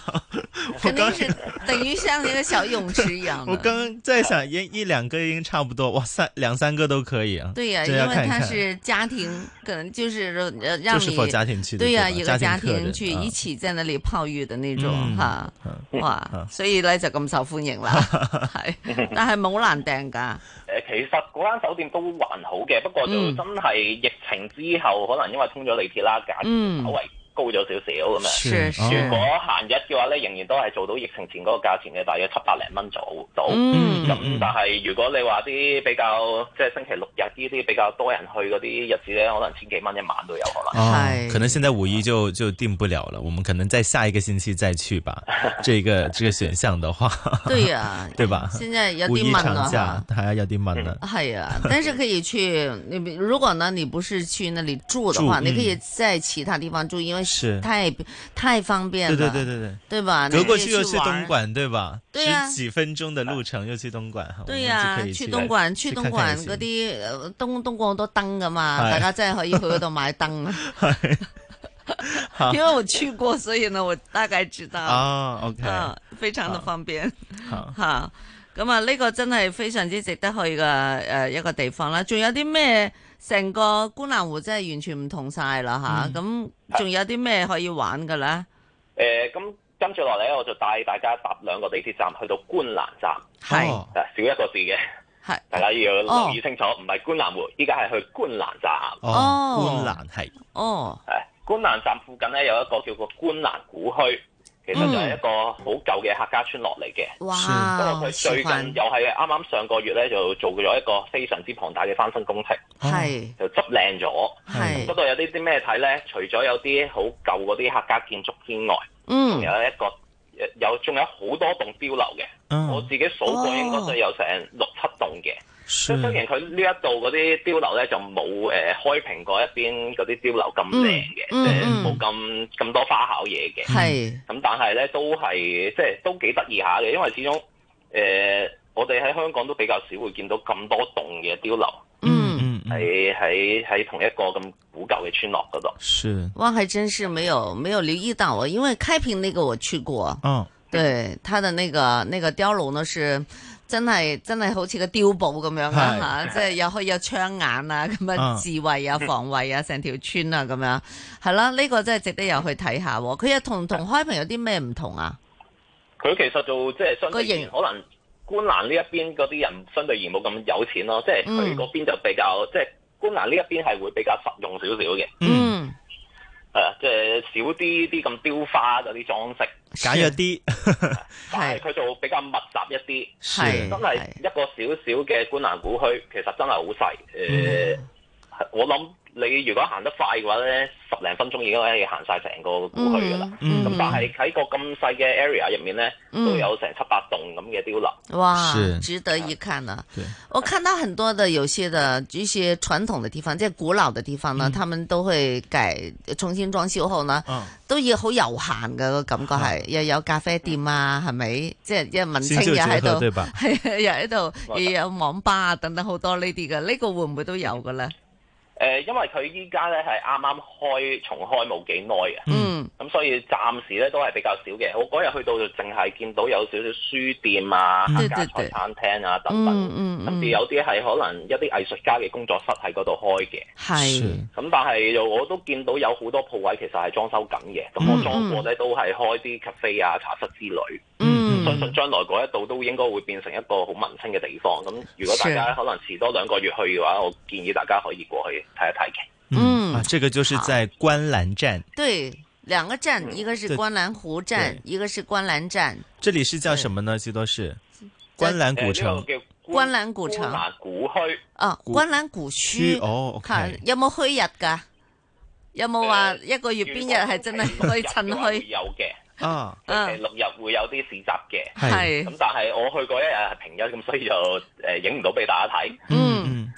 Speaker 5: 我
Speaker 3: 肯定
Speaker 5: 刚
Speaker 3: 是等于像一个小泳池 一样
Speaker 5: 我
Speaker 3: 的。
Speaker 5: 刚刚在想，一一两个应该差不多，哇，三两三个都可以啊。
Speaker 3: 对呀、
Speaker 5: 这
Speaker 3: 因
Speaker 5: 要
Speaker 3: 为
Speaker 5: 看一
Speaker 3: 它
Speaker 5: 看
Speaker 3: 是家庭，可能就是呃让
Speaker 5: 就是
Speaker 3: 你
Speaker 5: 否家庭去的
Speaker 3: 对呀、
Speaker 5: 对吧家
Speaker 3: 一个
Speaker 5: 庭
Speaker 3: 家
Speaker 5: 客
Speaker 3: 庭
Speaker 5: 人
Speaker 3: 去
Speaker 5: 啊
Speaker 3: 一起在那里泡浴的那
Speaker 5: 嗯
Speaker 3: 種吓，
Speaker 5: 嗯
Speaker 3: 哇
Speaker 5: 嗯！
Speaker 3: 所以咧就咁受歡 迎啦， 係，但係冇難訂㗎。
Speaker 15: 誒，呃其實嗰間酒店都還好嘅，不過就
Speaker 3: 嗯
Speaker 15: 真係疫情之後，可能因為通咗地鐵啦，價
Speaker 3: 嗯
Speaker 15: 錢稍微高咗少少咁
Speaker 3: 是
Speaker 15: 樣。
Speaker 3: 是
Speaker 15: 如果閒日嘅話咧，仍然都係做到疫情前嗰個價錢嘅，大約七百零蚊左到。
Speaker 3: 嗯
Speaker 15: 咁、但係如果你話啲比較即係星期六日呢啲比較多人去嗰啲日子咧，可能千幾蚊一晚都有可能。
Speaker 5: 哦，可能现在五一就就定不了了，我们可能在下一个星期再去 吧。这个这个选项的话，
Speaker 3: 對呀
Speaker 5: 对吧？
Speaker 3: 現在有
Speaker 5: 五
Speaker 3: 啲啊
Speaker 5: 一
Speaker 3: 悶
Speaker 5: 长
Speaker 3: 啦
Speaker 5: 假还要有啲闷了。
Speaker 3: 係啊，但是可以去。你比如果呢，你不是去那里住的话，
Speaker 5: 住
Speaker 3: 你可以
Speaker 5: 嗯
Speaker 3: 在其他地方住，因为
Speaker 5: 是
Speaker 3: 太太方便
Speaker 5: 对
Speaker 3: 了。
Speaker 5: 对对对对，
Speaker 3: 啊对吧？
Speaker 5: 隔
Speaker 3: 你
Speaker 5: 过
Speaker 3: 可以
Speaker 5: 去又去
Speaker 3: 玩
Speaker 5: 东莞，对吧？
Speaker 3: 对呀
Speaker 5: 十几分钟的路程又去东莞，哈
Speaker 3: 對
Speaker 5: 我
Speaker 3: 呀、
Speaker 5: 們就可以
Speaker 3: 去
Speaker 5: 去
Speaker 3: 東莞，去
Speaker 5: 去
Speaker 3: 東
Speaker 5: 看哎
Speaker 3: 莞
Speaker 5: 看一下
Speaker 3: 嗰啲呃東東莞好多燈噶嘛，
Speaker 5: 係
Speaker 3: 大家真係可以去嗰度買 燈啊。
Speaker 5: 好
Speaker 3: 因為我去過，所以呢，我大概知道。
Speaker 5: 啊，OK
Speaker 3: 啊非常的方便。
Speaker 5: 好
Speaker 3: 嚇咁啊，呢個真係非常之值得去嘅誒一個地方啦。仲有啲咩？成個觀瀾湖真係完全唔同晒
Speaker 5: 嗯
Speaker 3: 啦吓，咁仲有啲咩可以玩嘅咧？
Speaker 15: 誒，咁跟住落嚟咧，我就帶大家搭兩個地鐵站去到觀瀾站，
Speaker 3: 係
Speaker 5: 哦
Speaker 15: 啊少一個字嘅，
Speaker 3: 哦係
Speaker 15: 大家要留意清楚，唔係觀瀾湖，依家係去觀瀾站。
Speaker 3: 哦
Speaker 5: 觀瀾係
Speaker 3: 哦，
Speaker 15: 誒，觀瀾站附近咧有一個叫做觀瀾古墟，其實就係一個好舊嘅客家村落嚟嘅。
Speaker 3: 嗯哇
Speaker 15: 不過佢最
Speaker 3: 喜歡
Speaker 15: 近又係啱啱上個月咧就做咗一個非常之龐大嘅翻新工程。
Speaker 3: 係
Speaker 15: 就執靚咗，
Speaker 3: 哦係
Speaker 15: 嗰度有啲啲咩睇咧？除咗有啲好舊嗰啲客家建築之外，
Speaker 3: 嗯
Speaker 15: 仲有一個有仲有好多棟碉樓嘅。
Speaker 5: 嗯
Speaker 15: 我自己數過應該都有成六七棟嘅。
Speaker 5: 嗯
Speaker 15: 即係雖然佢呢一度嗰啲碉樓咧就冇誒、呃、開平嗰一邊嗰啲碉樓咁靚嘅，
Speaker 3: 嗯
Speaker 15: 即係
Speaker 3: 嗯
Speaker 15: 冇咁咁多花巧嘢嘅。
Speaker 3: 係
Speaker 15: 咁但係咧都係即係都幾得意下嘅，因為始終誒、呃我哋喺香港都比較少會見到咁多棟嘅碉樓。
Speaker 5: 嗯
Speaker 15: 嗯，喺喺喺同一個咁古舊嘅村落嗰度。
Speaker 5: 是
Speaker 3: 哇，还真是沒有沒有留意到啊，因為開平那個我去過，
Speaker 5: 嗯，
Speaker 3: 對，它的那個那個碉樓呢是真係真係好似個碉堡咁樣
Speaker 5: 係
Speaker 3: 啊吓，即係又可以有槍眼啊，咁
Speaker 5: 啊
Speaker 3: 啊自衛啊、防衛啊，成條村啊咁樣，係啦，呢個真係值得入去睇下喎。佢又同同開平有啲咩唔同啊？
Speaker 15: 佢其實就即係相
Speaker 3: 個
Speaker 15: 對而
Speaker 3: 形
Speaker 15: 言可能觀瀾呢一邊嗰啲人相對而言冇咁有錢咯，即係佢
Speaker 3: 嗯
Speaker 15: 嗰邊就比較即係觀瀾呢一邊係會比較實用少少嘅，
Speaker 3: 嗯，
Speaker 15: 係啊即係少啲啲咁雕花嗰啲裝飾，
Speaker 5: 假若啲
Speaker 15: 但係佢就比較密集一啲，
Speaker 5: 是係
Speaker 15: 真係一個小小嘅觀瀾古墟，其實真係好細，誒、我諗。你如果行得快嘅話咧，十零分鐘已經可以行晒成個古墟噶啦。咁、
Speaker 5: 嗯嗯
Speaker 15: 但係喺個咁細嘅 area 入面咧，
Speaker 3: 嗯
Speaker 15: 都有成七八棟咁嘅碉樓。
Speaker 3: 哇
Speaker 15: 是，
Speaker 3: 值得一看呢、
Speaker 5: 对，
Speaker 3: 我看到很多的有些的一些传统的地方，即系古老的地
Speaker 5: 嗯
Speaker 3: 方呢，他们都会改重新装修后呢，都要好悠閒嘅個感覺
Speaker 5: 嗯
Speaker 3: 係，又有咖啡店啊，係咪？即係一文青
Speaker 5: 先
Speaker 3: 又
Speaker 5: 少
Speaker 3: 喺
Speaker 5: 折扣
Speaker 3: 度，
Speaker 5: 對 吧
Speaker 3: 係又喺度，又有網吧啊等等好多呢啲嘅，呢個會唔會都有嘅咧？
Speaker 15: 誒、呃因為佢依家咧係啱啱開重開冇幾耐嘅，
Speaker 3: 嗯，
Speaker 15: 咁所以暫時咧都係比較少嘅。我嗰日去到就淨係見到有少少書店啊、
Speaker 3: 嗯
Speaker 15: 客家
Speaker 3: 對對
Speaker 15: 菜餐廳啊等等，
Speaker 3: 嗯嗯
Speaker 15: 甚
Speaker 3: 嗯
Speaker 15: 至，有啲係可能一啲藝術家嘅工作室喺嗰度開嘅。
Speaker 3: 係
Speaker 15: 咁但係又我都見到有好多鋪位其實係裝修緊嘅，咁我裝過咧都係開啲 cafe 啊、茶室之類。
Speaker 3: 嗯，
Speaker 15: 相信將來嗰一度都應該會變成一個好文青嘅地方。咁如果大家可能遲多兩個月去嘅話，我建議大家可以過去睇一睇嘅。
Speaker 5: 嗯啊，这个就是在观澜站，
Speaker 3: 對，兩個站，一個是
Speaker 5: 嗯對
Speaker 3: 觀澜湖站，一個是觀澜站，
Speaker 5: 这里是叫什么呢？西多士观澜古
Speaker 15: 誒呢
Speaker 5: 城
Speaker 15: 個。叫
Speaker 3: 觀澜古城，
Speaker 15: 古墟。
Speaker 3: 啊，
Speaker 5: 古
Speaker 3: 觀澜古
Speaker 5: 區
Speaker 3: 墟，
Speaker 5: 哦，OK
Speaker 3: 係有冇虛日㗎？有冇話一個月邊日係真係可以趁虛？
Speaker 15: 有嘅，
Speaker 5: 啊，
Speaker 15: 誒六日會有啲市集嘅，
Speaker 3: 係
Speaker 15: 咁但係我去嗰一日係平日，咁所以就誒影唔到俾
Speaker 5: 嗯
Speaker 15: 大家睇。
Speaker 3: 嗯，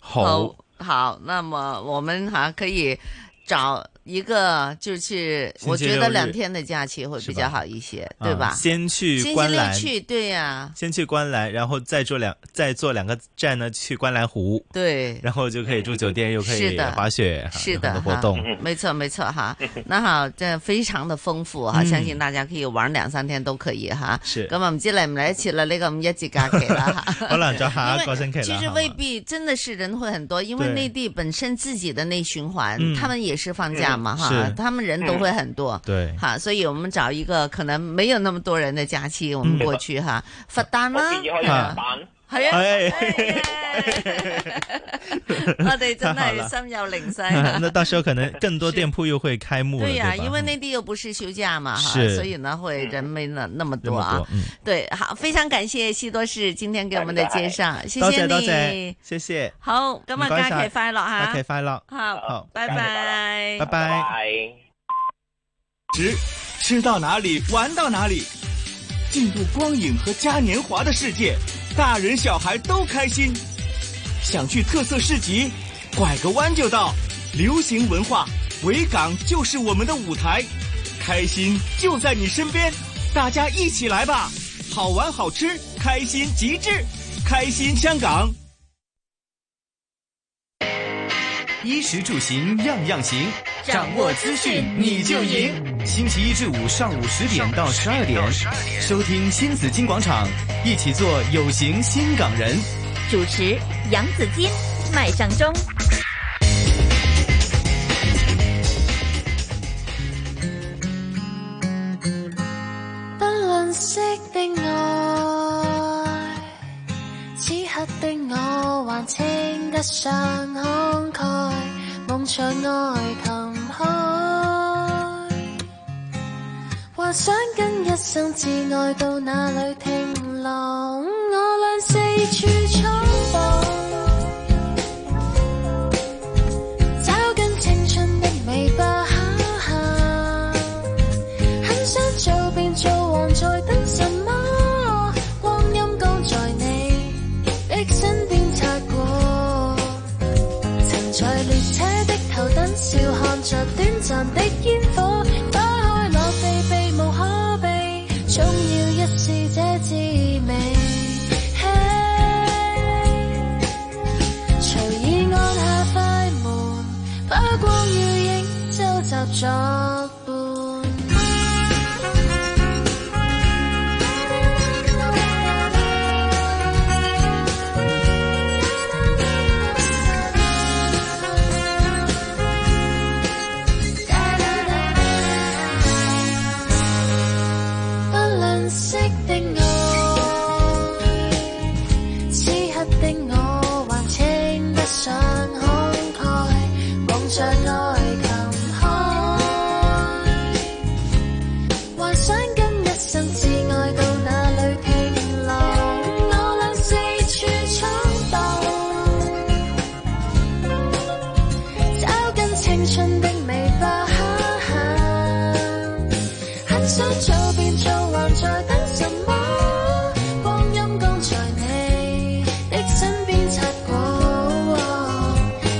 Speaker 5: 好，
Speaker 3: 好，那么我们哈可以。找一个就是，
Speaker 5: 星期
Speaker 3: 我觉
Speaker 5: 六
Speaker 3: 得
Speaker 5: 日
Speaker 3: 两天的假期会比较好一些，对吧？
Speaker 5: 啊先去
Speaker 3: 星期
Speaker 5: 观
Speaker 3: 六
Speaker 5: 澜
Speaker 3: 去，对呀、
Speaker 5: 先去观澜，然后再坐两再坐两个站呢去观澜湖，
Speaker 3: 对
Speaker 5: 然后就可以住酒店，又可
Speaker 3: 是
Speaker 5: 以
Speaker 3: 的
Speaker 5: 滑雪，哈
Speaker 3: 是
Speaker 5: 有很
Speaker 3: 的
Speaker 5: 多活动
Speaker 3: 哈。没错没错哈。那好，这非常的豐富哈，
Speaker 5: 嗯
Speaker 3: 相信大家可以玩兩三天都可以哈。
Speaker 5: 是
Speaker 3: 咁啊，唔知嚟唔嚟得切啦？呢個五一節假期啦哈。
Speaker 5: 可能就下一個星期啦
Speaker 3: 其實
Speaker 5: 係
Speaker 3: 未必真的是人會很多，因為
Speaker 5: 對
Speaker 3: 內地本身自己的內循環，
Speaker 5: 嗯
Speaker 3: 他們也是放假嘛
Speaker 5: 嗯
Speaker 3: 哈
Speaker 5: 是，嗯
Speaker 3: 他們人都會很多。
Speaker 5: 对
Speaker 3: 哈，所以我們找一個可能沒有那麼多人的假期，我們過去哈，
Speaker 5: 嗯
Speaker 3: 佛誕啦，
Speaker 5: 啊
Speaker 3: 係啊，
Speaker 5: 哎
Speaker 3: 我哋啊 真
Speaker 5: 太好了
Speaker 3: 係心有靈犀 啊。
Speaker 5: 那到时候可能更多店铺又会开幕了，
Speaker 3: 对呀、
Speaker 5: 吧
Speaker 3: 因为内地又不是休假嘛，哈，
Speaker 5: 是
Speaker 3: 所以呢会人没那那么
Speaker 5: 这
Speaker 3: 多
Speaker 5: 么
Speaker 3: 啊
Speaker 5: 多。，嗯，
Speaker 3: 对，好，非常感谢西多士今天给我们的介绍，谢
Speaker 5: 多
Speaker 3: 谢
Speaker 5: 谢多
Speaker 3: 你
Speaker 5: 谢。，谢谢，
Speaker 3: 好，今日
Speaker 5: 唔該晒
Speaker 3: 假期快樂吓，
Speaker 5: 假期快樂
Speaker 3: 好，
Speaker 5: 好
Speaker 3: 拜
Speaker 5: 假期
Speaker 3: 拜，
Speaker 5: 拜拜。
Speaker 8: 吃吃到哪里玩到哪里，进入光影和嘉年华的世界，大人小孩都开心。想去特色市集，拐个弯就到。流行文化，维港就是我们的舞台，开心就在你身边，大家一起来吧！好玩好吃，开心极致，开心香港。
Speaker 11: 衣食住行样样行，掌握资讯你就赢。星期一至五上午十点到十二点，收听新紫金广场，一起做有型新港人。
Speaker 4: 主持杨子金，麦上中。
Speaker 16: 不吝惜的愛，此刻的我還稱得上慷慨，夢像愛琴海，幻想跟一生至愛到哪裏停留，我俩四處闖蕩，找緊青春的尾巴下限。很想做便做王，在等什麼？光陰剛在你的身邊擦過，曾在列車的頭等笑看着短暫的煙火，花開落地避無可避，總要一試這滋味。隨意按下快門，把光與影收集作伴。不吝惜的愛，此刻的我還稱得上慷慨，望着愛琴海，幻想跟一生至愛到哪裏停留，我倆四處闖蕩，找緊青春的尾巴下限。很想做便做，還在等什麼？光陰剛在你的身邊擦過，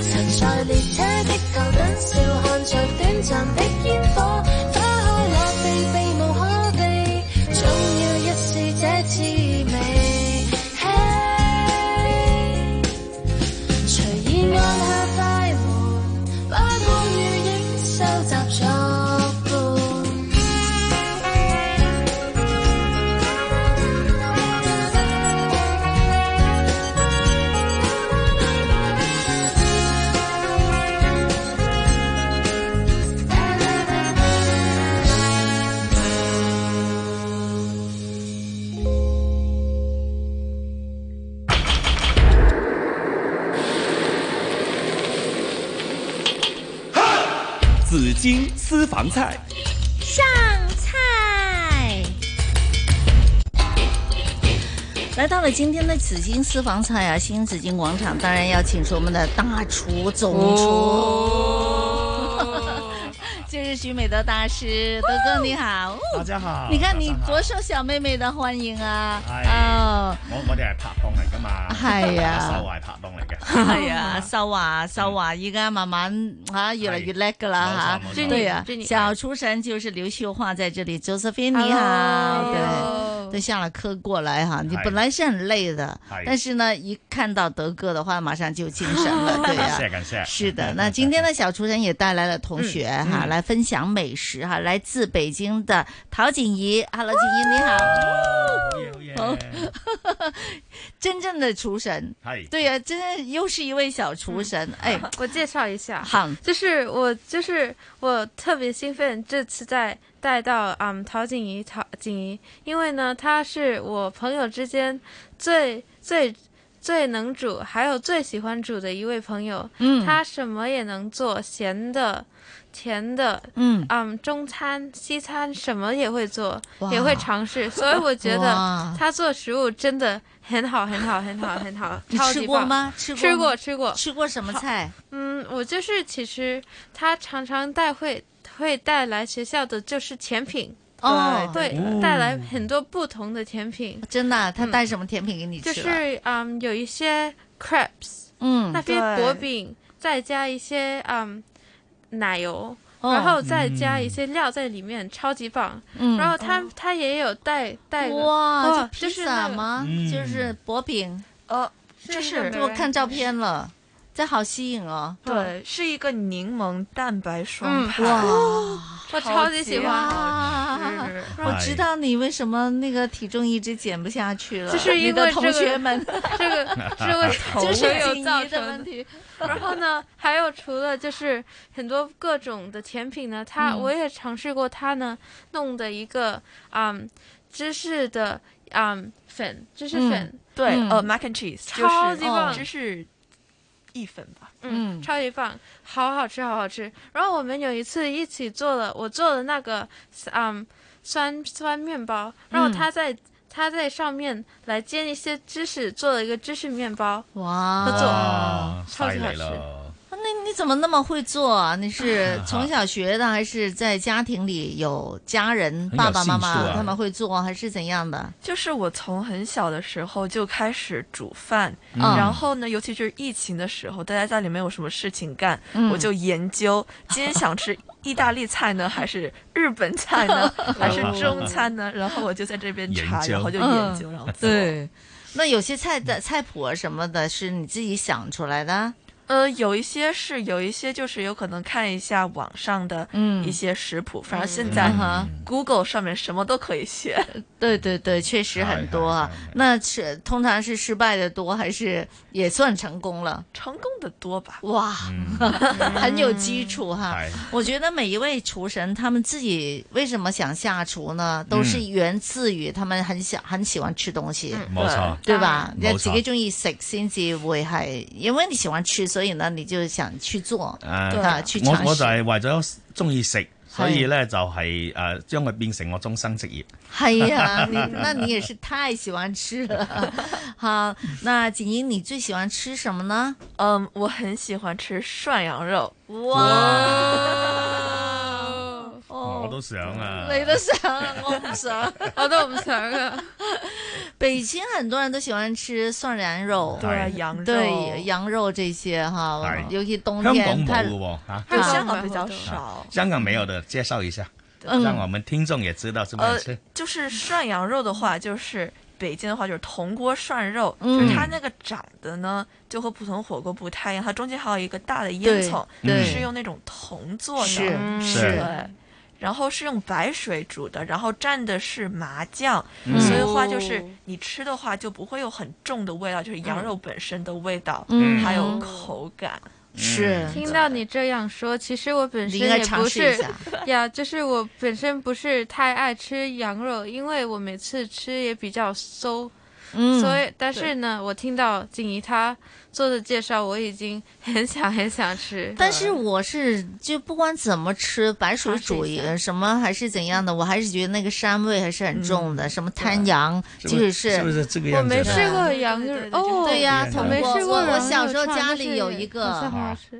Speaker 16: 曾在列車的頭等笑看着短暫的煙火，花開落地避無可避，總要一試這滋味。嘿隨意按下快門，把光與影收集作伴。
Speaker 8: 紫金私房菜，
Speaker 4: 上菜。
Speaker 17: 来到了今天的紫金私房菜啊，新紫金广场当然要请出我们的大厨总厨。
Speaker 3: 这是徐美哦德大师，德哥你好，
Speaker 18: 大家好。
Speaker 3: 你看你左手小妹妹的歡迎啊，
Speaker 18: 哦，我我哋係拍檔嚟噶嘛，
Speaker 3: 係啊
Speaker 18: 秀華係拍檔嚟嘅，
Speaker 3: 係啊，秀華秀華依家慢慢吓越嚟越叻噶啦吓，對啊，小廚神就是劉秀華在這裏，Josephine 你好，對，都下了課過來哈，你本來是很累的，但是呢，一看到德哥的話，馬上就精神了， 對啊，
Speaker 18: 感謝感謝，
Speaker 3: 是的，那今天的小廚神也帶來了同學哈來。分享美食哈，來自北京的陶景怡，Hello，景怡你好，
Speaker 18: 好
Speaker 3: 好，哦 真正的廚神，對呀，真正又是一位小廚神，
Speaker 19: 嗯
Speaker 3: 哎，
Speaker 19: 我介紹一下，
Speaker 3: 好，
Speaker 19: 就是我就是我特別興奮，這次在帶到嗯陶景怡陶景怡，因為呢，她是我朋友之間最最。最能煮，還有最喜歡煮的一位朋友，
Speaker 17: 嗯
Speaker 19: 他什麼也能做，鹹的、甜的，
Speaker 17: 嗯
Speaker 19: 中餐、西餐什麼也會做
Speaker 17: 哇，
Speaker 19: 也會嘗試，所以我覺
Speaker 17: 哇
Speaker 19: 得他做食物真的很好，很好，很好，很好，
Speaker 3: 你
Speaker 19: 超
Speaker 3: 吃
Speaker 19: 級
Speaker 3: 過
Speaker 19: 棒
Speaker 3: 嗎吃
Speaker 19: 吃
Speaker 3: 過嗎
Speaker 19: 過，吃過，
Speaker 3: 吃過什麼菜？
Speaker 19: 嗯，我就是其實他常常帶会會帶來學校的就是甜品。
Speaker 3: 哦
Speaker 19: 对
Speaker 3: 哦，
Speaker 19: 帶來很多不同的甜品。
Speaker 3: 真
Speaker 19: 嗯
Speaker 3: 的啊，他帶什麼甜品給你
Speaker 19: 就
Speaker 3: 吃？啊
Speaker 19: 是嗯，有一些 crepes，
Speaker 3: 嗯
Speaker 19: 那
Speaker 3: 对
Speaker 19: 边薄饼，再加一些嗯奶油，
Speaker 3: 哦
Speaker 19: 然后再加一些料在里面，超级棒。
Speaker 3: 嗯
Speaker 19: 然后他他也有带带了
Speaker 3: 哇，
Speaker 19: 哦
Speaker 3: 就披
Speaker 19: 是哦
Speaker 3: 薩
Speaker 19: 那个
Speaker 3: 嗎？就是薄餅，
Speaker 17: 呃，
Speaker 3: 就是是我看照片了，這好吸引哦，
Speaker 17: 对，是一个柠檬蛋白双
Speaker 3: 嗯
Speaker 17: 排，
Speaker 3: 哇
Speaker 19: 我超级喜欢哦
Speaker 17: 好 吃
Speaker 3: 我知道你为什么那个体重一直减不下去了，
Speaker 19: 就是因
Speaker 3: 你
Speaker 19: 为
Speaker 3: 的
Speaker 19: 这
Speaker 3: 同
Speaker 19: 个
Speaker 3: 学们，
Speaker 19: 这个这 个头
Speaker 3: 就是
Speaker 19: 会有
Speaker 3: 锦
Speaker 19: 造
Speaker 3: 怡的
Speaker 19: 成
Speaker 3: 问题。
Speaker 19: 然后呢，还有除了就是很多各种的甜品呢，它、
Speaker 17: 嗯
Speaker 19: 我也尝试过它呢弄的一个嗯芝士的嗯粉芝士粉，
Speaker 3: 嗯
Speaker 19: 嗯
Speaker 17: 对，呃，mac and cheese 就是哦
Speaker 19: 超级棒，
Speaker 17: 芝士意粉吧，
Speaker 19: 嗯，超级棒，好好吃，好好吃。然后我们有一次一起做了，我做了那个嗯酸酸面包，然后
Speaker 17: 嗯
Speaker 19: 他在、他在上面来煎一些芝士，做了一个芝士面包。
Speaker 3: 哇啊
Speaker 19: 合作
Speaker 18: 哇，
Speaker 19: 超
Speaker 18: 犀
Speaker 19: 级好
Speaker 18: 利
Speaker 19: 吃
Speaker 18: 啦！
Speaker 3: 那你怎么那么会做啊？你是从小学的，还是 在家庭里有家人、
Speaker 17: 很有
Speaker 3: 爸爸
Speaker 17: 兴
Speaker 3: 妈
Speaker 17: 趣
Speaker 3: 妈
Speaker 17: 啊
Speaker 3: 他们会做，还是怎样的？
Speaker 17: 就是我从很小的时候就开始煮饭，
Speaker 3: 嗯
Speaker 17: 然后呢，尤其就是疫情的时候，大家家里没有什么事情干，
Speaker 3: 嗯
Speaker 17: 我就研 究今天想吃意大利菜呢，还是日本菜 呢，还是中餐呢？然后我就在这边查，然后就研究，
Speaker 3: 哦嗯
Speaker 17: 然后做。
Speaker 3: 对。那有些菜的菜谱啊什么的，是你自己想出来的？
Speaker 17: 呃，有一些是，有一些就是有可能看一下网上的
Speaker 3: 嗯
Speaker 17: 一些食谱，反正现在
Speaker 3: 嗯哼
Speaker 17: Google 上面什么都可以学。
Speaker 3: 对对对，确实很多啊。那是通常是失败的多，还是也算成功了？
Speaker 17: 成功的多吧。
Speaker 3: 哇， 很有基础哈。我觉得每一位厨神，他们自己为什么想下厨呢？都是源自于他们很想很喜欢吃东西，
Speaker 17: 嗯冇錯
Speaker 3: 对吧？
Speaker 17: 冇錯
Speaker 3: 你自己中意食先至会系，因为你喜欢吃，所以呢你就想去做啊，去
Speaker 18: 我
Speaker 3: 尝
Speaker 18: 我就
Speaker 3: 试。
Speaker 18: 係為咗中意食，所以咧就係誒將佢變成我終生職業。
Speaker 3: 哎呀，你那你也是太喜欢吃了。好，那锦英，你最喜欢吃什么呢？
Speaker 17: 嗯，我 很喜欢吃涮羊肉。呃
Speaker 3: 哇！
Speaker 18: 我都想啊，
Speaker 3: 你都想啊，我唔想，
Speaker 19: 我都唔想啊。
Speaker 3: 北京很多人都喜欢吃涮羊肉，
Speaker 17: 对啊羊肉
Speaker 3: 对羊肉这些哈
Speaker 18: 哎，
Speaker 3: 尤其冬
Speaker 18: 香
Speaker 3: 天
Speaker 18: 港
Speaker 3: 太
Speaker 18: 冇嘅喎嚇，啊
Speaker 17: 对香港比较少。
Speaker 18: 香港没有的，介绍一下，
Speaker 17: 嗯
Speaker 18: 让我们听众也知道怎么
Speaker 17: 呃
Speaker 3: 嗯
Speaker 18: 吃。，
Speaker 17: 就是涮羊肉的话，就是北京的话就是铜锅涮肉，
Speaker 3: 嗯
Speaker 17: 就是它那个长得呢就和普通火锅不太一样，它中间还有一个大的烟囱，
Speaker 3: 对对
Speaker 17: 是用那种铜做的，
Speaker 3: 是嗯是
Speaker 17: 对然后是用白水煮的，然后蘸的是麻酱，
Speaker 3: 嗯
Speaker 17: 所以的话就是你吃的话就不会有很重的味道，就是
Speaker 3: 嗯
Speaker 17: 羊肉本身的味道，
Speaker 19: 嗯
Speaker 17: 还有口感。
Speaker 3: 是
Speaker 17: 嗯
Speaker 19: 听到你这样说，其实我本身
Speaker 3: 你应该
Speaker 19: 也
Speaker 3: 尝
Speaker 19: 不
Speaker 3: 试一
Speaker 19: 是
Speaker 3: 下
Speaker 19: 呀，就是我本身不是太爱吃羊肉，因为我每次吃也比较馊，
Speaker 3: 嗯
Speaker 19: 所以但是
Speaker 3: 对
Speaker 19: 呢，我听到静怡她做的介绍，我已经 很想很想吃。
Speaker 3: 但是我是就不管怎么吃，白水煮也什么还是怎样的，我还是觉得那个膻味还是很重
Speaker 17: 嗯
Speaker 3: 的。什么滩羊，即使
Speaker 18: 啊是是不是这个
Speaker 19: 我没吃过羊肉哦，
Speaker 3: 对呀，
Speaker 19: 我没吃过。
Speaker 3: 我小时候家里有一个，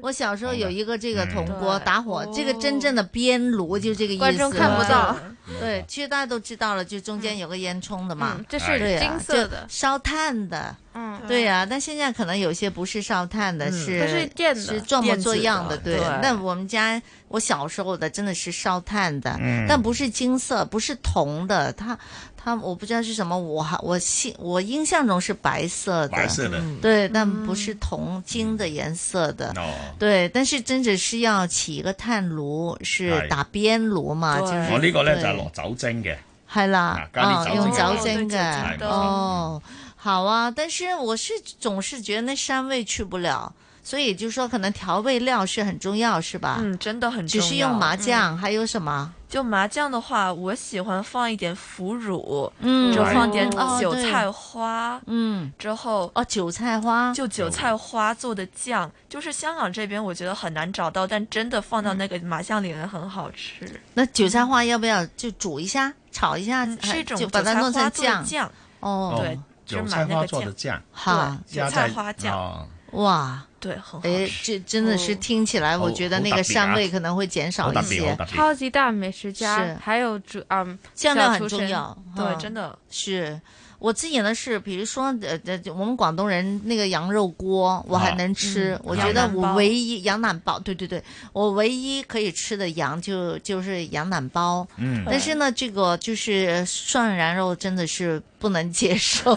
Speaker 3: 我小时候有一个这个铜锅打火，这个真正的边炉就这个意思。
Speaker 19: 观众看不到，嗯
Speaker 3: 对，其实大家都知道了，就中间有个烟囱的嘛，
Speaker 19: 这是金色的
Speaker 3: 啊烧炭的。嗯，对呀、啊，但现在可能有些不是烧炭
Speaker 18: 嗯
Speaker 3: 的，是
Speaker 19: 是电的，
Speaker 3: 是装模作样
Speaker 19: 的。
Speaker 3: 对，那我们家我小时候的真的是烧炭的，
Speaker 18: 嗯
Speaker 3: 但不是金色，不是铜的，它它我不知道是什么，我我印我印象中是白色的，
Speaker 18: 白色的，
Speaker 3: 对，但不是铜金的颜色的。
Speaker 18: 哦
Speaker 3: 对，但是真的是要起一个炭炉，是打边炉嘛，就是
Speaker 18: 我哎哦呢個咧就係落酒精嘅，
Speaker 3: 係啦，哦
Speaker 18: 啊
Speaker 3: 用酒精嘅，哦。好啊，但是我是总是觉得那膻味去不了，所以就是说可能调味料是很重要，是吧？
Speaker 17: 嗯，真的很重
Speaker 3: 要。只是用麻酱，嗯、还有什么？
Speaker 17: 就麻酱的话，我喜欢放一点腐乳，嗯，就放点韭菜花，嗯，之后
Speaker 3: 哦，韭菜花，
Speaker 17: 就韭菜花做的酱，就是香港这边我觉得很难找到，但真的放到那个麻酱里面很好吃。
Speaker 3: 那韭菜花要不要就煮一下、炒一下，
Speaker 17: 嗯是一种
Speaker 3: 就把它弄成酱
Speaker 17: 酱
Speaker 3: 哦，
Speaker 17: 对。
Speaker 18: 韭菜花做的酱，
Speaker 3: 哈，
Speaker 17: 韭菜花酱，
Speaker 3: 哇，
Speaker 17: 对，很好哎，
Speaker 3: 这真的是听起来，我觉得那个
Speaker 19: 啊
Speaker 3: 膻味可能会减少一些。
Speaker 19: 超级大美食家，还有主啊，
Speaker 3: 酱料很重要，
Speaker 17: 对，真的
Speaker 3: 是。我自己呢是，比如说，呃，我们广东人那个羊肉锅，我还
Speaker 17: 嗯
Speaker 3: 能吃。我觉得我唯一羊腩包，对对对，我唯一可以吃的羊就就是羊腩包。嗯，但是呢，这个就是涮羊肉真的是。不能接 受，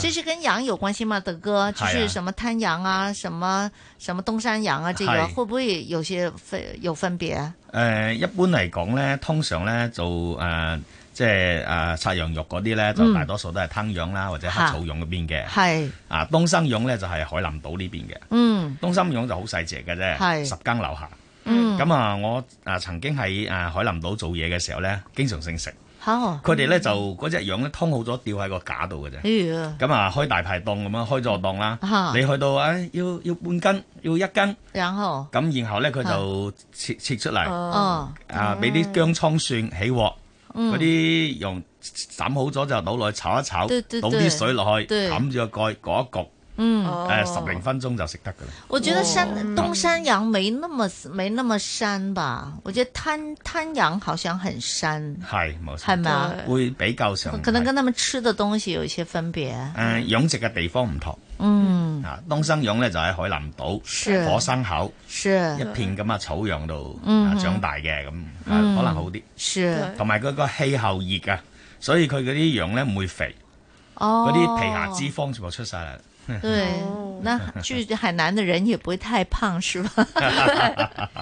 Speaker 3: 这是跟羊有关系吗？德哥，就是什么滩羊啊，什么什么东山羊啊，这个會唔會有些分有分別啊？
Speaker 18: 誒，呃一般嚟講咧，通常咧做誒即係誒涮羊肉嗰啲咧，就大多數都係灘羊啦，或者黑草羊嗰邊嘅。
Speaker 3: 嗯係
Speaker 18: 啊，東山羊咧就係海南島呢邊嘅。
Speaker 3: 嗯，
Speaker 18: 東山羊就好細隻嘅啫，十斤樓下。
Speaker 3: 嗯，
Speaker 18: 咁啊，我啊曾經喺誒海南島做嘢嘅時候咧，經常性食。
Speaker 3: 佢
Speaker 18: 哋咧就
Speaker 3: 嗯
Speaker 18: 嗰隻羊咧劏好咗，吊喺個架度
Speaker 9: 哎
Speaker 18: 嘅啫。咁啊，開大排檔咁樣開咗檔啦。你去到啊，要要半斤，要一斤。
Speaker 3: 然後
Speaker 18: 咁，然後咧佢就切切出嚟，
Speaker 3: 哦
Speaker 17: 哦嗯
Speaker 18: 啊，
Speaker 3: 嗯
Speaker 18: 俾啲薑葱蒜起鑊，嗰啲羊斬好咗就倒落去炒一炒，倒啲水落去，冚住個蓋焗一焗。
Speaker 3: 嗯，
Speaker 17: 哦
Speaker 18: 誒十零分鐘就食得㗎啦。
Speaker 3: 我覺得山東山羊沒那麼沒那麼膻吧，
Speaker 17: 哦
Speaker 3: 我覺得灘灘羊好像很膻。
Speaker 18: 係冇錯，
Speaker 3: 係咪？啊
Speaker 18: 會比較上。
Speaker 3: 可能跟他們吃的東西有一些分別。
Speaker 18: 誒，養殖嘅地方唔同。
Speaker 3: 嗯。
Speaker 18: 啊，東山羊咧就喺海南島火山口，一片咁啊草原度啊長大嘅咁，啊可能好啲。
Speaker 3: 嗯是。
Speaker 18: 同埋佢個氣候熱啊，所以佢嗰啲羊咧唔會肥，嗰啲皮下脂肪全部出晒嚟。
Speaker 3: 哦
Speaker 17: 嗯
Speaker 3: 對，
Speaker 17: 哦
Speaker 3: 那去海南的人也不會太胖，是吧？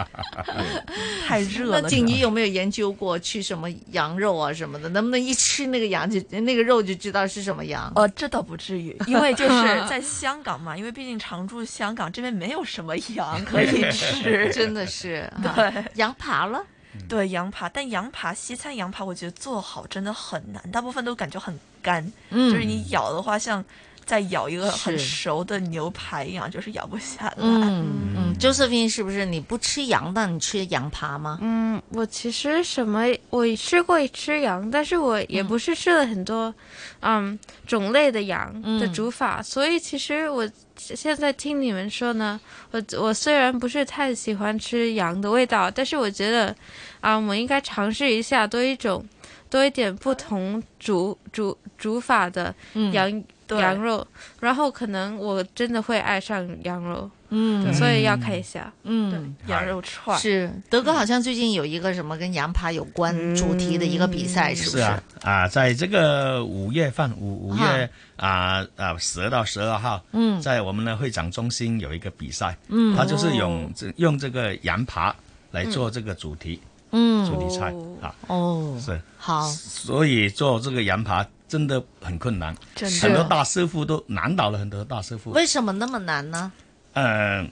Speaker 17: 太熱了。
Speaker 3: 那景怡有沒有研究過去什麼羊肉啊什麼的？能不能一吃那個羊就那個肉就知道是什麼羊？
Speaker 17: 哦，這倒不至於，因為 就是在香港嘛，因為畢竟常住香港，這邊沒有什麼羊可以 吃，
Speaker 3: 真的是。啊
Speaker 17: 對，
Speaker 3: 羊扒了。
Speaker 17: 對羊扒，但羊扒西餐羊扒，我覺得做好真的很難，大部分都感覺很乾，
Speaker 3: 嗯
Speaker 17: 就是你咬的話像。再咬一個很熟的牛排一樣，就是咬不下來。
Speaker 3: 嗯嗯，Josephine 是不是你不吃羊，但你吃羊扒嗎？
Speaker 19: 嗯，我其實什麼我吃過吃羊，但是我也
Speaker 3: 嗯
Speaker 19: 不是吃了很多，嗯，種類的羊
Speaker 3: 嗯
Speaker 19: 的煮法，所以其實我現在聽你們說呢，我我雖然不是太喜歡吃羊的味道，但是我覺得，啊，我應該嘗試一下多一種多一點不同煮煮煮法的
Speaker 3: 嗯
Speaker 19: 羊。羊肉，然後可能我真的會愛上羊肉，
Speaker 3: 嗯，
Speaker 19: 所以要看一下，
Speaker 3: 嗯，
Speaker 17: 羊肉串
Speaker 3: 是德哥好像最近有一個什麼跟羊扒有關主題的一個比賽，是不是？
Speaker 18: 啊，啊，在這個五月份五五月啊啊十到十二號，
Speaker 3: 嗯，
Speaker 18: 在我們的會展中心有一個比賽，
Speaker 3: 嗯，
Speaker 18: 它就是用用這個羊扒來做這個主題，
Speaker 3: 嗯，
Speaker 18: 主題菜啊，
Speaker 3: 哦，
Speaker 18: 是
Speaker 3: 好，
Speaker 18: 所以做這個羊扒。真的很困難，很多大師傅都難倒了很多大師傅。
Speaker 3: 為什麼那麼難呢？
Speaker 18: 嗯、呃，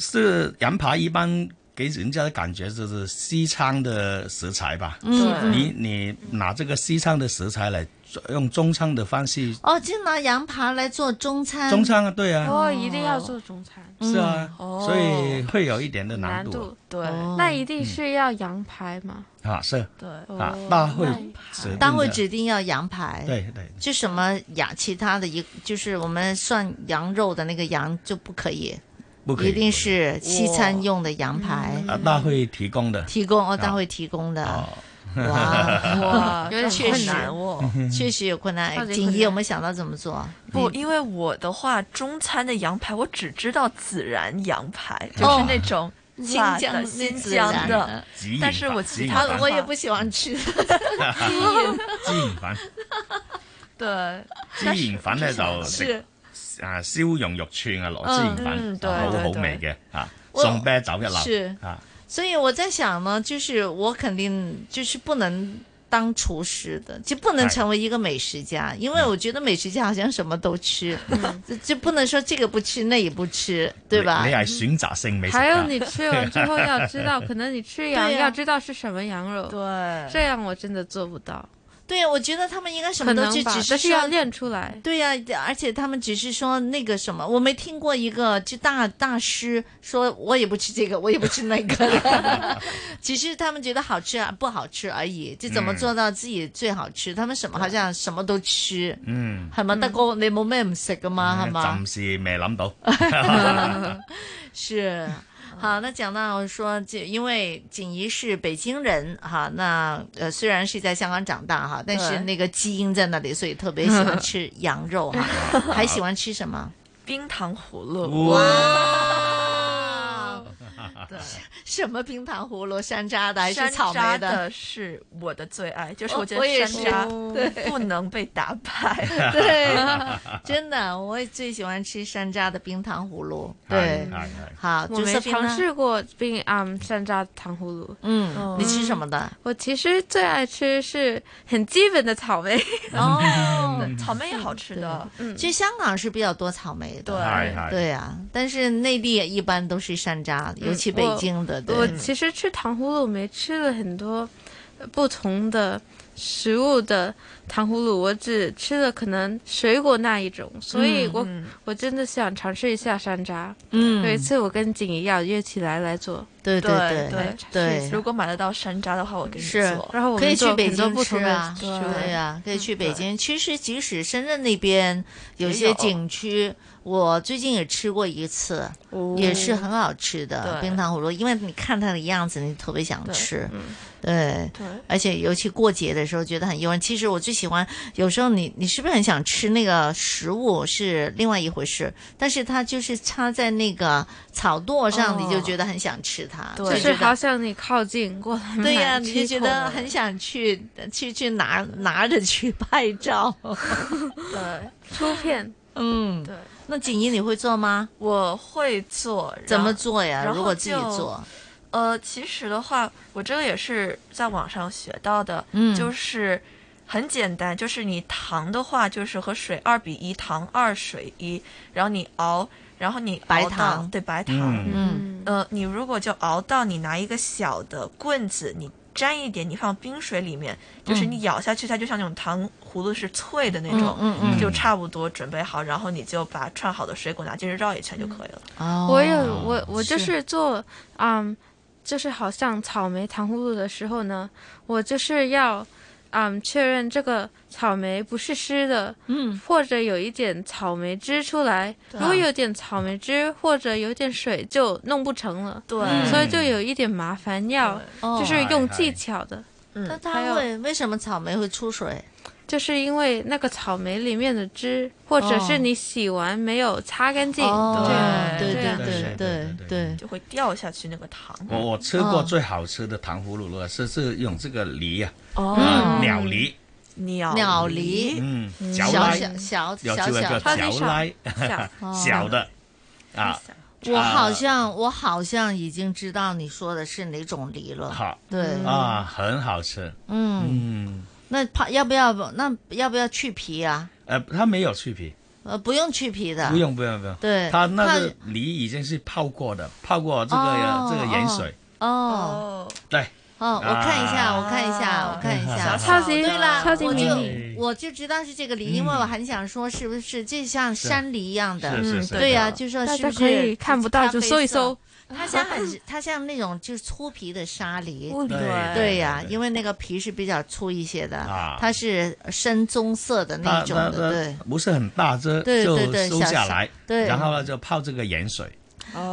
Speaker 18: 是羊扒一般。给人家的感觉就是西餐的食材吧。
Speaker 3: 嗯
Speaker 18: 你你拿这个西餐的食材来用中餐的方式，
Speaker 3: 哦，就拿羊扒来做中餐。嗯
Speaker 18: 中餐啊，对啊。
Speaker 19: 哦，一定要做中餐。
Speaker 18: 是啊，
Speaker 19: 哦
Speaker 18: 所以会有一点的难
Speaker 19: 难
Speaker 18: 度。
Speaker 19: 对，
Speaker 3: 哦
Speaker 19: 那一定是要羊排吗？
Speaker 18: 啊，是。
Speaker 19: 对
Speaker 18: 啊
Speaker 19: 哦，
Speaker 18: 大会指定的
Speaker 3: 单位指定要羊排。
Speaker 18: 对对。
Speaker 3: 就什么羊，其他的一就是我们涮羊肉的那个羊就不可以，
Speaker 18: 不可以
Speaker 3: 一定是西餐用的羊排
Speaker 18: 啊，哦大会提供的。啊
Speaker 3: 提供哦，大会提供的。
Speaker 17: 哇
Speaker 3: 有点
Speaker 17: 确
Speaker 3: 困
Speaker 17: 实
Speaker 3: 难哦，确实有困
Speaker 17: 超
Speaker 3: 难。哎
Speaker 17: 级
Speaker 3: 锦
Speaker 17: 困
Speaker 3: 怡
Speaker 17: 难
Speaker 3: 有没有嗯想到怎么做？
Speaker 17: 不，因为我的话，中餐的羊排我只知道孜然羊排，就
Speaker 3: 哦
Speaker 17: 是那种
Speaker 3: 新
Speaker 17: 辣
Speaker 3: 疆
Speaker 17: 的
Speaker 3: 那
Speaker 17: 新
Speaker 3: 孜
Speaker 17: 疆
Speaker 3: 然
Speaker 17: 的
Speaker 3: 的
Speaker 18: 吉林
Speaker 17: 但是
Speaker 18: 吧
Speaker 17: 我
Speaker 18: 吉
Speaker 17: 其
Speaker 18: 林吧
Speaker 17: 他的
Speaker 3: 我也不喜欢吃。
Speaker 18: 鸡翼粉，
Speaker 17: 对，但
Speaker 18: 鸡翼
Speaker 17: 是
Speaker 18: 粉咧 就食
Speaker 17: 是
Speaker 18: 啊燒羊肉串啊，攞雞翼
Speaker 3: 嗯嗯
Speaker 18: 粉，
Speaker 3: 對
Speaker 18: 好
Speaker 3: 對
Speaker 18: 好
Speaker 3: 對
Speaker 18: 味嘅啊，
Speaker 3: 我
Speaker 18: 送啤酒一流
Speaker 3: 是
Speaker 18: 啊，
Speaker 3: 所以我在想呢，就是我肯定就是不能当厨师的，就不能
Speaker 18: 哎
Speaker 3: 成为一个美食家，因
Speaker 18: 嗯
Speaker 3: 为我觉得美食家好像什么都吃，就就不能说这个不吃那也不吃，对吧？
Speaker 18: 你你係選擇性美食啊家，
Speaker 19: 还
Speaker 3: 啊
Speaker 19: 有 你吃完之后要知道，可能你吃羊、
Speaker 3: 对呀
Speaker 19: 要知道是什么羊肉，
Speaker 17: 对，
Speaker 19: 这样我真的做不到，
Speaker 3: 对，我觉得他们应该什么都
Speaker 19: 可
Speaker 3: 吃，
Speaker 19: 能吧
Speaker 3: 只
Speaker 19: 但是要
Speaker 3: 练
Speaker 19: 出来。
Speaker 3: 对呀、而且他们只是说那个什么，我没听过一个就大大师说我也不吃这个，我也不吃那 个，只是他们觉得好吃啊不好吃而已，就怎么
Speaker 17: 嗯
Speaker 3: 做到自己最好吃？他们什么好像什么都吃，
Speaker 18: 嗯，
Speaker 3: 係咪德哥？你冇咩唔食噶嘛？係嘛
Speaker 18: 暫？時未諗 到，
Speaker 3: 是。好，那讲到说，这因为锦怡是北京人哈，那呃虽然是在香港长大哈，但是
Speaker 17: 对
Speaker 3: 那个基因在那里，所以特别喜欢吃羊肉哈， 还喜欢吃什么？
Speaker 17: 冰糖葫芦。
Speaker 3: 哇！什么冰糖葫芦？山楂的还是
Speaker 17: 山
Speaker 3: 草莓
Speaker 17: 楂的？是我的最爱，就是我觉
Speaker 3: 哦我也
Speaker 17: 得
Speaker 3: 是
Speaker 17: 山楂
Speaker 3: 对
Speaker 17: 不能被打 败。
Speaker 3: 对，啊真的，我也最喜欢吃山楂的冰糖葫芦。对，好，
Speaker 19: 我
Speaker 3: 朱
Speaker 19: 没
Speaker 3: 瑟芬
Speaker 19: 尝
Speaker 3: 呢
Speaker 19: 试过冰啊、嗯、山楂糖葫芦。
Speaker 3: 嗯你吃什么的？
Speaker 19: 我其实最爱吃是很基本的草莓。
Speaker 3: 哦，
Speaker 17: 草莓也好吃的。
Speaker 3: 嗯，其实香港是比较多草莓的，
Speaker 17: 对是是
Speaker 3: 对啊，但是内地一般都是山楂，尤其北京的，
Speaker 19: 嗯我我
Speaker 3: 对，
Speaker 19: 其实吃糖葫芦没吃了很多呃不同的食物的糖葫芦，我只吃了可能水果那一种，所以我、
Speaker 17: 嗯
Speaker 19: 我真的想尝试一下山楂。
Speaker 17: 嗯
Speaker 19: 有一次我跟景怡要约起来来做。
Speaker 3: 对
Speaker 17: 对
Speaker 19: 对
Speaker 17: 对，如果买得到山楂的话，我给你
Speaker 3: 是
Speaker 17: 做。，
Speaker 19: 然后我们
Speaker 3: 可以去
Speaker 19: 做
Speaker 3: 北
Speaker 19: 很多
Speaker 3: 京
Speaker 19: 不
Speaker 3: 吃
Speaker 19: 同的嗯
Speaker 3: 啊，
Speaker 19: 食物
Speaker 3: 对呀，可以去北京。其实即使深圳那边有些景区，我最近也吃过一次，
Speaker 19: 哦
Speaker 3: 也是很好吃的
Speaker 17: 对
Speaker 3: 冰糖葫芦，因为你看它的样子，你特别想吃。
Speaker 19: 嗯
Speaker 3: 对
Speaker 17: 对，
Speaker 3: 而且尤其过节的时候，觉得很诱人。其实我最喜欢，有时候你你是不是很想吃那个食物是另外一回事，但是它就是插在那个草垛上，
Speaker 19: 哦
Speaker 3: 你就觉得很想吃它，
Speaker 19: 就
Speaker 3: 觉
Speaker 19: 是
Speaker 3: 得
Speaker 19: 好想你靠近过来买啊
Speaker 3: 对呀、
Speaker 19: 吃
Speaker 3: 你
Speaker 19: 一
Speaker 3: 就觉
Speaker 19: 口
Speaker 3: 得
Speaker 19: 吧
Speaker 3: 很想去去去拿拿着去拍照。
Speaker 17: 对，
Speaker 19: 出片。
Speaker 3: 嗯，对。那锦怡你会做吗？
Speaker 17: 我会做，然
Speaker 3: 怎么做呀？
Speaker 17: 然后
Speaker 3: 如果自己
Speaker 17: 就
Speaker 3: 做，
Speaker 17: 呃，其实的话，我这个也是在网上学到的，
Speaker 3: 嗯
Speaker 17: 就是很简单，就是你糖的话，就是和水二比一，糖二水一，然后你熬，然后你
Speaker 3: 白
Speaker 17: 熬到
Speaker 3: 糖
Speaker 17: 对白糖，
Speaker 3: 嗯
Speaker 17: 呃，你如果就熬到你拿一个小的棍子，你沾一点，你放冰水里面，就是
Speaker 3: 嗯
Speaker 17: 你咬下去，它就像那种糖葫芦是脆的那种，
Speaker 3: 嗯嗯嗯
Speaker 17: 就差不多准备好，然后你就把串好的水果拿进去绕一圈就可以了。
Speaker 3: 哦
Speaker 19: 我有我我就是是做，嗯，就是好像草莓糖葫芦的时候呢，我就是要，嗯，确认这个草莓不是湿的，
Speaker 3: 嗯，
Speaker 19: 或者有一点草莓汁出来。
Speaker 17: 对
Speaker 19: 如果有点草莓汁或者有点水，就弄不成了。
Speaker 17: 对
Speaker 19: 所以
Speaker 3: 嗯
Speaker 19: 就有一点麻烦，要
Speaker 3: 哦
Speaker 19: 就是用技巧的。
Speaker 3: 那
Speaker 19: 还
Speaker 3: 它
Speaker 19: 有
Speaker 3: 会为什么草莓会出水？
Speaker 19: 就是因为那个草莓里面的汁，或者是你洗完没有擦干净，
Speaker 3: 哦
Speaker 19: 这样
Speaker 3: 对
Speaker 19: 这样
Speaker 3: 对对对，
Speaker 17: 就会掉下去那个糖。
Speaker 18: 我我吃
Speaker 3: 嗯
Speaker 18: 过最好吃的糖葫芦了，
Speaker 3: 哦
Speaker 18: 是是用这个梨啊，
Speaker 17: 哦
Speaker 18: 啊鸟梨，
Speaker 17: 鸟
Speaker 3: 鸟梨
Speaker 18: 嗯
Speaker 3: 嗯，
Speaker 18: 小
Speaker 3: 小
Speaker 18: 梨
Speaker 3: 小小
Speaker 18: 有
Speaker 3: 小
Speaker 18: 句话
Speaker 3: 小
Speaker 18: 叫
Speaker 3: 超级
Speaker 18: 小梨
Speaker 3: 小，哦
Speaker 18: 小的啊，
Speaker 3: 我好
Speaker 18: 啊
Speaker 3: 像我好像已经知道你说的是哪种梨了。
Speaker 18: 好，
Speaker 3: 对
Speaker 18: 啊，很好吃，
Speaker 3: 嗯，
Speaker 18: 嗯，
Speaker 3: 那怕要不要那要不要去皮啊？
Speaker 18: 呃，它没有去皮，
Speaker 3: 呃，不用去皮的，
Speaker 18: 不用不用不用，
Speaker 3: 对
Speaker 18: 它那
Speaker 3: 它
Speaker 18: 个梨已经是泡过的，泡过这个
Speaker 3: 哦
Speaker 18: 这个盐水，
Speaker 3: 哦，
Speaker 18: 对。啊
Speaker 3: 哦，我看一下，我看一下，我看一下。
Speaker 19: 超级
Speaker 3: 啊对啦，
Speaker 19: 超级
Speaker 3: 我
Speaker 19: 迷
Speaker 3: 就
Speaker 18: 哎
Speaker 19: 你
Speaker 3: 我就知道是这个梨，因为
Speaker 18: 嗯
Speaker 3: 我很想说是不是就像山梨一样的，
Speaker 19: 是是
Speaker 3: 嗯，
Speaker 19: 是
Speaker 3: 对呀，
Speaker 19: 的
Speaker 3: 就说
Speaker 19: 大
Speaker 3: 是
Speaker 19: 家
Speaker 3: 不
Speaker 19: 可以
Speaker 3: 是
Speaker 19: 看不到
Speaker 3: 咖
Speaker 19: 就
Speaker 3: 啡
Speaker 19: 搜一
Speaker 3: 色
Speaker 19: 搜。
Speaker 3: 它像很，它像那种就是粗皮的 沙梨
Speaker 19: 哦，对
Speaker 3: 对呀，因为那个皮是比较粗一些的
Speaker 18: 啊，
Speaker 3: 它是深棕色的那
Speaker 18: 它
Speaker 3: 种
Speaker 18: 它
Speaker 3: 的，
Speaker 18: 它
Speaker 3: 对。
Speaker 18: 不是很大只，
Speaker 3: 对对
Speaker 18: 就
Speaker 3: 对
Speaker 18: 收
Speaker 3: 小
Speaker 18: 下来，
Speaker 3: 对
Speaker 18: 然后呢就泡这个盐水。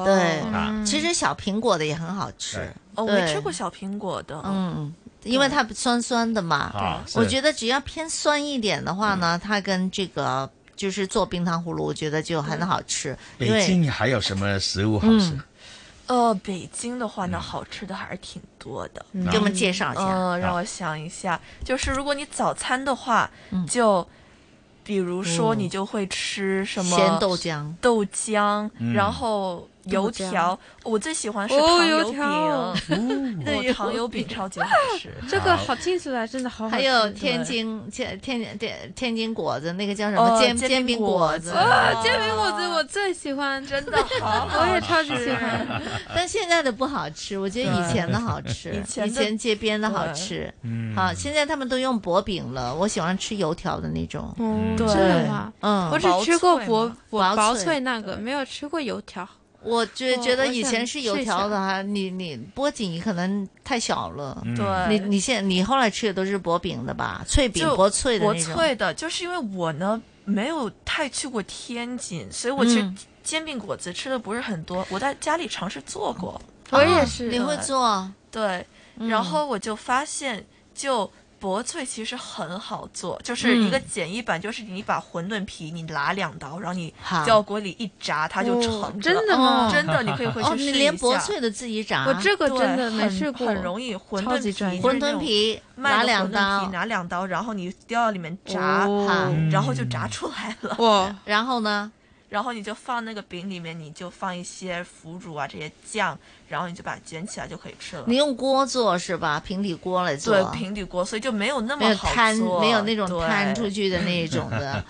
Speaker 3: 对
Speaker 18: 啊，
Speaker 3: 其实小苹果的也很好吃
Speaker 18: 对。
Speaker 17: 哦，我没
Speaker 3: 对
Speaker 17: 吃过小苹果的，
Speaker 3: 嗯，因为它酸酸的嘛
Speaker 17: 啊，
Speaker 3: 我
Speaker 17: 是
Speaker 3: 觉得只要偏酸一点的话呢，它跟这个就是做冰糖葫芦，我觉得就很好吃。因
Speaker 18: 北
Speaker 3: 为
Speaker 18: 京还有什么食物好吃？
Speaker 3: 嗯，
Speaker 17: 呃，北京的话呢，好吃的还是挺多的。
Speaker 3: 嗯给我们介绍一下
Speaker 17: 嗯，让
Speaker 3: 好
Speaker 17: 我想一下，就是如果你早餐的话，就比如说
Speaker 3: 嗯
Speaker 17: 你就会吃什么
Speaker 3: 咸豆浆、
Speaker 17: 豆浆，
Speaker 3: 嗯
Speaker 17: 然后油条
Speaker 3: 豆。
Speaker 17: 我最喜欢是
Speaker 19: 哦
Speaker 17: 糖
Speaker 19: 油
Speaker 17: 饼，
Speaker 19: 条。
Speaker 17: 我糖油饼超级好吃
Speaker 19: 这个好听起来真的好好吃。
Speaker 3: 还有天
Speaker 19: 对
Speaker 3: 津天天天天津果子，那个叫什
Speaker 19: 哦
Speaker 3: 么煎
Speaker 19: 煎
Speaker 3: 煎饼果子？
Speaker 19: 哦，煎饼果子我最喜欢，真的 好我也超级喜欢。
Speaker 3: 但现在的不好吃，我觉得以前的好吃，
Speaker 19: 对
Speaker 3: 以
Speaker 19: 嗯以前的
Speaker 3: 街边的好吃。
Speaker 19: 嗯
Speaker 3: 好，现在他们都用薄饼了，我喜欢吃油条的那种。
Speaker 19: 嗯
Speaker 3: 对
Speaker 19: 真的吗，
Speaker 3: 嗯，
Speaker 19: 我只吃过薄薄
Speaker 3: 薄
Speaker 19: 薄
Speaker 3: 脆
Speaker 19: 脆哦那个，没有吃过油条。
Speaker 3: 我觉
Speaker 19: 我
Speaker 3: 觉得
Speaker 19: 我
Speaker 3: 以
Speaker 19: 想
Speaker 3: 前是油
Speaker 19: 试一
Speaker 3: 条
Speaker 19: 下
Speaker 3: 的哈，你你波锦可能太小了，
Speaker 17: 嗯对
Speaker 3: 你你现你后来吃的都是薄饼的吧？脆饼
Speaker 17: 就
Speaker 3: 薄脆的
Speaker 17: 薄
Speaker 3: 那种，
Speaker 17: 脆的，就是因为我呢没有太去过天津，所以我其实
Speaker 3: 嗯
Speaker 17: 煎饼果子吃的不是很多。我在家里尝试做过，
Speaker 3: 我也是啊哦你会
Speaker 19: 呃
Speaker 17: 对
Speaker 3: 做？嗯
Speaker 17: 对，然后我就发现就。薄脆其实很好做，就是一个
Speaker 3: 嗯
Speaker 17: 简易版，就是你把馄饨皮你拿两刀，然后你
Speaker 3: 好
Speaker 17: 掉锅里一炸，它就
Speaker 3: 哦
Speaker 17: 成了。
Speaker 3: 真的吗
Speaker 17: 真的，你可以 回去
Speaker 3: 哦
Speaker 17: 试一
Speaker 3: 你
Speaker 17: 下。
Speaker 3: 连薄脆的自己炸我这个
Speaker 17: 对
Speaker 3: 真的没
Speaker 17: 很
Speaker 3: 试过
Speaker 17: 很容易馄
Speaker 3: 超
Speaker 17: 饨
Speaker 3: 级
Speaker 17: 皮
Speaker 3: 专业
Speaker 17: 就是那
Speaker 3: 馄饨
Speaker 17: 种
Speaker 3: 皮
Speaker 17: 卖
Speaker 3: 拿
Speaker 17: 的
Speaker 3: 两
Speaker 17: 馄饨皮
Speaker 3: 刀
Speaker 17: 拿两刀，然后你掉到里面炸，嗯
Speaker 3: 哦好
Speaker 17: 然后就炸出来了。
Speaker 3: 哇！然后呢？
Speaker 17: 然后你就放那个饼里面，你就放一些腐乳啊这些酱，然后你就把它卷起来就可以吃了。
Speaker 3: 你用锅做是吧？平底锅来做，
Speaker 17: 对平底锅，所以就没有那
Speaker 3: 没有
Speaker 17: 么好
Speaker 3: 摊，
Speaker 17: 做
Speaker 3: 没有那种
Speaker 17: 对
Speaker 3: 摊出去的 那种的。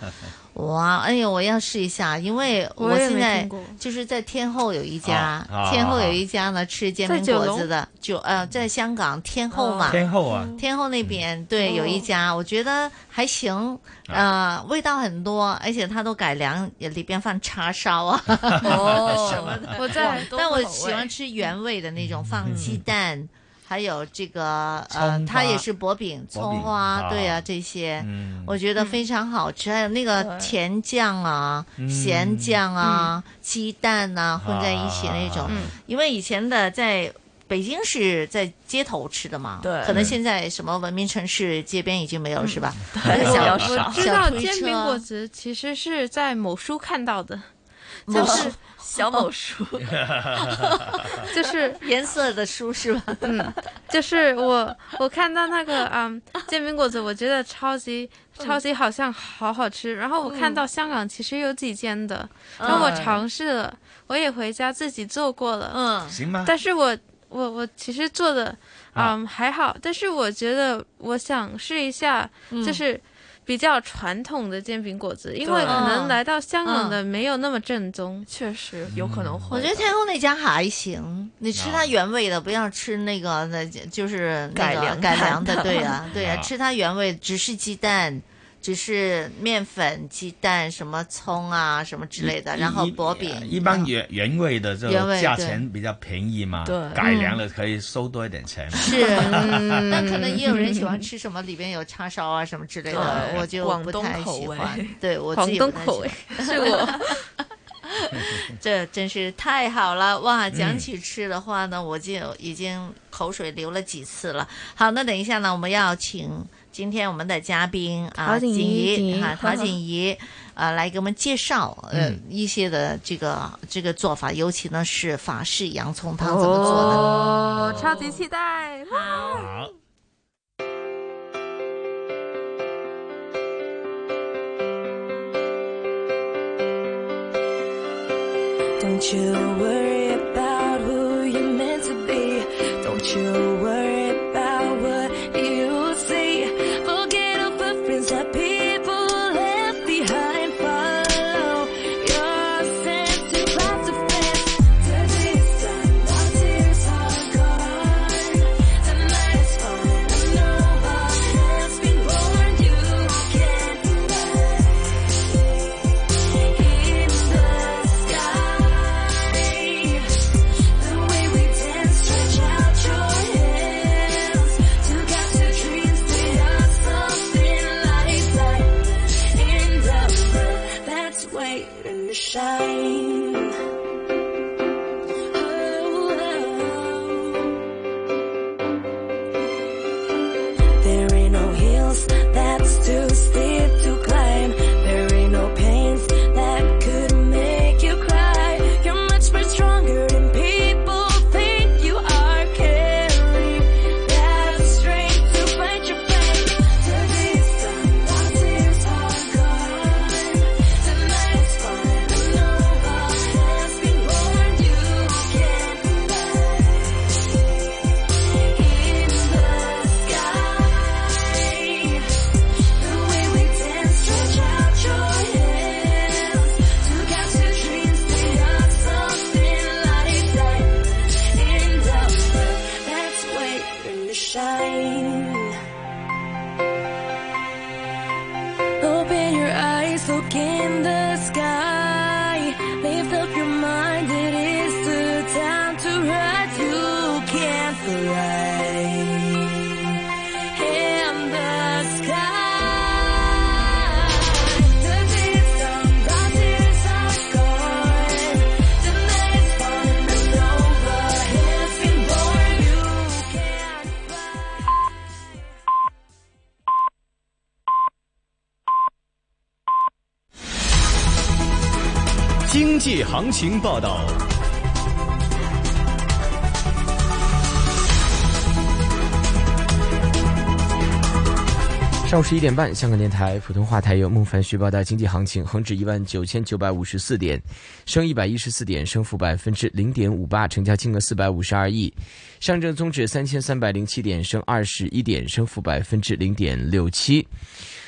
Speaker 3: 哇，哎呦，我要试一下，因为
Speaker 17: 我也没
Speaker 3: 现在
Speaker 17: 听过
Speaker 3: 就是在天后有一家
Speaker 17: 啊，啊
Speaker 3: 天后有一家呢吃煎饼
Speaker 17: 在九
Speaker 3: 果
Speaker 17: 龙
Speaker 3: 子的，九呃在香港天后嘛，
Speaker 18: 天后啊，
Speaker 3: 天后那边对
Speaker 17: 哦啊
Speaker 3: 有一家，我觉得还行，呃，味道很多，而且它都改良，也里边放叉烧啊，
Speaker 17: 哦
Speaker 3: 什么的。
Speaker 17: 我在
Speaker 3: 但
Speaker 17: 广东
Speaker 3: 我
Speaker 17: 口味
Speaker 3: 喜欢吃原味的那种，放鸡蛋，还有这个呃
Speaker 17: 嗯葱，花
Speaker 3: 它也是薄饼、
Speaker 17: 薄饼
Speaker 3: 葱花，
Speaker 17: 啊
Speaker 3: 对呀，这些
Speaker 17: 嗯，
Speaker 3: 我觉得非常好吃。还有那个
Speaker 17: 对
Speaker 3: 甜酱啊、
Speaker 17: 嗯
Speaker 3: 咸酱啊、鸡蛋呐混在一起那种
Speaker 17: 啊，
Speaker 3: 因为以前的在。北京是在街头吃的嘛，
Speaker 17: 对
Speaker 3: 可能现在什么文明城市街边已经没有了，是吧？
Speaker 17: 对
Speaker 3: 小
Speaker 17: 比较
Speaker 19: 嗯我
Speaker 17: 少
Speaker 19: 知道
Speaker 3: 小推
Speaker 19: 煎饼
Speaker 3: 车
Speaker 19: 果子其实是在某书看到的，
Speaker 3: 某
Speaker 19: 就是
Speaker 17: 小某书，
Speaker 19: 就是
Speaker 3: 颜色的书是吧？
Speaker 19: 嗯，就是我我看到那个嗯煎饼果子，我觉得超级
Speaker 3: 嗯
Speaker 19: 超级好像好好吃。然后我看到香港其实有几间的，
Speaker 17: 嗯
Speaker 19: 然后我尝试了，我也回家自己做过了。
Speaker 3: 嗯
Speaker 18: 行吗
Speaker 19: 但是我我我其实做的
Speaker 18: 啊
Speaker 19: 嗯还好，但是我觉得我想试一下，
Speaker 3: 嗯
Speaker 19: 就是。比较传统的煎饼果子，因为
Speaker 17: 对
Speaker 19: 可能
Speaker 17: 嗯
Speaker 19: 来到香港
Speaker 3: 嗯
Speaker 19: 的没有那么正宗，
Speaker 17: 确实
Speaker 19: 嗯
Speaker 17: 有可能
Speaker 3: 我
Speaker 17: 会的。
Speaker 3: 觉得天后那家还行，你吃它原味的，不要吃那个那就是那个
Speaker 17: 改良
Speaker 3: 改良的，
Speaker 17: 版的
Speaker 3: 对呀、对呀、
Speaker 17: 啊
Speaker 3: 吃它原味只是鸡蛋。只是面粉、鸡蛋、什么葱啊、什么之类的，
Speaker 18: 一
Speaker 3: 然后
Speaker 18: 一
Speaker 3: 薄饼。
Speaker 18: 呃一般原原味的这
Speaker 3: 原味
Speaker 18: 种价
Speaker 3: 对
Speaker 18: 钱比较便宜嘛，
Speaker 3: 对
Speaker 18: 改良了可以收多一点钱嘛。
Speaker 3: 是，嗯但可能也有人喜欢吃什么里边有叉烧啊什么之类的，
Speaker 18: 对
Speaker 3: 我就
Speaker 17: 广
Speaker 3: 不
Speaker 17: 东
Speaker 3: 太
Speaker 17: 口
Speaker 3: 喜
Speaker 17: 味
Speaker 3: 欢。对我自
Speaker 19: 广
Speaker 3: 己
Speaker 19: 东
Speaker 3: 不太
Speaker 19: 口
Speaker 3: 喜
Speaker 19: 味
Speaker 3: 欢
Speaker 19: 是我。
Speaker 3: 这真是太好了哇！讲起吃的话呢，我就已经口水流了几次了。好，那等一下呢，我们要请今天我们的嘉宾啊，
Speaker 19: 陶
Speaker 3: 锦
Speaker 19: 锦怡锦
Speaker 3: 怡
Speaker 19: 怡
Speaker 3: 啊，陶锦怡。啊，来给我们介绍呃
Speaker 19: 嗯
Speaker 3: 一些的这个这个做法，尤其呢是法式洋葱汤怎么做的。
Speaker 19: 哦，超级期待！，
Speaker 18: 好，
Speaker 16: Don't you worry about who you're meant to be. Don't you worry about what you see. Forget all the friends that people left behind. Follow your sense of class of friends. Till this time, our tears are gone.
Speaker 7: Oh, look in the sky. Lift up your mind, it is the time to rise. You can fly in the sky. The deeds on the deeds are gone. The night's fun is over. It's been born, you can fly.
Speaker 2: 经济行情报道。
Speaker 10: 上午十一点半，香港电台普通话台由孟凡旭报道经济行情。恒指一万九千九百五十四点，升一百一十四点，升幅百分之零点五八，成交金额四百五十二亿。上证综指三千三百零七点，升二十一点，升幅百分之零点六七。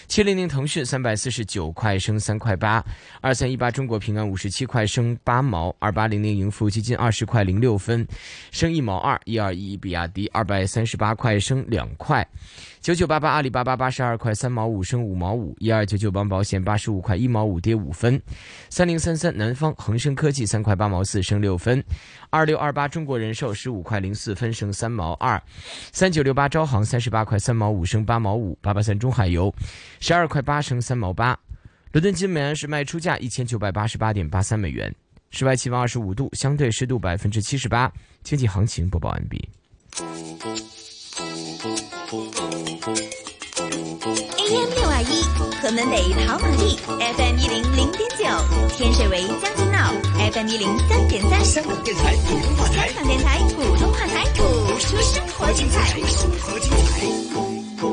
Speaker 10: 七零零腾讯三百四十九块升三块八，二三一八中国平安五十七块升八毛，二八零零盈富基金二十块零六分升一毛二，一二一一比亚迪二百三十八块升两块。九九八八阿里巴巴八十二块三毛五升五毛五，一二九九帮保险八十五块一毛五跌五分，三零三三南方恒生科技三块八毛四升六分，二六二八中国人寿十五块零四分升三毛二，三九六八招行三十八块三毛五升八毛五，八八三中海油十二块八升三毛八，伦敦金美安是卖出价一千九百八十八点八三美元，室外气温二十五度，相对湿度百分之七十八，经济行情播报完毕。
Speaker 4: AM 六二一，河门北跑马地，FM 一零零点九，天水围将军澳，FM 一零三点三。香港电台普通话台，香港电台普通话台，播出生活精彩。生活精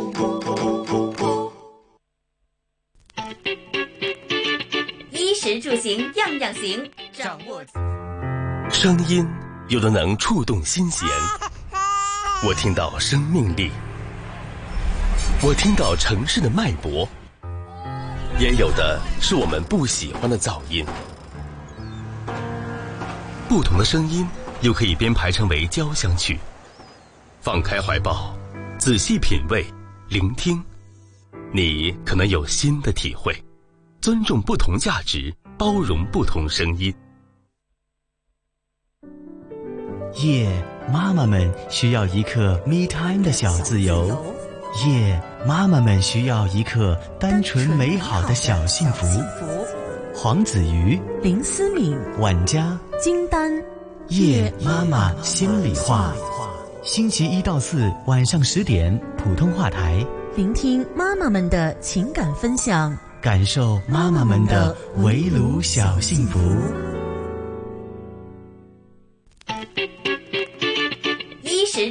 Speaker 4: 彩。衣食住行样样行，掌握。
Speaker 8: 声音有的能触动心弦，我听到生命力，我听到城市的脉搏，也有的是我们不喜欢的噪音。不同的声音又可以编排成为交响曲，放开怀抱，仔细品味、聆听，你可能有新的体会。尊重不同价值，包容不同声音。
Speaker 2: 夜妈妈们需要一刻 me time 的小自由，夜妈妈们需要一刻单纯美好的小幸福。
Speaker 3: 嗯
Speaker 2: 黄子瑜、林思敏、晚佳、
Speaker 20: 金丹，
Speaker 2: 夜妈妈心里话，星期一到四晚上十点，普通话台，
Speaker 20: 聆听妈妈们的情感分享。
Speaker 2: 感受妈妈们的围炉小幸福。
Speaker 4: 衣食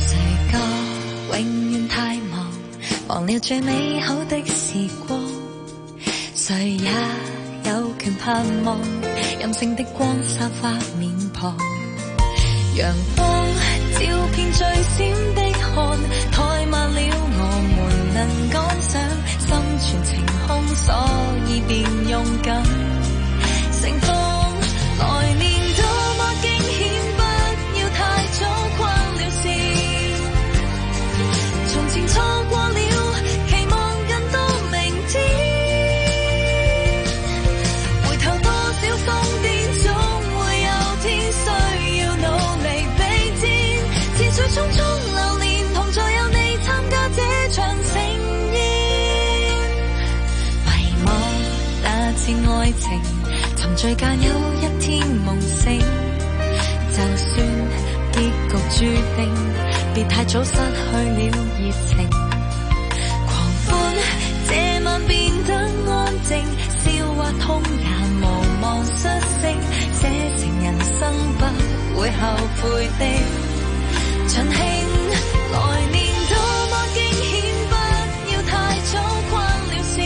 Speaker 21: 世界永遠太忙，忘了最美好的時光。誰也有權盼望，任性的光散發面龐。陽光照遍最閃的汗，怠慢了我們能趕上，心全晴空，所以便勇敢。成功來年多麼驚險，不要太早跨了線。從前錯過了，期望更多明天。回頭多少瘋癲，總會有天需要努力備戰。似水匆匆流年，同在有你參加這場盛宴。遺忘那次愛情，沉醉間有一天夢醒。就算結局注定，別太早失去了熱情。狂歡這晚變得安靜，笑或痛也無望失色。這成人生不會後悔的，盡興。來年多麼驚險，不要太早跨了線。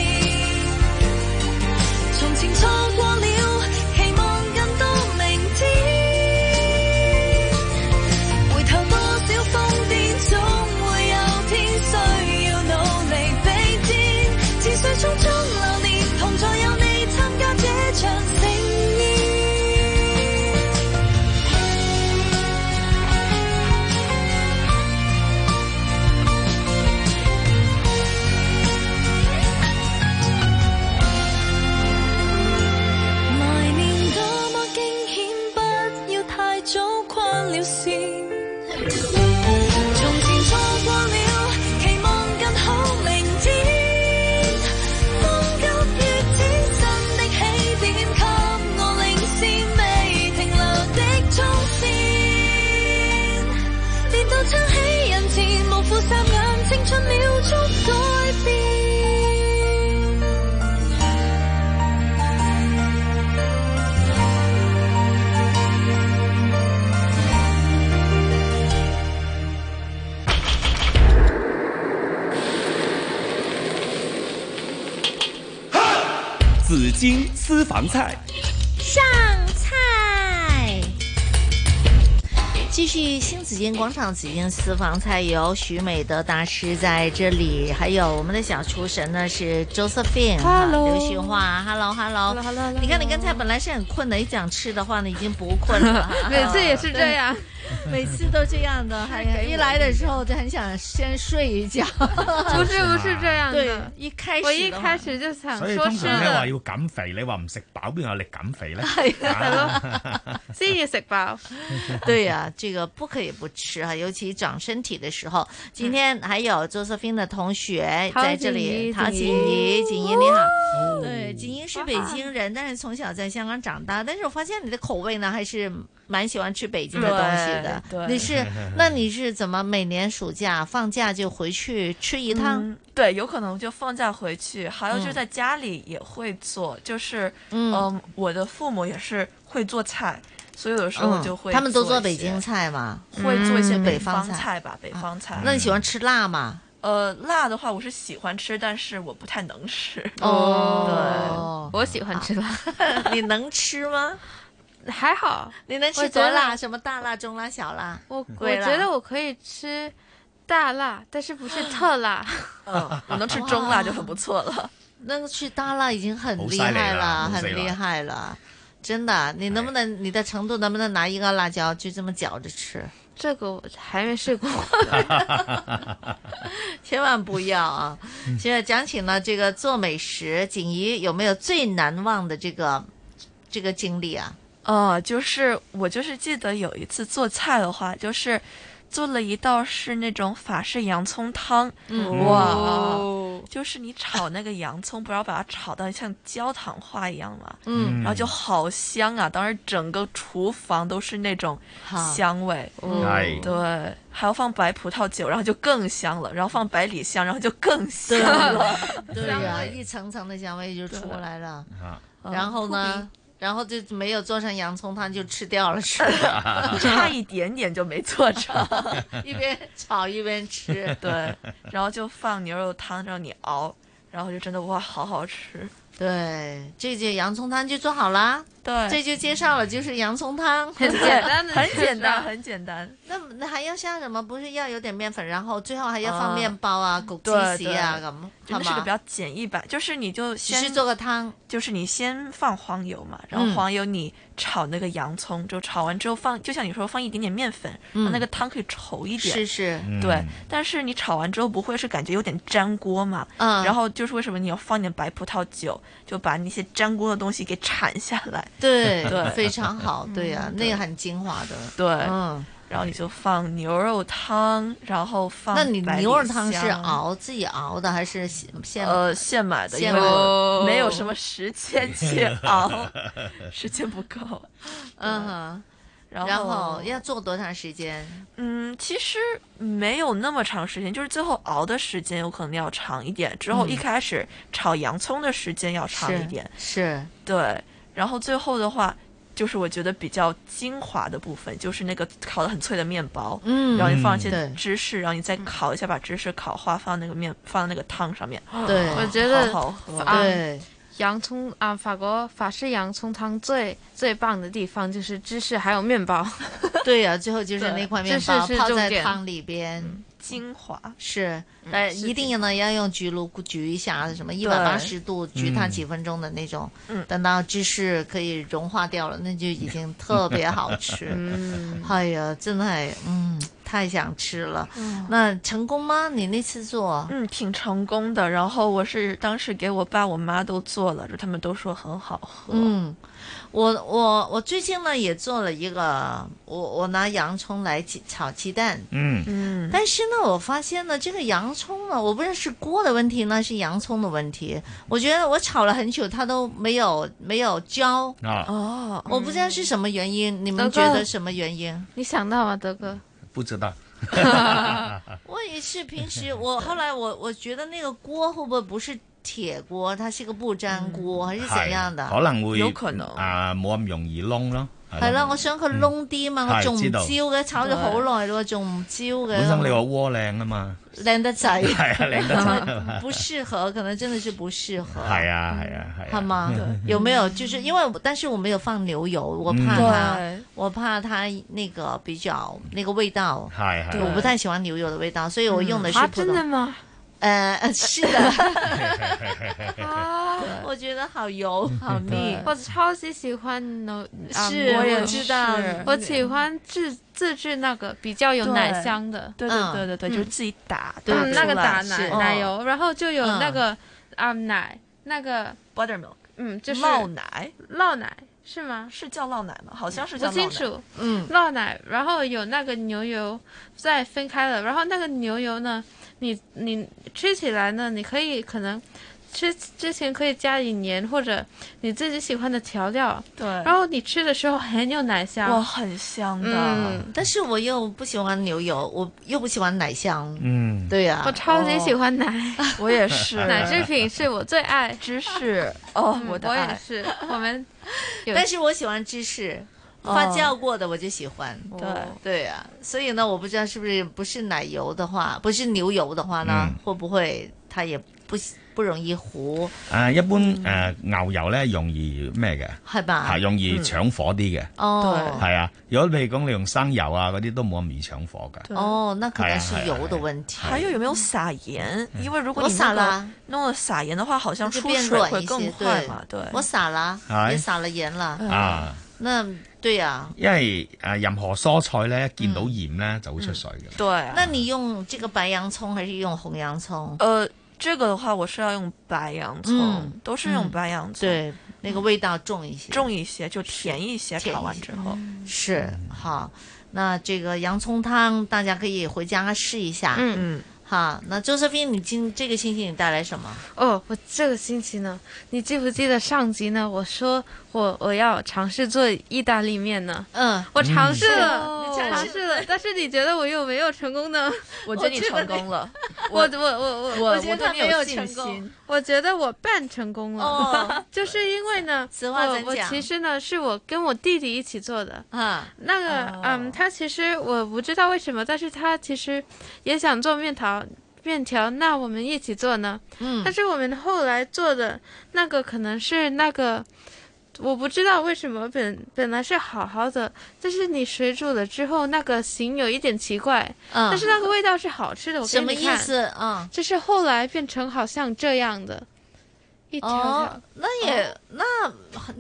Speaker 1: 紫荆私房菜。
Speaker 4: 上菜。
Speaker 3: 继续新紫金广场紫金私房菜由许美德大师在这里，还有我们的小厨神呢是 Josephine，哈
Speaker 4: Hello
Speaker 3: 刘雪华，Hello Hello，你看你刚才本来是很困的，一讲吃的话呢已经不困了
Speaker 19: 每次也是这样
Speaker 3: 对，每次都这样的，哎 呀，一来的时候就很想先睡一觉，
Speaker 19: 不是 不是这样的
Speaker 3: 对，一开始
Speaker 19: 我一
Speaker 3: 的话
Speaker 19: 开始就想
Speaker 18: 所以
Speaker 19: 说
Speaker 18: 通
Speaker 3: 啊
Speaker 19: 是
Speaker 18: 常咧話
Speaker 19: 的，
Speaker 18: 要減肥，你話唔食飽邊有力減肥 咧？
Speaker 3: 哎
Speaker 19: 係啊
Speaker 18: 啊
Speaker 19: 先要食饱。
Speaker 3: 对呀、这个不可以不吃啊，尤其长身体的时候。今天还有 Josephine 的同学
Speaker 4: 陶
Speaker 3: 在这里，
Speaker 4: 锦怡
Speaker 3: 陶
Speaker 4: 锦
Speaker 3: 锦
Speaker 4: 怡
Speaker 3: 怡，锦怡你好。对，锦怡是北京人，但是从小在香港长大，但是我发现你的口味呢，还是蛮喜欢吃北京的东西的。
Speaker 17: 对对
Speaker 3: 你是那你是怎么每年暑假放假就回去吃一趟？
Speaker 17: 嗯对，有可能就放假回去，还有就是
Speaker 3: 嗯
Speaker 17: 在家里也会做，就是
Speaker 3: 嗯
Speaker 17: 嗯、我的父母也是会做菜，所以有的时候我就会、
Speaker 3: 嗯他们都做北京，菜嘛，
Speaker 17: 会做一些
Speaker 3: 嗯
Speaker 17: 北
Speaker 3: 北
Speaker 17: 方
Speaker 3: 菜啊
Speaker 17: 菜吧，北方菜。
Speaker 3: 那你喜欢吃辣吗？
Speaker 17: 呃，辣的话我是喜欢吃，但是我不太能吃。
Speaker 3: 哦，
Speaker 17: 我喜欢吃辣。
Speaker 3: 你能吃吗？
Speaker 19: 还好，
Speaker 3: 你能吃
Speaker 19: 我觉
Speaker 3: 多
Speaker 19: 得
Speaker 3: 辣？什么大辣、中辣、小辣？
Speaker 19: 我我
Speaker 3: 微辣
Speaker 19: 觉得我可以吃大辣，但是不是特辣。
Speaker 17: 嗯，我能吃中辣就很不错了。
Speaker 3: 那个去大辣已经很厉
Speaker 17: 好犀利
Speaker 3: 害
Speaker 17: 啦哎好犀
Speaker 3: 很
Speaker 17: 利
Speaker 3: 厉害了，真的。你能不能，你的程度能不能拿一个辣椒就这么嚼着吃？
Speaker 19: 这个我还没试过。
Speaker 3: 千万不要啊！
Speaker 17: 嗯
Speaker 3: 现在讲起呢，这个做美食，锦怡有没有最难忘的这个这个经历啊？
Speaker 17: 哦，就是我就是记得有一次做菜的话，就是做了一道是那种法式洋葱汤，
Speaker 3: 嗯哦
Speaker 17: 哇，就是你炒那个洋葱，不要把它炒到像焦糖化一样嘛，
Speaker 3: 嗯
Speaker 17: 然后就好香啊！当时整个厨房都是那种
Speaker 3: 哈
Speaker 17: 香味，嗯
Speaker 3: 哦
Speaker 18: 哎
Speaker 17: 对，还要放白葡萄酒，然后就更香了，然后放百里香，然后就更香
Speaker 3: 对
Speaker 17: 了，
Speaker 3: 对呀、一层层的香味就出来了。
Speaker 18: 啊
Speaker 3: 然后呢，然后就没有做成洋葱汤，就吃掉了，是吧，
Speaker 17: 差一点点就没做成
Speaker 3: 一边 炒一边吃
Speaker 17: 对，然后就放牛肉汤让你熬，然后就真的哇，好好吃。
Speaker 3: 对，这就洋葱汤就做好啦。
Speaker 17: 对
Speaker 3: 这就介绍了，就是洋葱汤，
Speaker 17: 很简单的 啊很简单很简单。
Speaker 3: 那那还要下什么？不是要有点面粉，然后最后还要放面包啊、枸杞
Speaker 17: 嗯对
Speaker 3: 子啊
Speaker 17: 对
Speaker 3: 咁，
Speaker 17: 真的是
Speaker 3: 好
Speaker 17: 个
Speaker 3: 吗
Speaker 17: 比较简易版，就是你就
Speaker 3: 只
Speaker 17: 先
Speaker 3: 是做个汤，
Speaker 17: 就是你先放黄油嘛，然后
Speaker 3: 嗯
Speaker 17: 黄油你炒那个洋葱，就炒完之后放，就像你说放一点点面粉，
Speaker 3: 嗯
Speaker 17: 让那个汤可以稠一点。
Speaker 3: 是是嗯
Speaker 17: 对。但是你炒完之后不会是感觉有点粘锅嘛？
Speaker 3: 嗯
Speaker 17: 然后就是为什么你要放点白葡萄酒，就把那些粘锅的东西给铲下来。
Speaker 3: 对
Speaker 17: 对，嗯
Speaker 3: 非常好，对呀、那个很精华的。
Speaker 17: 对，
Speaker 3: 嗯，
Speaker 17: 然后你就放牛肉汤，然后放
Speaker 3: 那你
Speaker 17: 百里
Speaker 3: 牛肉汤是
Speaker 17: 香
Speaker 3: 熬自己熬的还是现现
Speaker 17: 呃现买的，因
Speaker 3: 现
Speaker 17: 为
Speaker 3: 买
Speaker 17: 我
Speaker 3: 的
Speaker 17: 没有什么时间去 熬，时间不 够。
Speaker 3: 嗯哼，
Speaker 17: 然后
Speaker 3: 然后要做多长时间？
Speaker 17: 嗯，其实没有那么长时间，就是最后熬的时间有可能要长一点，之后
Speaker 3: 嗯
Speaker 17: 一开始炒洋葱的时间要长一点，
Speaker 3: 是
Speaker 17: 对，然后最后的话。就是我觉得比较精华的部分，就是那个烤的很脆的面包，
Speaker 3: 嗯
Speaker 17: 然后你放一些
Speaker 3: 对
Speaker 17: 芝士，然后你再
Speaker 19: 嗯
Speaker 17: 烤一下，把芝士烤化，放那个面，放那个汤上面。
Speaker 3: 对
Speaker 19: 我觉得
Speaker 17: 好好
Speaker 3: 嗯
Speaker 17: 喝。
Speaker 19: 啊，洋葱啊，法国法式洋葱汤最最棒的地方就是芝士还有面 包。
Speaker 3: 对呀、最后就是那块面包
Speaker 19: 芝士是
Speaker 3: 泡
Speaker 19: 重
Speaker 3: 在
Speaker 19: 点
Speaker 3: 汤里边，
Speaker 17: 精华
Speaker 3: 是，但一定呢要用焗炉焗一下，什么一
Speaker 17: 对
Speaker 3: 百八十度焗它
Speaker 17: 嗯
Speaker 3: 几分钟的那种，
Speaker 17: 嗯
Speaker 3: 等到芝士可以融化掉了，那就已经特别好吃。
Speaker 17: 嗯
Speaker 3: 哎呀，真系，嗯，太想吃了。
Speaker 17: 嗯
Speaker 3: 那成功吗？你那次做？
Speaker 17: 嗯，挺成功的。然后我是当时给我爸我妈都做了，就他们都说很好喝。
Speaker 3: 嗯，我我我最近呢也做了一个，我我拿洋葱来鸡炒鸡蛋，
Speaker 18: 嗯
Speaker 17: 嗯
Speaker 3: 但是呢，我发现呢，这个洋葱呢，我不知道是锅的问题呢，是洋葱的问题。
Speaker 18: 嗯
Speaker 3: 我觉得我炒了很久，它都没有没有焦
Speaker 18: 啊
Speaker 17: 哦
Speaker 3: 我不知道是什么原因，你们
Speaker 19: 德
Speaker 3: 觉
Speaker 19: 哥
Speaker 3: 得什么原因？
Speaker 19: 你想到吗，德哥？
Speaker 18: 不知 道。
Speaker 3: 我也是平时我后来我我觉得那个锅会不会不是铁
Speaker 19: 嗯
Speaker 3: 锅，它是个不粘锅、还是怎样的？
Speaker 18: 嗯可能會
Speaker 3: 有可能
Speaker 18: 啊，冇咁容易燶咯。
Speaker 3: 係啦，我想佢燶啲啊嘛，我
Speaker 18: 嗯係
Speaker 3: 仲唔
Speaker 18: 知
Speaker 3: 焦
Speaker 18: 道
Speaker 3: 嘅，炒咗
Speaker 19: 嗯
Speaker 3: 好耐咯，仲唔焦嘅。
Speaker 18: 本身你話窩靚啊嘛，
Speaker 3: 靚 得
Speaker 17: 哎
Speaker 3: 滯，
Speaker 18: 係啊靚得滯
Speaker 3: 不適合，可能真的是不適合。
Speaker 18: 係啊係啊
Speaker 17: 哎
Speaker 18: 係啊，
Speaker 3: 好 吗
Speaker 18: 嗯？
Speaker 3: 有没有就是因为我，但是我没有放牛油，我怕它
Speaker 18: 嗯，
Speaker 3: 我怕它那个比较那个味道，
Speaker 18: 係係
Speaker 3: 对我不太喜欢牛油的味道，所以我用的是
Speaker 19: 啊
Speaker 3: 普
Speaker 19: 真的
Speaker 3: 通。
Speaker 19: 吗？
Speaker 3: 呃，是 的，
Speaker 19: 啊，
Speaker 3: 我觉得好油
Speaker 17: 嗯
Speaker 3: 好腻。
Speaker 19: 我超级喜欢牛，啊
Speaker 3: 是
Speaker 19: 我
Speaker 3: 我
Speaker 19: 也
Speaker 3: 知道
Speaker 19: 是我喜欢自自制那个比较有奶香的，
Speaker 17: 对对
Speaker 3: 嗯
Speaker 17: 对对对，就是自己打，
Speaker 19: 嗯嗯那个打奶
Speaker 17: 奶
Speaker 19: 奶油，然后就
Speaker 3: 嗯
Speaker 19: 有那个啊奶那个
Speaker 17: buttermilk，
Speaker 19: 嗯，就是
Speaker 17: 酪奶，
Speaker 19: 酪奶是吗？
Speaker 17: 哎是叫酪奶吗？好像是
Speaker 19: 不
Speaker 17: 叫
Speaker 19: 清
Speaker 17: 酪
Speaker 19: 楚
Speaker 17: 奶，
Speaker 19: 嗯，酪奶，然后有那个牛油再分开了，然后那个牛油呢，你你吃起来呢，你可以可能吃之前可以加一盐或者你自己喜欢的调料，
Speaker 17: 对
Speaker 19: 然后你吃的时候很有奶香，
Speaker 17: 哇，很香的。
Speaker 3: 嗯，但是我又不喜欢牛油，我又不喜欢奶香。
Speaker 18: 嗯，
Speaker 3: 对呀，哦
Speaker 19: 我超级喜欢奶，
Speaker 17: 我也是
Speaker 19: 奶制品是我最爱，
Speaker 17: 芝 士哦
Speaker 19: 嗯
Speaker 17: 我的
Speaker 19: 我也
Speaker 17: 爱
Speaker 19: 是，我们 有，
Speaker 3: 但是我喜欢芝士，
Speaker 19: 哦
Speaker 3: 发酵过的我就喜欢。
Speaker 17: 哦
Speaker 19: 对
Speaker 3: 对呀、所以呢，我不知道是不是不是奶油的话，不是牛油的话呢，
Speaker 18: 嗯
Speaker 3: 会不会它也不不容易糊，
Speaker 18: 誒啊一般誒牛油咧容易咩嘅？
Speaker 3: 係吧？
Speaker 18: 係容易搶火啲嘅。
Speaker 3: 嗯哦
Speaker 18: 係啊，如果譬如講你用生油啊嗰啲都冇咁易搶火㗎。
Speaker 3: 哦，那可能是
Speaker 18: 哎呀哎呀
Speaker 3: 油的问题。
Speaker 17: 还有有没有撒盐？因为如果
Speaker 3: 我
Speaker 17: 你
Speaker 3: 撒
Speaker 17: 那个
Speaker 3: 啦
Speaker 17: 弄了撒盐的话，好像
Speaker 3: 就
Speaker 17: 出
Speaker 3: 变
Speaker 17: 水
Speaker 3: 软
Speaker 17: 会
Speaker 3: 一
Speaker 17: 更
Speaker 3: 些
Speaker 17: 快
Speaker 3: 对
Speaker 17: 嘛。对，
Speaker 3: 我撒啦，
Speaker 18: 哎
Speaker 3: 也撒了盐了。
Speaker 18: 啊，
Speaker 3: 那对啊呀、
Speaker 18: 因為誒任何蔬菜咧，一見到鹽咧就會出水㗎啦。
Speaker 17: 对啊
Speaker 3: 那你用这个白洋葱还是用红洋葱？
Speaker 17: 呃，这个的话我是要用白洋葱，
Speaker 3: 嗯
Speaker 17: 都是用白洋葱，
Speaker 3: 对，那个味道重一些。
Speaker 17: 重一些就甜一些，
Speaker 3: 甜
Speaker 17: 炒
Speaker 3: 一
Speaker 17: 完
Speaker 3: 些
Speaker 17: 之后。
Speaker 3: 是好，那这个洋葱汤大家可以回家试一下。
Speaker 19: 嗯
Speaker 17: 嗯，
Speaker 3: 好，那周瑟芬，你今这个星期你带来什么？
Speaker 19: 哦，我这个星期呢，你记不记得上集呢？我说我我要尝试做意大利面呢。
Speaker 3: 嗯，
Speaker 19: 我尝试
Speaker 17: 嗯
Speaker 19: 了，
Speaker 17: 你尝
Speaker 19: 尝
Speaker 17: 试
Speaker 19: 试了，但是你觉得我有没有成功呢？
Speaker 17: 我觉得你成功了，
Speaker 19: 我我我我
Speaker 17: 我
Speaker 19: 觉
Speaker 17: 我对
Speaker 19: 得
Speaker 17: 你
Speaker 19: 没
Speaker 17: 有信
Speaker 19: 成功
Speaker 17: 心，
Speaker 19: 我觉得我半成功了。
Speaker 17: 哦
Speaker 19: 就是因为呢，
Speaker 3: 此话
Speaker 19: 我
Speaker 3: 怎
Speaker 19: 我
Speaker 3: 讲
Speaker 19: 其实呢是我跟我弟弟一起做的。
Speaker 3: 啊，
Speaker 19: 那个、嗯，他其实我不知道为什么，但是他其实也想做面条，面条，那我们一起做呢。
Speaker 3: 嗯
Speaker 19: 但是我们后来做的那个可能是那个，我不知道为什么本本来是好好的，但是你水煮了之后，那个形有一点奇怪，
Speaker 3: 嗯
Speaker 19: 但是那个味道是好吃的。我给
Speaker 3: 什
Speaker 19: 你
Speaker 3: 么
Speaker 19: 看
Speaker 3: 意思？啊？
Speaker 19: 就是后来变成好像这样的，一条条。
Speaker 3: 哦，那也那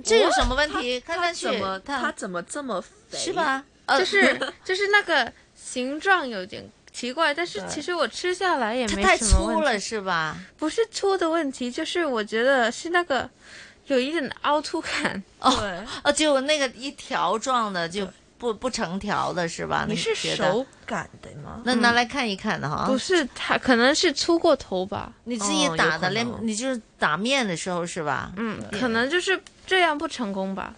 Speaker 3: 这有什么问题？看上去
Speaker 17: 怎么他
Speaker 3: 它
Speaker 17: 怎么这么肥？
Speaker 3: 是吧？
Speaker 19: 哦
Speaker 3: 呃
Speaker 19: 就是 就是那个形状有点奇怪，但是其实我吃下来也
Speaker 3: 它
Speaker 19: 没
Speaker 3: 太
Speaker 19: 什么
Speaker 3: 粗
Speaker 19: 问题
Speaker 3: 了是吧？
Speaker 19: 不是粗的问题，就是我觉得是那个有一点凹凸感。
Speaker 3: 哦哦，就那个一条状的就不不成条的是吧？
Speaker 17: 你是
Speaker 3: 觉得
Speaker 17: 手擀的吗？
Speaker 3: 那拿来看一看的哈。
Speaker 19: 嗯不是它，可能是粗过头吧。
Speaker 3: 你自己打的，连你就是打面的时候是吧？
Speaker 19: 嗯，可能就是这样不成功吧。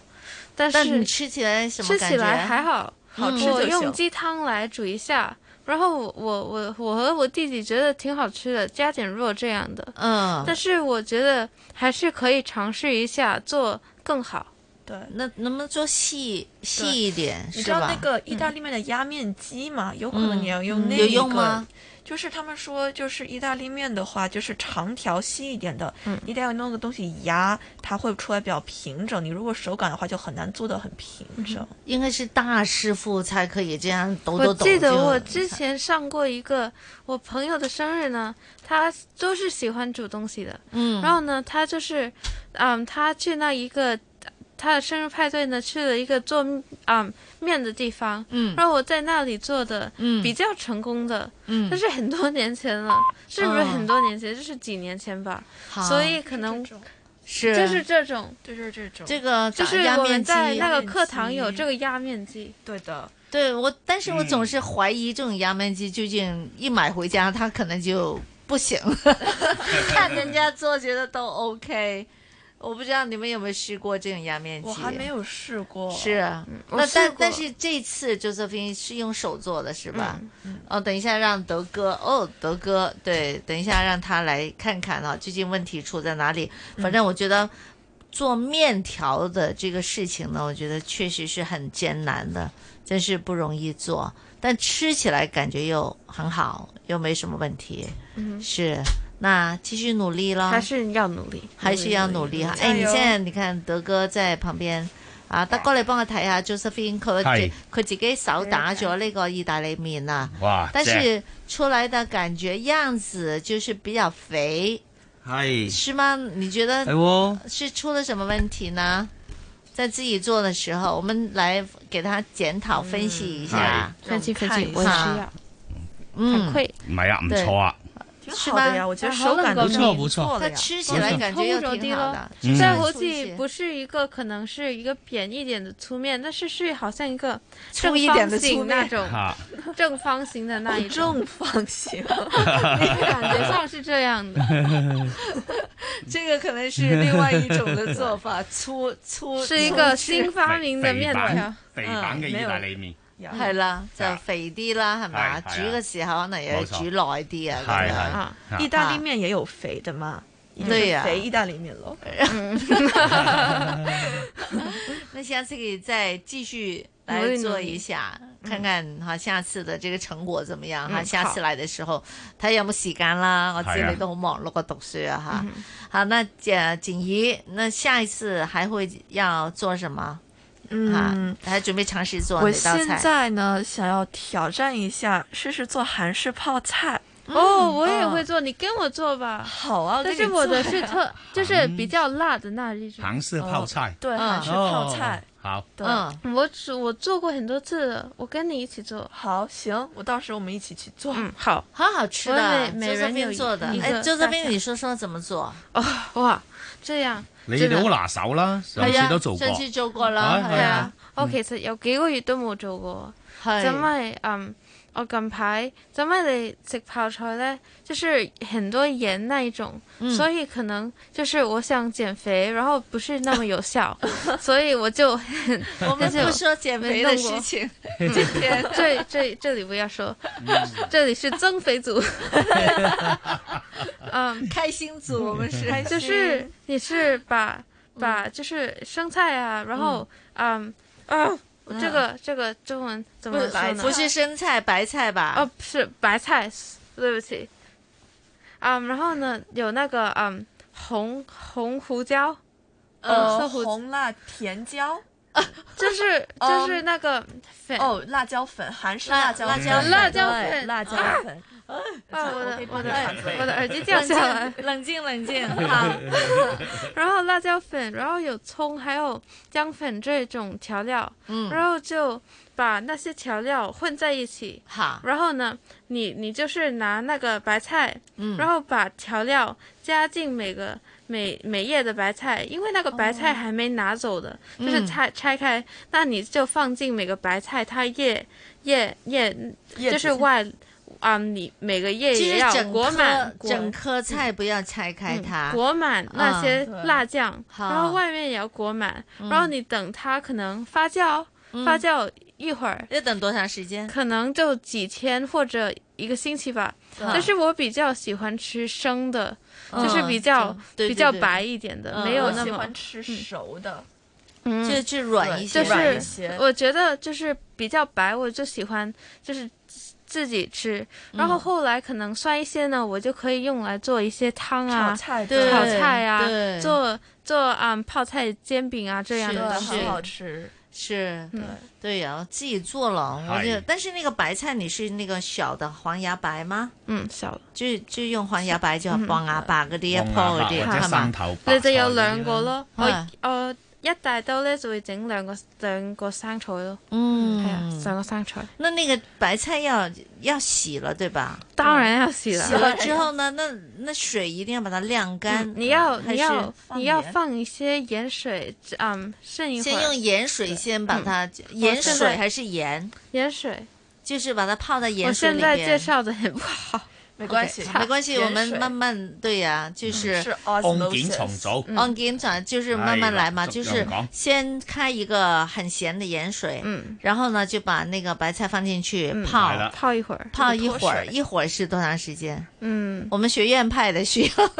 Speaker 19: 但
Speaker 3: 但
Speaker 19: 是
Speaker 3: 你吃起来什么
Speaker 19: 吃
Speaker 3: 感
Speaker 19: 起
Speaker 3: 觉？
Speaker 19: 来还好，嗯
Speaker 3: 好吃
Speaker 19: 我
Speaker 3: 就行
Speaker 19: 用鸡汤来煮一下，然后我我我我和我弟弟觉得挺好吃的，加点肉这样的。
Speaker 3: 嗯
Speaker 19: 但是我觉得还是可以尝试一下做更好。
Speaker 17: 对，
Speaker 3: 那能不能做细细一点？
Speaker 17: 你
Speaker 3: 是
Speaker 17: 知道
Speaker 3: 吧？
Speaker 17: 那个意大利面的压面机嘛？有可能你要用
Speaker 3: 嗯
Speaker 17: 那
Speaker 3: 有
Speaker 17: 一
Speaker 3: 用
Speaker 17: 个
Speaker 3: 吗？
Speaker 17: 就是他们说，就是意大利面的话，就是长条细一点的，
Speaker 3: 嗯
Speaker 17: 你得要弄个东西压，它会出来比较平整。你如果手擀的话，就很难做的很平整。
Speaker 3: 嗯应该是 大师傅才可以这样抖抖
Speaker 19: 我
Speaker 3: 抖。
Speaker 19: 记得我之前上过一个我朋友的生日呢，他都是喜欢煮东西的，
Speaker 3: 嗯
Speaker 19: 然后呢，他就是，嗯，他去那一个他的生日派对呢，去了一个做啊、嗯、面的地方，
Speaker 3: 嗯
Speaker 19: 然后我在那里做的，
Speaker 3: 嗯
Speaker 19: 比较成功的，
Speaker 3: 嗯
Speaker 19: 但是很多年前了，是不是
Speaker 3: 哦
Speaker 19: 很多年前？就是几年前吧
Speaker 3: 好，
Speaker 19: 所以可能
Speaker 3: 是
Speaker 19: 就是这种，
Speaker 17: 就是这种
Speaker 3: 这个
Speaker 19: 就是
Speaker 3: 打压
Speaker 19: 我们
Speaker 3: 面机
Speaker 19: 在那个课堂有这个压面机，
Speaker 17: 对的，
Speaker 3: 对我，但是我总是怀疑这种压面机究竟一买回家，它可能就不行。看人家做，觉得都 OK。我不知道你们有没有试过这种压面机？
Speaker 17: 我还没有试过。
Speaker 3: 是啊，
Speaker 17: 嗯我
Speaker 3: 那
Speaker 17: 试
Speaker 3: 但
Speaker 17: 过
Speaker 3: 但是这次 Josephine 是用手做的是吧？
Speaker 17: 嗯
Speaker 3: 哦，等一下让德哥哦，德哥
Speaker 17: 嗯
Speaker 3: 对，等一下让他来看看啊，究竟问题出在哪里？反正我觉得做面条的这个事情呢，我觉得确实是很艰难的，真是不容易做。但吃起来感觉又很好，又没什么问题。
Speaker 19: 嗯
Speaker 3: 是，那啊继续努力咯，
Speaker 19: 还是要努力，
Speaker 3: 还是要努力哈。哎，你现在你看德哥在旁边啊，德哥你幫我睇下 Josephine 佢
Speaker 18: 係
Speaker 3: 佢自己手打咗呢個意大利面啊，
Speaker 18: 哇
Speaker 3: 但是
Speaker 18: 正
Speaker 3: 出來的感覺樣子就是比較肥，
Speaker 18: 係
Speaker 3: 是吗？你覺得
Speaker 18: 係喎
Speaker 3: 是出了什麼問題呢？在自己做的時候，我們來給他檢討分析一下，
Speaker 18: 嗯
Speaker 19: 係分析分析我也需要
Speaker 3: 哈，嗯，
Speaker 18: 唔係啊，唔錯啊，
Speaker 3: 是
Speaker 19: 好的
Speaker 3: 吧？
Speaker 19: 呀我覺得手感都是不錯的呀嗯
Speaker 3: 它吃起来感觉又挺好的。
Speaker 18: 嗯
Speaker 19: 但好似不是一个，可能是一个扁一点的粗面，但是是好像一个
Speaker 3: 粗一点的
Speaker 19: 正
Speaker 3: 粗
Speaker 19: 方形
Speaker 3: 面
Speaker 19: 那种
Speaker 18: 哈，
Speaker 19: 正方形的那一种
Speaker 17: 正方 形，
Speaker 19: 感觉上是这样的。
Speaker 17: 嗯
Speaker 3: 这个可能是另外一种的做法，粗 粗
Speaker 19: 是一个新发明的面条，
Speaker 18: 肥版嘅意大利面，
Speaker 3: 嗯系啦，就肥啲啦，系嘛？
Speaker 18: 係係啊
Speaker 3: 煮嘅時候可能又要
Speaker 18: 冇錯
Speaker 3: 煮耐啲啊，咁
Speaker 18: 係
Speaker 3: 樣
Speaker 18: 係
Speaker 17: 啊
Speaker 18: 啊
Speaker 17: 意大利面也有肥的嘛，
Speaker 3: 对呀
Speaker 17: 就是肥意大利面喽。嗯
Speaker 3: 那下次可以再继续来做一下，看看哈下次的这个成果怎么样哈。
Speaker 14: 嗯
Speaker 3: 下次来的时候睇有冇時間啦。我知
Speaker 14: 係啊
Speaker 3: 你都好忙碌啊，讀書啊哈。好，那呃景怡，那下一次还会要做什么？
Speaker 17: 嗯
Speaker 3: 哈，还准备尝试做
Speaker 17: 我
Speaker 3: 哪道
Speaker 17: 现
Speaker 3: 菜？
Speaker 17: 在呢，想要挑战一下，试试做韩式泡菜。
Speaker 3: 嗯
Speaker 19: 哦，我也会做，你跟我做吧。
Speaker 17: 好啊，
Speaker 19: 但是我的是 特，就是比较辣的那一种。
Speaker 18: 韩式泡
Speaker 3: 哦
Speaker 18: 菜，
Speaker 19: 哦对韩式泡菜
Speaker 18: 哦，好，
Speaker 19: 嗯，我只我做过很多次了，我跟你一起做。
Speaker 17: 好，行，我到时候我们一起去 做。
Speaker 19: 嗯，好，
Speaker 3: 好好吃的，
Speaker 19: 每
Speaker 3: 周
Speaker 19: 每
Speaker 3: 泽
Speaker 19: 人有
Speaker 3: 斌
Speaker 19: 一
Speaker 3: 做的。
Speaker 19: 一
Speaker 3: 哎，
Speaker 19: 个
Speaker 3: 周泽斌，
Speaker 19: 大小
Speaker 3: 你说说怎么做？
Speaker 19: 哦， 哇，这样
Speaker 18: 你
Speaker 19: 真
Speaker 18: 哋
Speaker 19: 的
Speaker 18: 好拿手啦，上
Speaker 3: 係啊
Speaker 18: 次都做過，
Speaker 3: 上次做過啦
Speaker 18: 係嗯
Speaker 3: 係啊
Speaker 19: 我哦其實有幾個月都冇做過，
Speaker 3: 係
Speaker 19: 因為嗯，我近排因為你食泡菜呢，就是很多鹽那一種，
Speaker 22: 嗯
Speaker 19: 所以可能就是我想減肥，然后不是那么有 效，所以我就
Speaker 3: 我们不说减肥的事情，
Speaker 19: 今天这这这里不要说， 这里是增肥组，嗯，
Speaker 3: 开心组我们是嗯
Speaker 19: 就是你是把把就是生菜啊，然后嗯啊，这个这个中文怎么说呢？
Speaker 3: 嗯不是生菜白菜吧？
Speaker 19: 哦，是白菜，对不起，嗯，然后呢有那个嗯红红胡椒，
Speaker 17: 呃，
Speaker 19: 色胡
Speaker 17: 红辣甜椒， 嗯
Speaker 19: 就是就是那个粉
Speaker 17: 哦，辣椒粉，韩式
Speaker 19: 辣
Speaker 17: 辣椒粉，
Speaker 19: 辣椒粉
Speaker 17: 对辣椒 粉。
Speaker 19: 啊，我
Speaker 3: 哦
Speaker 19: 的我的我的耳机掉
Speaker 3: 冷静
Speaker 19: 下来，
Speaker 3: 冷静冷静好。
Speaker 19: 然后辣椒粉，然后有葱，还有姜粉这种调料，
Speaker 3: 嗯
Speaker 19: 然后就把那些调料混在一起。
Speaker 3: 好
Speaker 19: 然后呢，你你就是拿那个白菜，
Speaker 3: 嗯
Speaker 19: 然后把调料加进每个每每叶的白菜，因为那个白菜还没拿走的，就是
Speaker 3: 哦嗯
Speaker 19: 拆拆开，那你就放进每个白菜它叶叶叶，
Speaker 3: 叶
Speaker 19: 就是
Speaker 3: 子
Speaker 19: 外。啊，你每个叶
Speaker 3: 其
Speaker 19: 也
Speaker 3: 实
Speaker 19: 要
Speaker 3: 整
Speaker 19: 裹
Speaker 3: 颗
Speaker 19: 满裹
Speaker 3: 整颗菜不要拆开它，
Speaker 19: 嗯
Speaker 3: 嗯
Speaker 19: 裹满那些辣酱，
Speaker 3: 好
Speaker 19: 然后外面也要裹满，
Speaker 3: 嗯
Speaker 19: 然后你等它可能发酵，
Speaker 3: 嗯
Speaker 19: 发酵一会儿，
Speaker 3: 要等多长时间？
Speaker 19: 可能就几天或者一个星期吧。
Speaker 3: 啊
Speaker 19: 但是我比较喜欢吃生的，
Speaker 3: 嗯
Speaker 19: 就是比较
Speaker 3: 就对对
Speaker 19: 比较
Speaker 3: 对
Speaker 19: 白一点的，
Speaker 3: 嗯
Speaker 19: 没有
Speaker 3: 我
Speaker 19: 那
Speaker 17: 喜
Speaker 19: 么
Speaker 17: 欢吃熟的，
Speaker 19: 嗯
Speaker 3: 就就软一些，
Speaker 19: 就是我觉得就是比较白，我就喜欢就是自自己吃。然后
Speaker 3: 嗯
Speaker 19: 后来可能酸一些呢，我就可以用来做一些汤啊、
Speaker 17: 炒菜
Speaker 3: 对
Speaker 19: 炒菜啊
Speaker 3: 对，
Speaker 19: 做做啊、嗯泡菜煎饼啊这样的东
Speaker 3: 是
Speaker 19: 西，
Speaker 3: 是很好
Speaker 17: 吃。
Speaker 3: 是
Speaker 19: 嗯，
Speaker 3: 对呀，自己做了，我觉得。
Speaker 19: 嗨
Speaker 3: 但是那个白菜，你是那个小的黄芽白吗？
Speaker 19: 嗯，小的，
Speaker 3: 就就用黃芽白就係啊
Speaker 19: 嗯
Speaker 3: 黃芽白嗰啲一樖嗰
Speaker 18: 黃
Speaker 3: 啲
Speaker 18: 芽白或者
Speaker 3: 係嘛
Speaker 18: 汕頭
Speaker 19: 你就有兩個咯。
Speaker 3: 啊
Speaker 19: 我我一大兜咧就會整兩個兩個生菜咯。
Speaker 3: 嗯
Speaker 19: 係啊，兩個生菜。
Speaker 3: 那那個白菜要要洗了，對吧？
Speaker 19: 當然要洗了
Speaker 3: 洗了之後呢，那那水一定要把它晾
Speaker 19: 嗯
Speaker 3: 干。啊
Speaker 19: 你要
Speaker 3: 还
Speaker 19: 你
Speaker 3: 是
Speaker 19: 要你要放一些盐水，嗯，剩一会
Speaker 3: 先
Speaker 19: 儿
Speaker 3: 用盐水先把它
Speaker 19: 嗯
Speaker 3: 盐
Speaker 19: 我现
Speaker 3: 水
Speaker 19: 在
Speaker 3: 还是盐？
Speaker 19: 盐水，
Speaker 3: 就是把它泡在
Speaker 19: 我
Speaker 3: 盐水
Speaker 19: 现
Speaker 3: 里
Speaker 19: 在介
Speaker 3: 边。
Speaker 19: 绍的很不好。
Speaker 17: 没关系
Speaker 3: OK，没关系，
Speaker 17: 盐水
Speaker 3: 我们慢慢对呀，
Speaker 19: 嗯
Speaker 3: 就是
Speaker 17: 是 osmosis 案件重
Speaker 18: 組
Speaker 3: 嗯案件重就是慢慢来嘛，就是先开一个很咸的盐水，嗯，然后呢就把那个白菜放进去
Speaker 19: 嗯
Speaker 3: 泡
Speaker 19: 係啦泡一会儿
Speaker 3: 泡一
Speaker 19: 就
Speaker 3: 会
Speaker 19: 脱
Speaker 3: 儿，
Speaker 19: 水
Speaker 3: 一会儿是多长时间？
Speaker 19: 嗯，
Speaker 3: 我们学院派的需要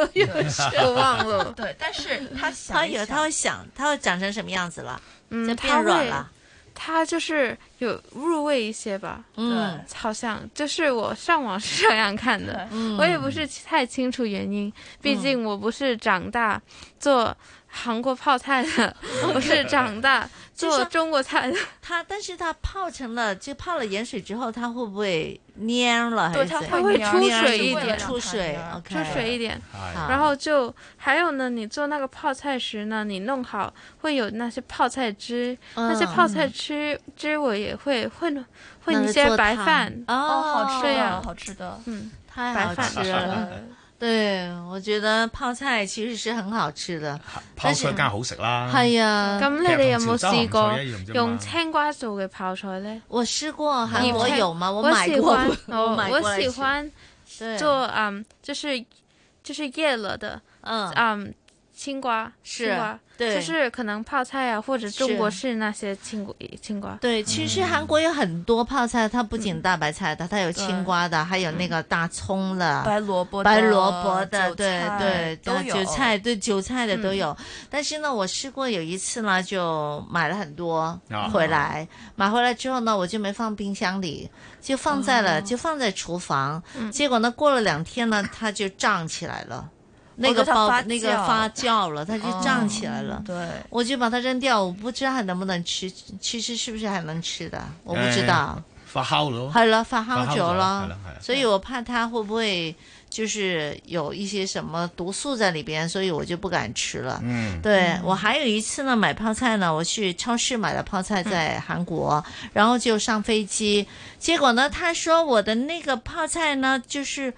Speaker 19: 我忘了
Speaker 17: 对，但是他想
Speaker 3: 它
Speaker 17: 一
Speaker 3: 嗯有
Speaker 17: 想
Speaker 3: 它会想，它会长成什么样子了？
Speaker 19: 嗯
Speaker 3: 就，
Speaker 19: 它
Speaker 3: 变软
Speaker 19: 会
Speaker 3: 了。，
Speaker 19: 它就是有入味一些吧，
Speaker 3: 嗯，
Speaker 19: 好像就是我上网是这样看的，
Speaker 3: 嗯
Speaker 19: 我也不是太清楚原因，毕竟我不是长大做韩国泡菜的， 我是长大
Speaker 3: 嗯 就是
Speaker 19: 做中国菜的，
Speaker 3: 它，但是它泡成了，就泡了盐水之后，它会不会蔫了？
Speaker 19: 对
Speaker 3: 还是
Speaker 19: 它
Speaker 3: 怎
Speaker 19: 会
Speaker 3: 样
Speaker 19: 出
Speaker 3: 蔫
Speaker 19: 水
Speaker 3: 是
Speaker 19: 一
Speaker 3: 为了
Speaker 19: 点
Speaker 3: 啊出水，OK，
Speaker 19: 出水一点
Speaker 3: 好，
Speaker 19: 然后就还有呢，你做那个泡菜时呢，你弄好会有那些泡菜汁，
Speaker 3: 嗯
Speaker 19: 那些泡菜汁汁我也会混混一
Speaker 3: 那
Speaker 19: 些
Speaker 3: 做
Speaker 19: 白
Speaker 3: 汤
Speaker 19: 饭
Speaker 3: 哦，好
Speaker 19: 对呀，
Speaker 17: 好吃的，
Speaker 19: 嗯，
Speaker 3: 太
Speaker 19: 白
Speaker 3: 好
Speaker 19: 饭
Speaker 3: 吃了。 对，我覺得泡菜其實是很好吃的，
Speaker 18: 泡菜梗係好食啦。
Speaker 3: 係啊。
Speaker 19: 咁你哋有冇
Speaker 18: 其
Speaker 19: 試過
Speaker 18: 實同潮州鹹菜一樣啫嘛
Speaker 19: 用青瓜做嘅泡菜呢？
Speaker 3: 我試過，韓國
Speaker 19: 你
Speaker 3: 有嗎？我
Speaker 19: 我
Speaker 3: 買
Speaker 19: 喜
Speaker 3: 過
Speaker 19: 歡，
Speaker 3: 我買過
Speaker 19: 我
Speaker 3: 來
Speaker 19: 喜
Speaker 3: 吃
Speaker 19: 歡
Speaker 3: 對
Speaker 19: 做嗯，就是就是叶了的，
Speaker 3: 嗯
Speaker 19: 青瓜，
Speaker 3: 是
Speaker 19: 青瓜
Speaker 3: 對
Speaker 19: 就是可能泡菜啊，或者中国
Speaker 3: 是
Speaker 19: 式那些青瓜青瓜，
Speaker 3: 对，其实韩国有很多泡菜，它不
Speaker 19: 嗯
Speaker 3: 仅大白菜的，它有青瓜的，还有那个大葱的、
Speaker 17: 白萝卜的
Speaker 3: 白萝卜的，
Speaker 17: 韭
Speaker 3: 对
Speaker 17: 菜
Speaker 3: 对，
Speaker 17: 都
Speaker 3: 呃
Speaker 17: 有嗯
Speaker 3: 韭菜对韭菜的都有。但是呢，我试过有一次呢，就买了很多
Speaker 17: 啊
Speaker 3: 回来，买回来之后呢，我就没放冰箱里，就放在
Speaker 17: 哦
Speaker 3: 了就放在厨房。结果呢，过了两天呢，它就胀起来了。那
Speaker 17: 嗯
Speaker 3: 个
Speaker 17: 哦它
Speaker 3: 包
Speaker 17: 发
Speaker 3: 那个
Speaker 17: 酵哦
Speaker 3: 发酵了，它就胀起来了。
Speaker 17: 对，
Speaker 3: 我就把它扔掉，我不知道还能不能吃，其实是不是还能吃的，我不
Speaker 17: 哎
Speaker 3: 知道。
Speaker 18: 誒發酵咯，
Speaker 3: 係啦，發酵
Speaker 18: 發
Speaker 3: 咗
Speaker 18: 係啦
Speaker 3: 啦
Speaker 18: 係啦，。
Speaker 3: 所以我怕它會不會就是有一些什麼毒素在里边，所以我就不敢吃了。
Speaker 18: 嗯
Speaker 3: 对我还有一次呢，买泡菜呢，我去超市买了泡菜，在韩国，然后就上飞机，结果呢，他说我的那个泡菜呢，就是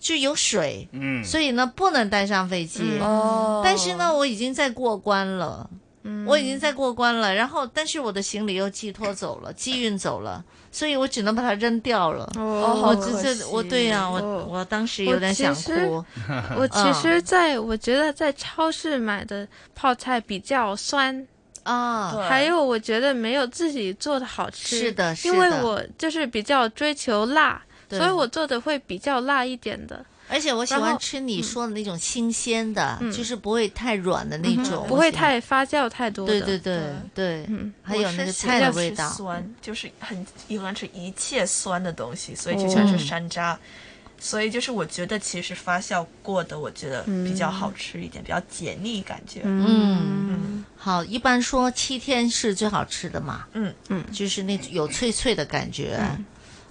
Speaker 3: 就有水，
Speaker 16: 嗯
Speaker 3: 所以呢不能带上飞机。
Speaker 16: 嗯哦
Speaker 3: 但是呢，我已经在过关了。
Speaker 19: 嗯
Speaker 3: 我已经在过关了，然后但是我的行李又寄托走 了，寄运走了，所以我只能把它扔掉了。
Speaker 19: 哦
Speaker 3: 我
Speaker 19: 好可
Speaker 3: 这
Speaker 19: 惜
Speaker 3: 这我对呀、我、
Speaker 19: 哦
Speaker 3: 我当时
Speaker 19: 我
Speaker 3: 有点
Speaker 19: 其
Speaker 3: 想
Speaker 19: 实
Speaker 3: 哭。
Speaker 19: 我其
Speaker 3: 嗯
Speaker 19: 实在，我觉得在超市买的泡菜比较酸
Speaker 3: 啊
Speaker 17: 对
Speaker 19: 还有我觉得没有自己做的好吃。
Speaker 3: 是的是
Speaker 19: 因为
Speaker 3: 的
Speaker 19: 我就是比较追求辣，
Speaker 3: 对
Speaker 19: 所以我做的会比较辣一点的。
Speaker 3: 而且我喜
Speaker 19: 然
Speaker 3: 欢
Speaker 19: 后
Speaker 3: 吃你说的那种新鲜的，就是不会太软的那
Speaker 19: 嗯
Speaker 3: 种，
Speaker 19: 不
Speaker 3: 我
Speaker 19: 会
Speaker 3: 喜欢
Speaker 19: 太发酵太多
Speaker 3: 对
Speaker 19: 的。嗯
Speaker 3: 对对对，还
Speaker 17: 我
Speaker 3: 有
Speaker 17: 是
Speaker 3: 那个
Speaker 17: 喜
Speaker 3: 菜
Speaker 17: 欢
Speaker 3: 的
Speaker 17: 吃
Speaker 3: 味道，
Speaker 17: 酸就是很喜欢吃一切酸的东西，所以
Speaker 3: 哦
Speaker 17: 就像是山楂。所以就是我觉得其实发酵过的，我觉得比较好吃一点，比较解腻感觉。
Speaker 3: 嗯，好，一般说七天是最好吃的嘛，
Speaker 17: 嗯
Speaker 19: 嗯，
Speaker 3: 就是那有脆脆的感觉，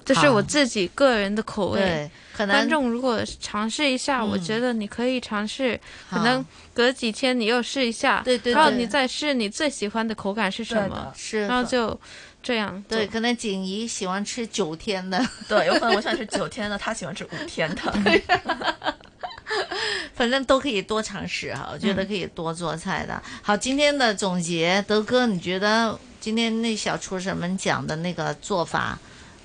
Speaker 19: 这是我
Speaker 3: 好
Speaker 19: 自己个人的口味
Speaker 3: 对。可能
Speaker 19: 观众如果尝试一下，
Speaker 3: 嗯
Speaker 19: 我觉得你可以尝试，
Speaker 3: 好
Speaker 19: 可能隔几天你又试一下，
Speaker 3: 对对
Speaker 19: 然后
Speaker 3: 对
Speaker 19: 你再试你最喜欢的口感是什
Speaker 3: 对
Speaker 19: 么
Speaker 3: 的，是
Speaker 19: 然后
Speaker 3: 的
Speaker 19: 就这样做。
Speaker 3: 对，可能锦怡喜欢吃九天 的，
Speaker 17: 对，有可能我喜欢吃九天的，他喜欢吃 五天的。
Speaker 3: 反正都可以多尝试哈，我觉
Speaker 19: 嗯
Speaker 3: 得可以多做菜的。好，今天的总结，德哥，你觉得今天那小厨师们讲的那个做法，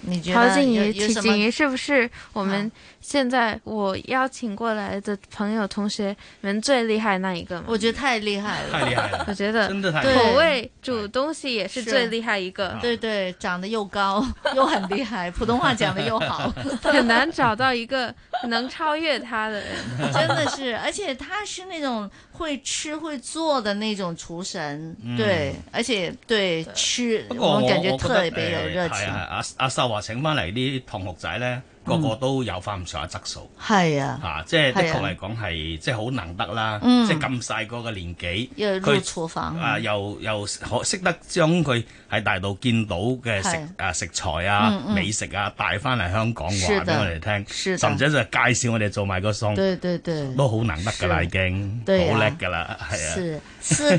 Speaker 3: 你觉
Speaker 19: 陶
Speaker 3: 得
Speaker 19: 静
Speaker 3: 有
Speaker 19: 怡，
Speaker 3: 有
Speaker 19: 请
Speaker 3: 什
Speaker 19: 静怡
Speaker 3: 么？
Speaker 19: 是不是我们现在我邀请过来的朋友同学们最厉害那一个吗？
Speaker 3: 我觉得太厉害了，
Speaker 19: 太厉害了 我觉得
Speaker 3: 真的
Speaker 19: 太厉害了口味煮东西也是最厉害一个
Speaker 3: 对对，长得又高 又很厉害，普通话讲的又好，，
Speaker 19: 很难找到一个能超越他的人
Speaker 3: 真的是，而且他是那种会吃会做的那种厨神，
Speaker 18: 嗯
Speaker 3: 对，而且对吃，
Speaker 18: 不過
Speaker 3: 我
Speaker 18: 我
Speaker 3: 們感
Speaker 18: 我
Speaker 3: 觉
Speaker 18: 覺
Speaker 3: 特
Speaker 18: 得
Speaker 3: 别有
Speaker 18: 誒
Speaker 3: 热
Speaker 18: 係
Speaker 3: 情。
Speaker 18: 啊阿阿秀華請翻嚟啲同學仔咧，個個都有翻咁上下質素。
Speaker 3: 係啊
Speaker 18: 嚇，即係的
Speaker 3: 係啊
Speaker 18: 確嚟講係即係好難得啦，
Speaker 3: 嗯
Speaker 18: 即係咁細個嘅年紀，
Speaker 3: 又入廚房
Speaker 18: 啊，又又可識得將佢喺大陸見到嘅食
Speaker 3: 係
Speaker 18: 啊食材啊
Speaker 3: 嗯、嗯
Speaker 18: 美食啊帶翻嚟香港
Speaker 3: 是
Speaker 18: 話
Speaker 3: 的
Speaker 18: 俾我哋
Speaker 3: 是
Speaker 18: 聽，
Speaker 3: 的
Speaker 18: 甚至就介紹我哋做埋個餸，
Speaker 3: 對對對
Speaker 18: 都好難得㗎啦，
Speaker 3: 是
Speaker 18: 已經
Speaker 3: 對啊
Speaker 18: 好叻㗎啦，係啊，
Speaker 3: 是 是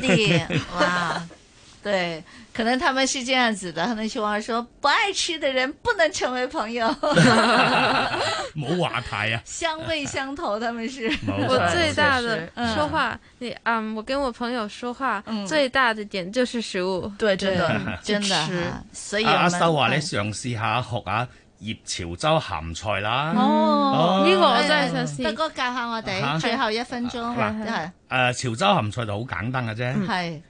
Speaker 3: 的，哇，对，可能他们是这样子的。那句话说，不爱吃的人不能成为朋 友，
Speaker 18: 冇話題啊，
Speaker 3: 相味相投，他们是。
Speaker 18: 冇
Speaker 19: 我最大的
Speaker 3: 嗯
Speaker 19: 说话，你嗯，我跟我朋友说话最大的点就是食物，
Speaker 17: 对，
Speaker 18: 真的
Speaker 3: 真的哈，所以
Speaker 18: 啊阿
Speaker 3: 我
Speaker 18: 阿
Speaker 3: 们哎
Speaker 18: 秀話你嘗試下學下。醃潮州鹹菜啦。
Speaker 3: 哦，
Speaker 19: 呢個我真係想試。
Speaker 3: 不過教下我哋，
Speaker 18: 嚇
Speaker 3: 最後一分鐘
Speaker 18: 嗱
Speaker 3: 係
Speaker 18: 誒潮州鹹菜就好簡單嘅啫，
Speaker 3: 係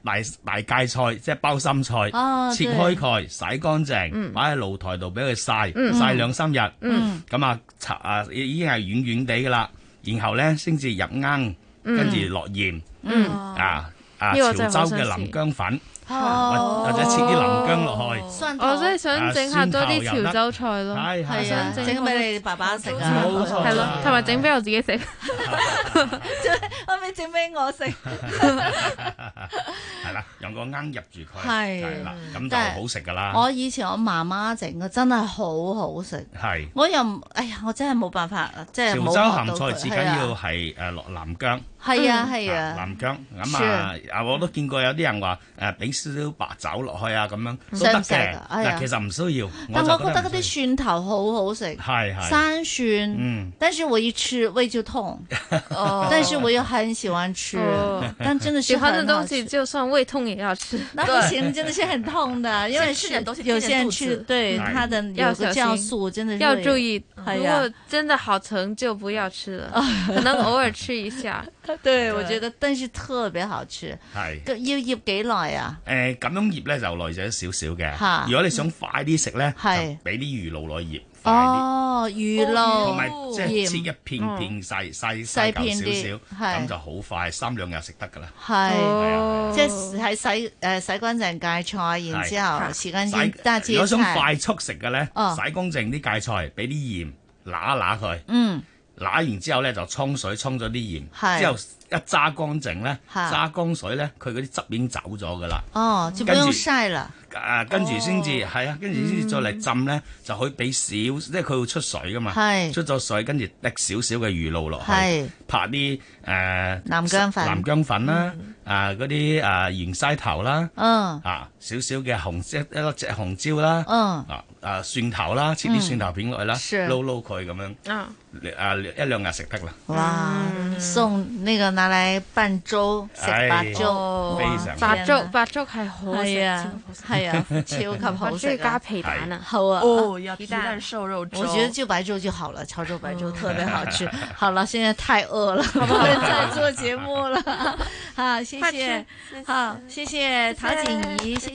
Speaker 18: 大大芥菜即係包心菜
Speaker 3: 哦，
Speaker 18: 切
Speaker 3: 對
Speaker 18: 開蓋，洗乾淨，
Speaker 3: 嗯
Speaker 18: 擺喺露台度俾佢曬，
Speaker 3: 嗯
Speaker 18: 曬兩三日，
Speaker 3: 嗯
Speaker 18: 咁啊擦啊已已經係軟軟地噶啦，然後咧先至入罌，
Speaker 19: 嗯
Speaker 18: 跟住落鹽，
Speaker 19: 嗯
Speaker 18: 啊啊
Speaker 19: 呢
Speaker 18: 潮
Speaker 19: 個真係好
Speaker 18: 州嘅
Speaker 19: 想
Speaker 18: 淋
Speaker 19: 試
Speaker 18: 姜粉，
Speaker 19: 哦
Speaker 18: 或或者啊切啲淋姜落去，啊
Speaker 3: 哦
Speaker 19: 我真係哦想整下多啲潮州菜咯，
Speaker 18: 係係
Speaker 19: 我想整
Speaker 3: 整俾你爸爸食啊，
Speaker 18: 啊冇錯
Speaker 19: 係咯，同埋整俾我自己 食。
Speaker 3: 可唔可以整俾我 食？
Speaker 18: 係啦，用個罌入住佢，
Speaker 3: 係
Speaker 18: 係啦，咁就
Speaker 3: 但係
Speaker 18: 好食噶啦。
Speaker 3: 我以前我媽媽整嘅真係好好食，
Speaker 18: 係
Speaker 3: 我又唔哎呀，我真係冇辦法，即係
Speaker 18: 潮
Speaker 3: 冇
Speaker 18: 州鹹菜至
Speaker 3: 學到佢
Speaker 18: 緊要
Speaker 3: 係啊
Speaker 18: 係誒落南姜，
Speaker 3: 係啊係啊
Speaker 18: 南姜咁啊啊！我都見過有啲人話誒俾少少白酒落去啊咁樣都得
Speaker 3: 使唔使
Speaker 18: 嘅
Speaker 3: 㗎，哎呀
Speaker 18: 但其實唔需要。
Speaker 3: 但我
Speaker 18: 我
Speaker 3: 覺得嗰啲蒜頭好好食，
Speaker 18: 係係
Speaker 3: 生蒜
Speaker 18: 嗯，
Speaker 3: 但是我一吃胃就痛，
Speaker 19: 哦
Speaker 3: 但是我又很喜歡吃
Speaker 19: 哦，
Speaker 3: 但真的
Speaker 19: 喜
Speaker 3: 是
Speaker 19: 歡的
Speaker 3: 很好
Speaker 19: 東
Speaker 3: 吃
Speaker 19: 西就算胃痛也要吃，
Speaker 3: 那不行，真的是很痛的，因为
Speaker 19: 先吃
Speaker 3: 是
Speaker 19: 点东西
Speaker 3: 有
Speaker 19: 垫
Speaker 3: 些人
Speaker 19: 肚
Speaker 3: 吃
Speaker 19: 子
Speaker 3: 对
Speaker 19: 嗯
Speaker 3: 它的
Speaker 19: 要
Speaker 3: 有
Speaker 19: 小
Speaker 3: 个酵
Speaker 19: 心
Speaker 3: 素真的是
Speaker 19: 要
Speaker 3: 会
Speaker 19: 注意。
Speaker 3: 哎
Speaker 19: 如
Speaker 3: 呀
Speaker 19: 果真的好疼就不要吃了， 可能偶尔吃一下。
Speaker 3: 对，我覺得，但是特別好吃。
Speaker 18: 係
Speaker 3: 要醃幾耐啊？
Speaker 18: 誒咁樣醃咧就耐咗少少
Speaker 3: 嚇
Speaker 18: 嘅。如果你想快啲食咧，
Speaker 3: 係
Speaker 18: 就俾啲魚露落去醃，快啲。
Speaker 3: 哦，魚露，
Speaker 18: 同埋即係切一片
Speaker 3: 鹽
Speaker 18: 片細細
Speaker 3: 細
Speaker 18: 細
Speaker 3: 片啲
Speaker 18: 嚿少少，
Speaker 3: 係
Speaker 18: 咁就好快，三兩日食得㗎啦。啊
Speaker 3: 係，哦即係洗誒洗乾淨芥菜，然之後洗乾
Speaker 18: 洗
Speaker 3: 淨大
Speaker 18: 如
Speaker 3: 芥
Speaker 18: 果想
Speaker 3: 菜，
Speaker 18: 快速食嘅咧，
Speaker 3: 哦
Speaker 18: 洗乾淨啲芥菜，俾啲鹽揦一揦佢，
Speaker 3: 嗯，
Speaker 18: 揦完之後咧就沖水沖咗啲
Speaker 3: 係
Speaker 18: 鹽，之後一揸乾淨咧，
Speaker 3: 嚇
Speaker 18: 揸乾水咧，佢嗰啲汁已經走咗噶啦。
Speaker 3: 哦，就不
Speaker 18: 跟
Speaker 3: 用
Speaker 18: 住
Speaker 3: 曬啦。
Speaker 18: 啊，跟住先至係啊，跟住
Speaker 3: 嗯
Speaker 18: 先至再嚟浸咧，就可以俾少，即係佢會出水噶嘛，
Speaker 3: 係
Speaker 18: 出咗水，跟住滴少少嘅魚露落去
Speaker 3: 係，
Speaker 18: 拍啲誒
Speaker 3: 南姜粉
Speaker 18: 南姜粉啦，啊嗰啲啊芫茜頭啦，
Speaker 3: 嗯
Speaker 18: 啊少少嘅紅椒一粒隻紅椒啦，
Speaker 7: 哦
Speaker 3: 嗯
Speaker 18: 啊啊蒜頭啦，切啲蒜頭片落去啦，
Speaker 3: 是
Speaker 18: 撈撈佢咁
Speaker 19: 樣，
Speaker 18: 啊一兩日食得啦，
Speaker 3: 哇！送那個拿來拌粥，食白
Speaker 18: 哎
Speaker 19: 哦
Speaker 3: 粥，
Speaker 18: 非
Speaker 3: 哇
Speaker 18: 常
Speaker 19: 白粥
Speaker 3: 天啊
Speaker 19: 白粥係好食，
Speaker 3: 係啊 係啊，超級好食
Speaker 19: 白粥
Speaker 3: 啊！
Speaker 19: 加皮蛋
Speaker 14: 哎
Speaker 19: 啊，
Speaker 3: 好啊，
Speaker 17: 哦，要皮蛋瘦肉粥，
Speaker 3: 我觉得就白粥就好了，潮州白粥
Speaker 19: 嗯
Speaker 3: 特别好 吃。好了，现在太饿了，不能再做节目了。 好，谢
Speaker 14: 快
Speaker 3: 谢
Speaker 14: 吃，
Speaker 3: 好，谢谢陶锦怡，谢谢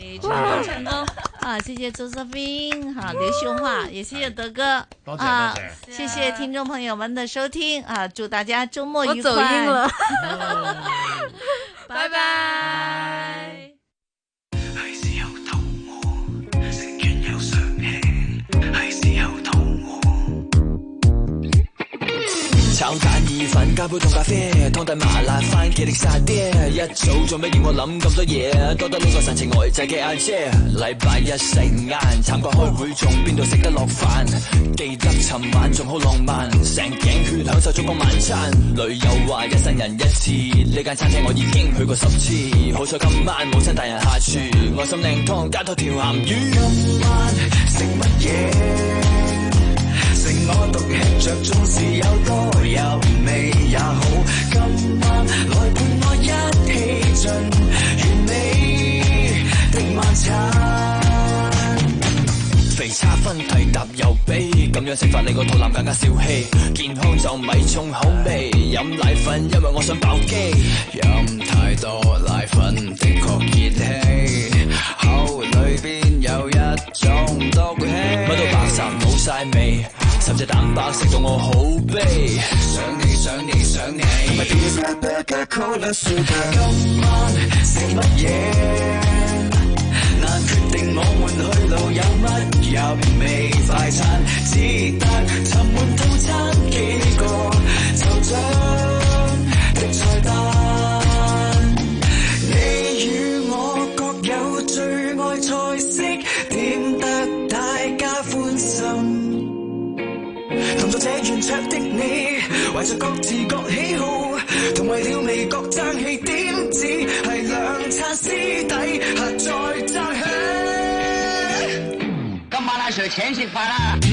Speaker 3: 你成功成功。啊，谢谢周泽斌，好，刘秀华，也谢谢德哥，
Speaker 14: 多谢
Speaker 3: 啊
Speaker 14: 多谢
Speaker 3: 谢谢听众朋友们的收听啊，祝大家周末
Speaker 19: 我
Speaker 3: 愉快。
Speaker 19: 走音了，
Speaker 3: 拜拜。
Speaker 7: 係時候肚餓，食完又想輕，係時候肚餓。
Speaker 22: 炒蛋意粉加杯凍咖啡，湯底麻辣番茄定沙爹。一早做咩叫我諗咁多嘢？多得呢個神情呆滯嘅阿姐。禮拜一食晏，慘過開會，仲邊度食得落飯？記得尋晚仲好浪漫，成頸血享受燭光晚餐。女友話一生人一次，呢間餐廳我已經去過十次。好彩今晚母親大人下廚，愛心靚湯加多條鹹魚。今晚食乜嘢？
Speaker 7: 剩我獨吃着，縱是有多有味也好，今晚來伴我一起盡完美的晚餐。
Speaker 22: 肥叉分蹄搭油髀，咁樣食法你個肚腩更加小氣。健康就咪重口味，飲奶粉因為我想爆肌。
Speaker 23: 飲太多奶粉的確熱氣，口裏邊有一種毒
Speaker 22: 乜
Speaker 23: 氣。
Speaker 22: 都白烚冇晒味，甚至蛋白食到我好悲。想你想你想你，咪點
Speaker 7: Pizza, burger, cola, sugar。今晚食乜嘢？難決定我們去路有乜入味快餐，只得沉悶套餐幾個就將的菜單。你與我各有最愛菜式，點得大家歡心。同在這圓桌的你，懷着各自各喜好，同為了味覺爭氣，點止係兩餐私底下再爭氣。今晚阿 Sir 請食飯啦！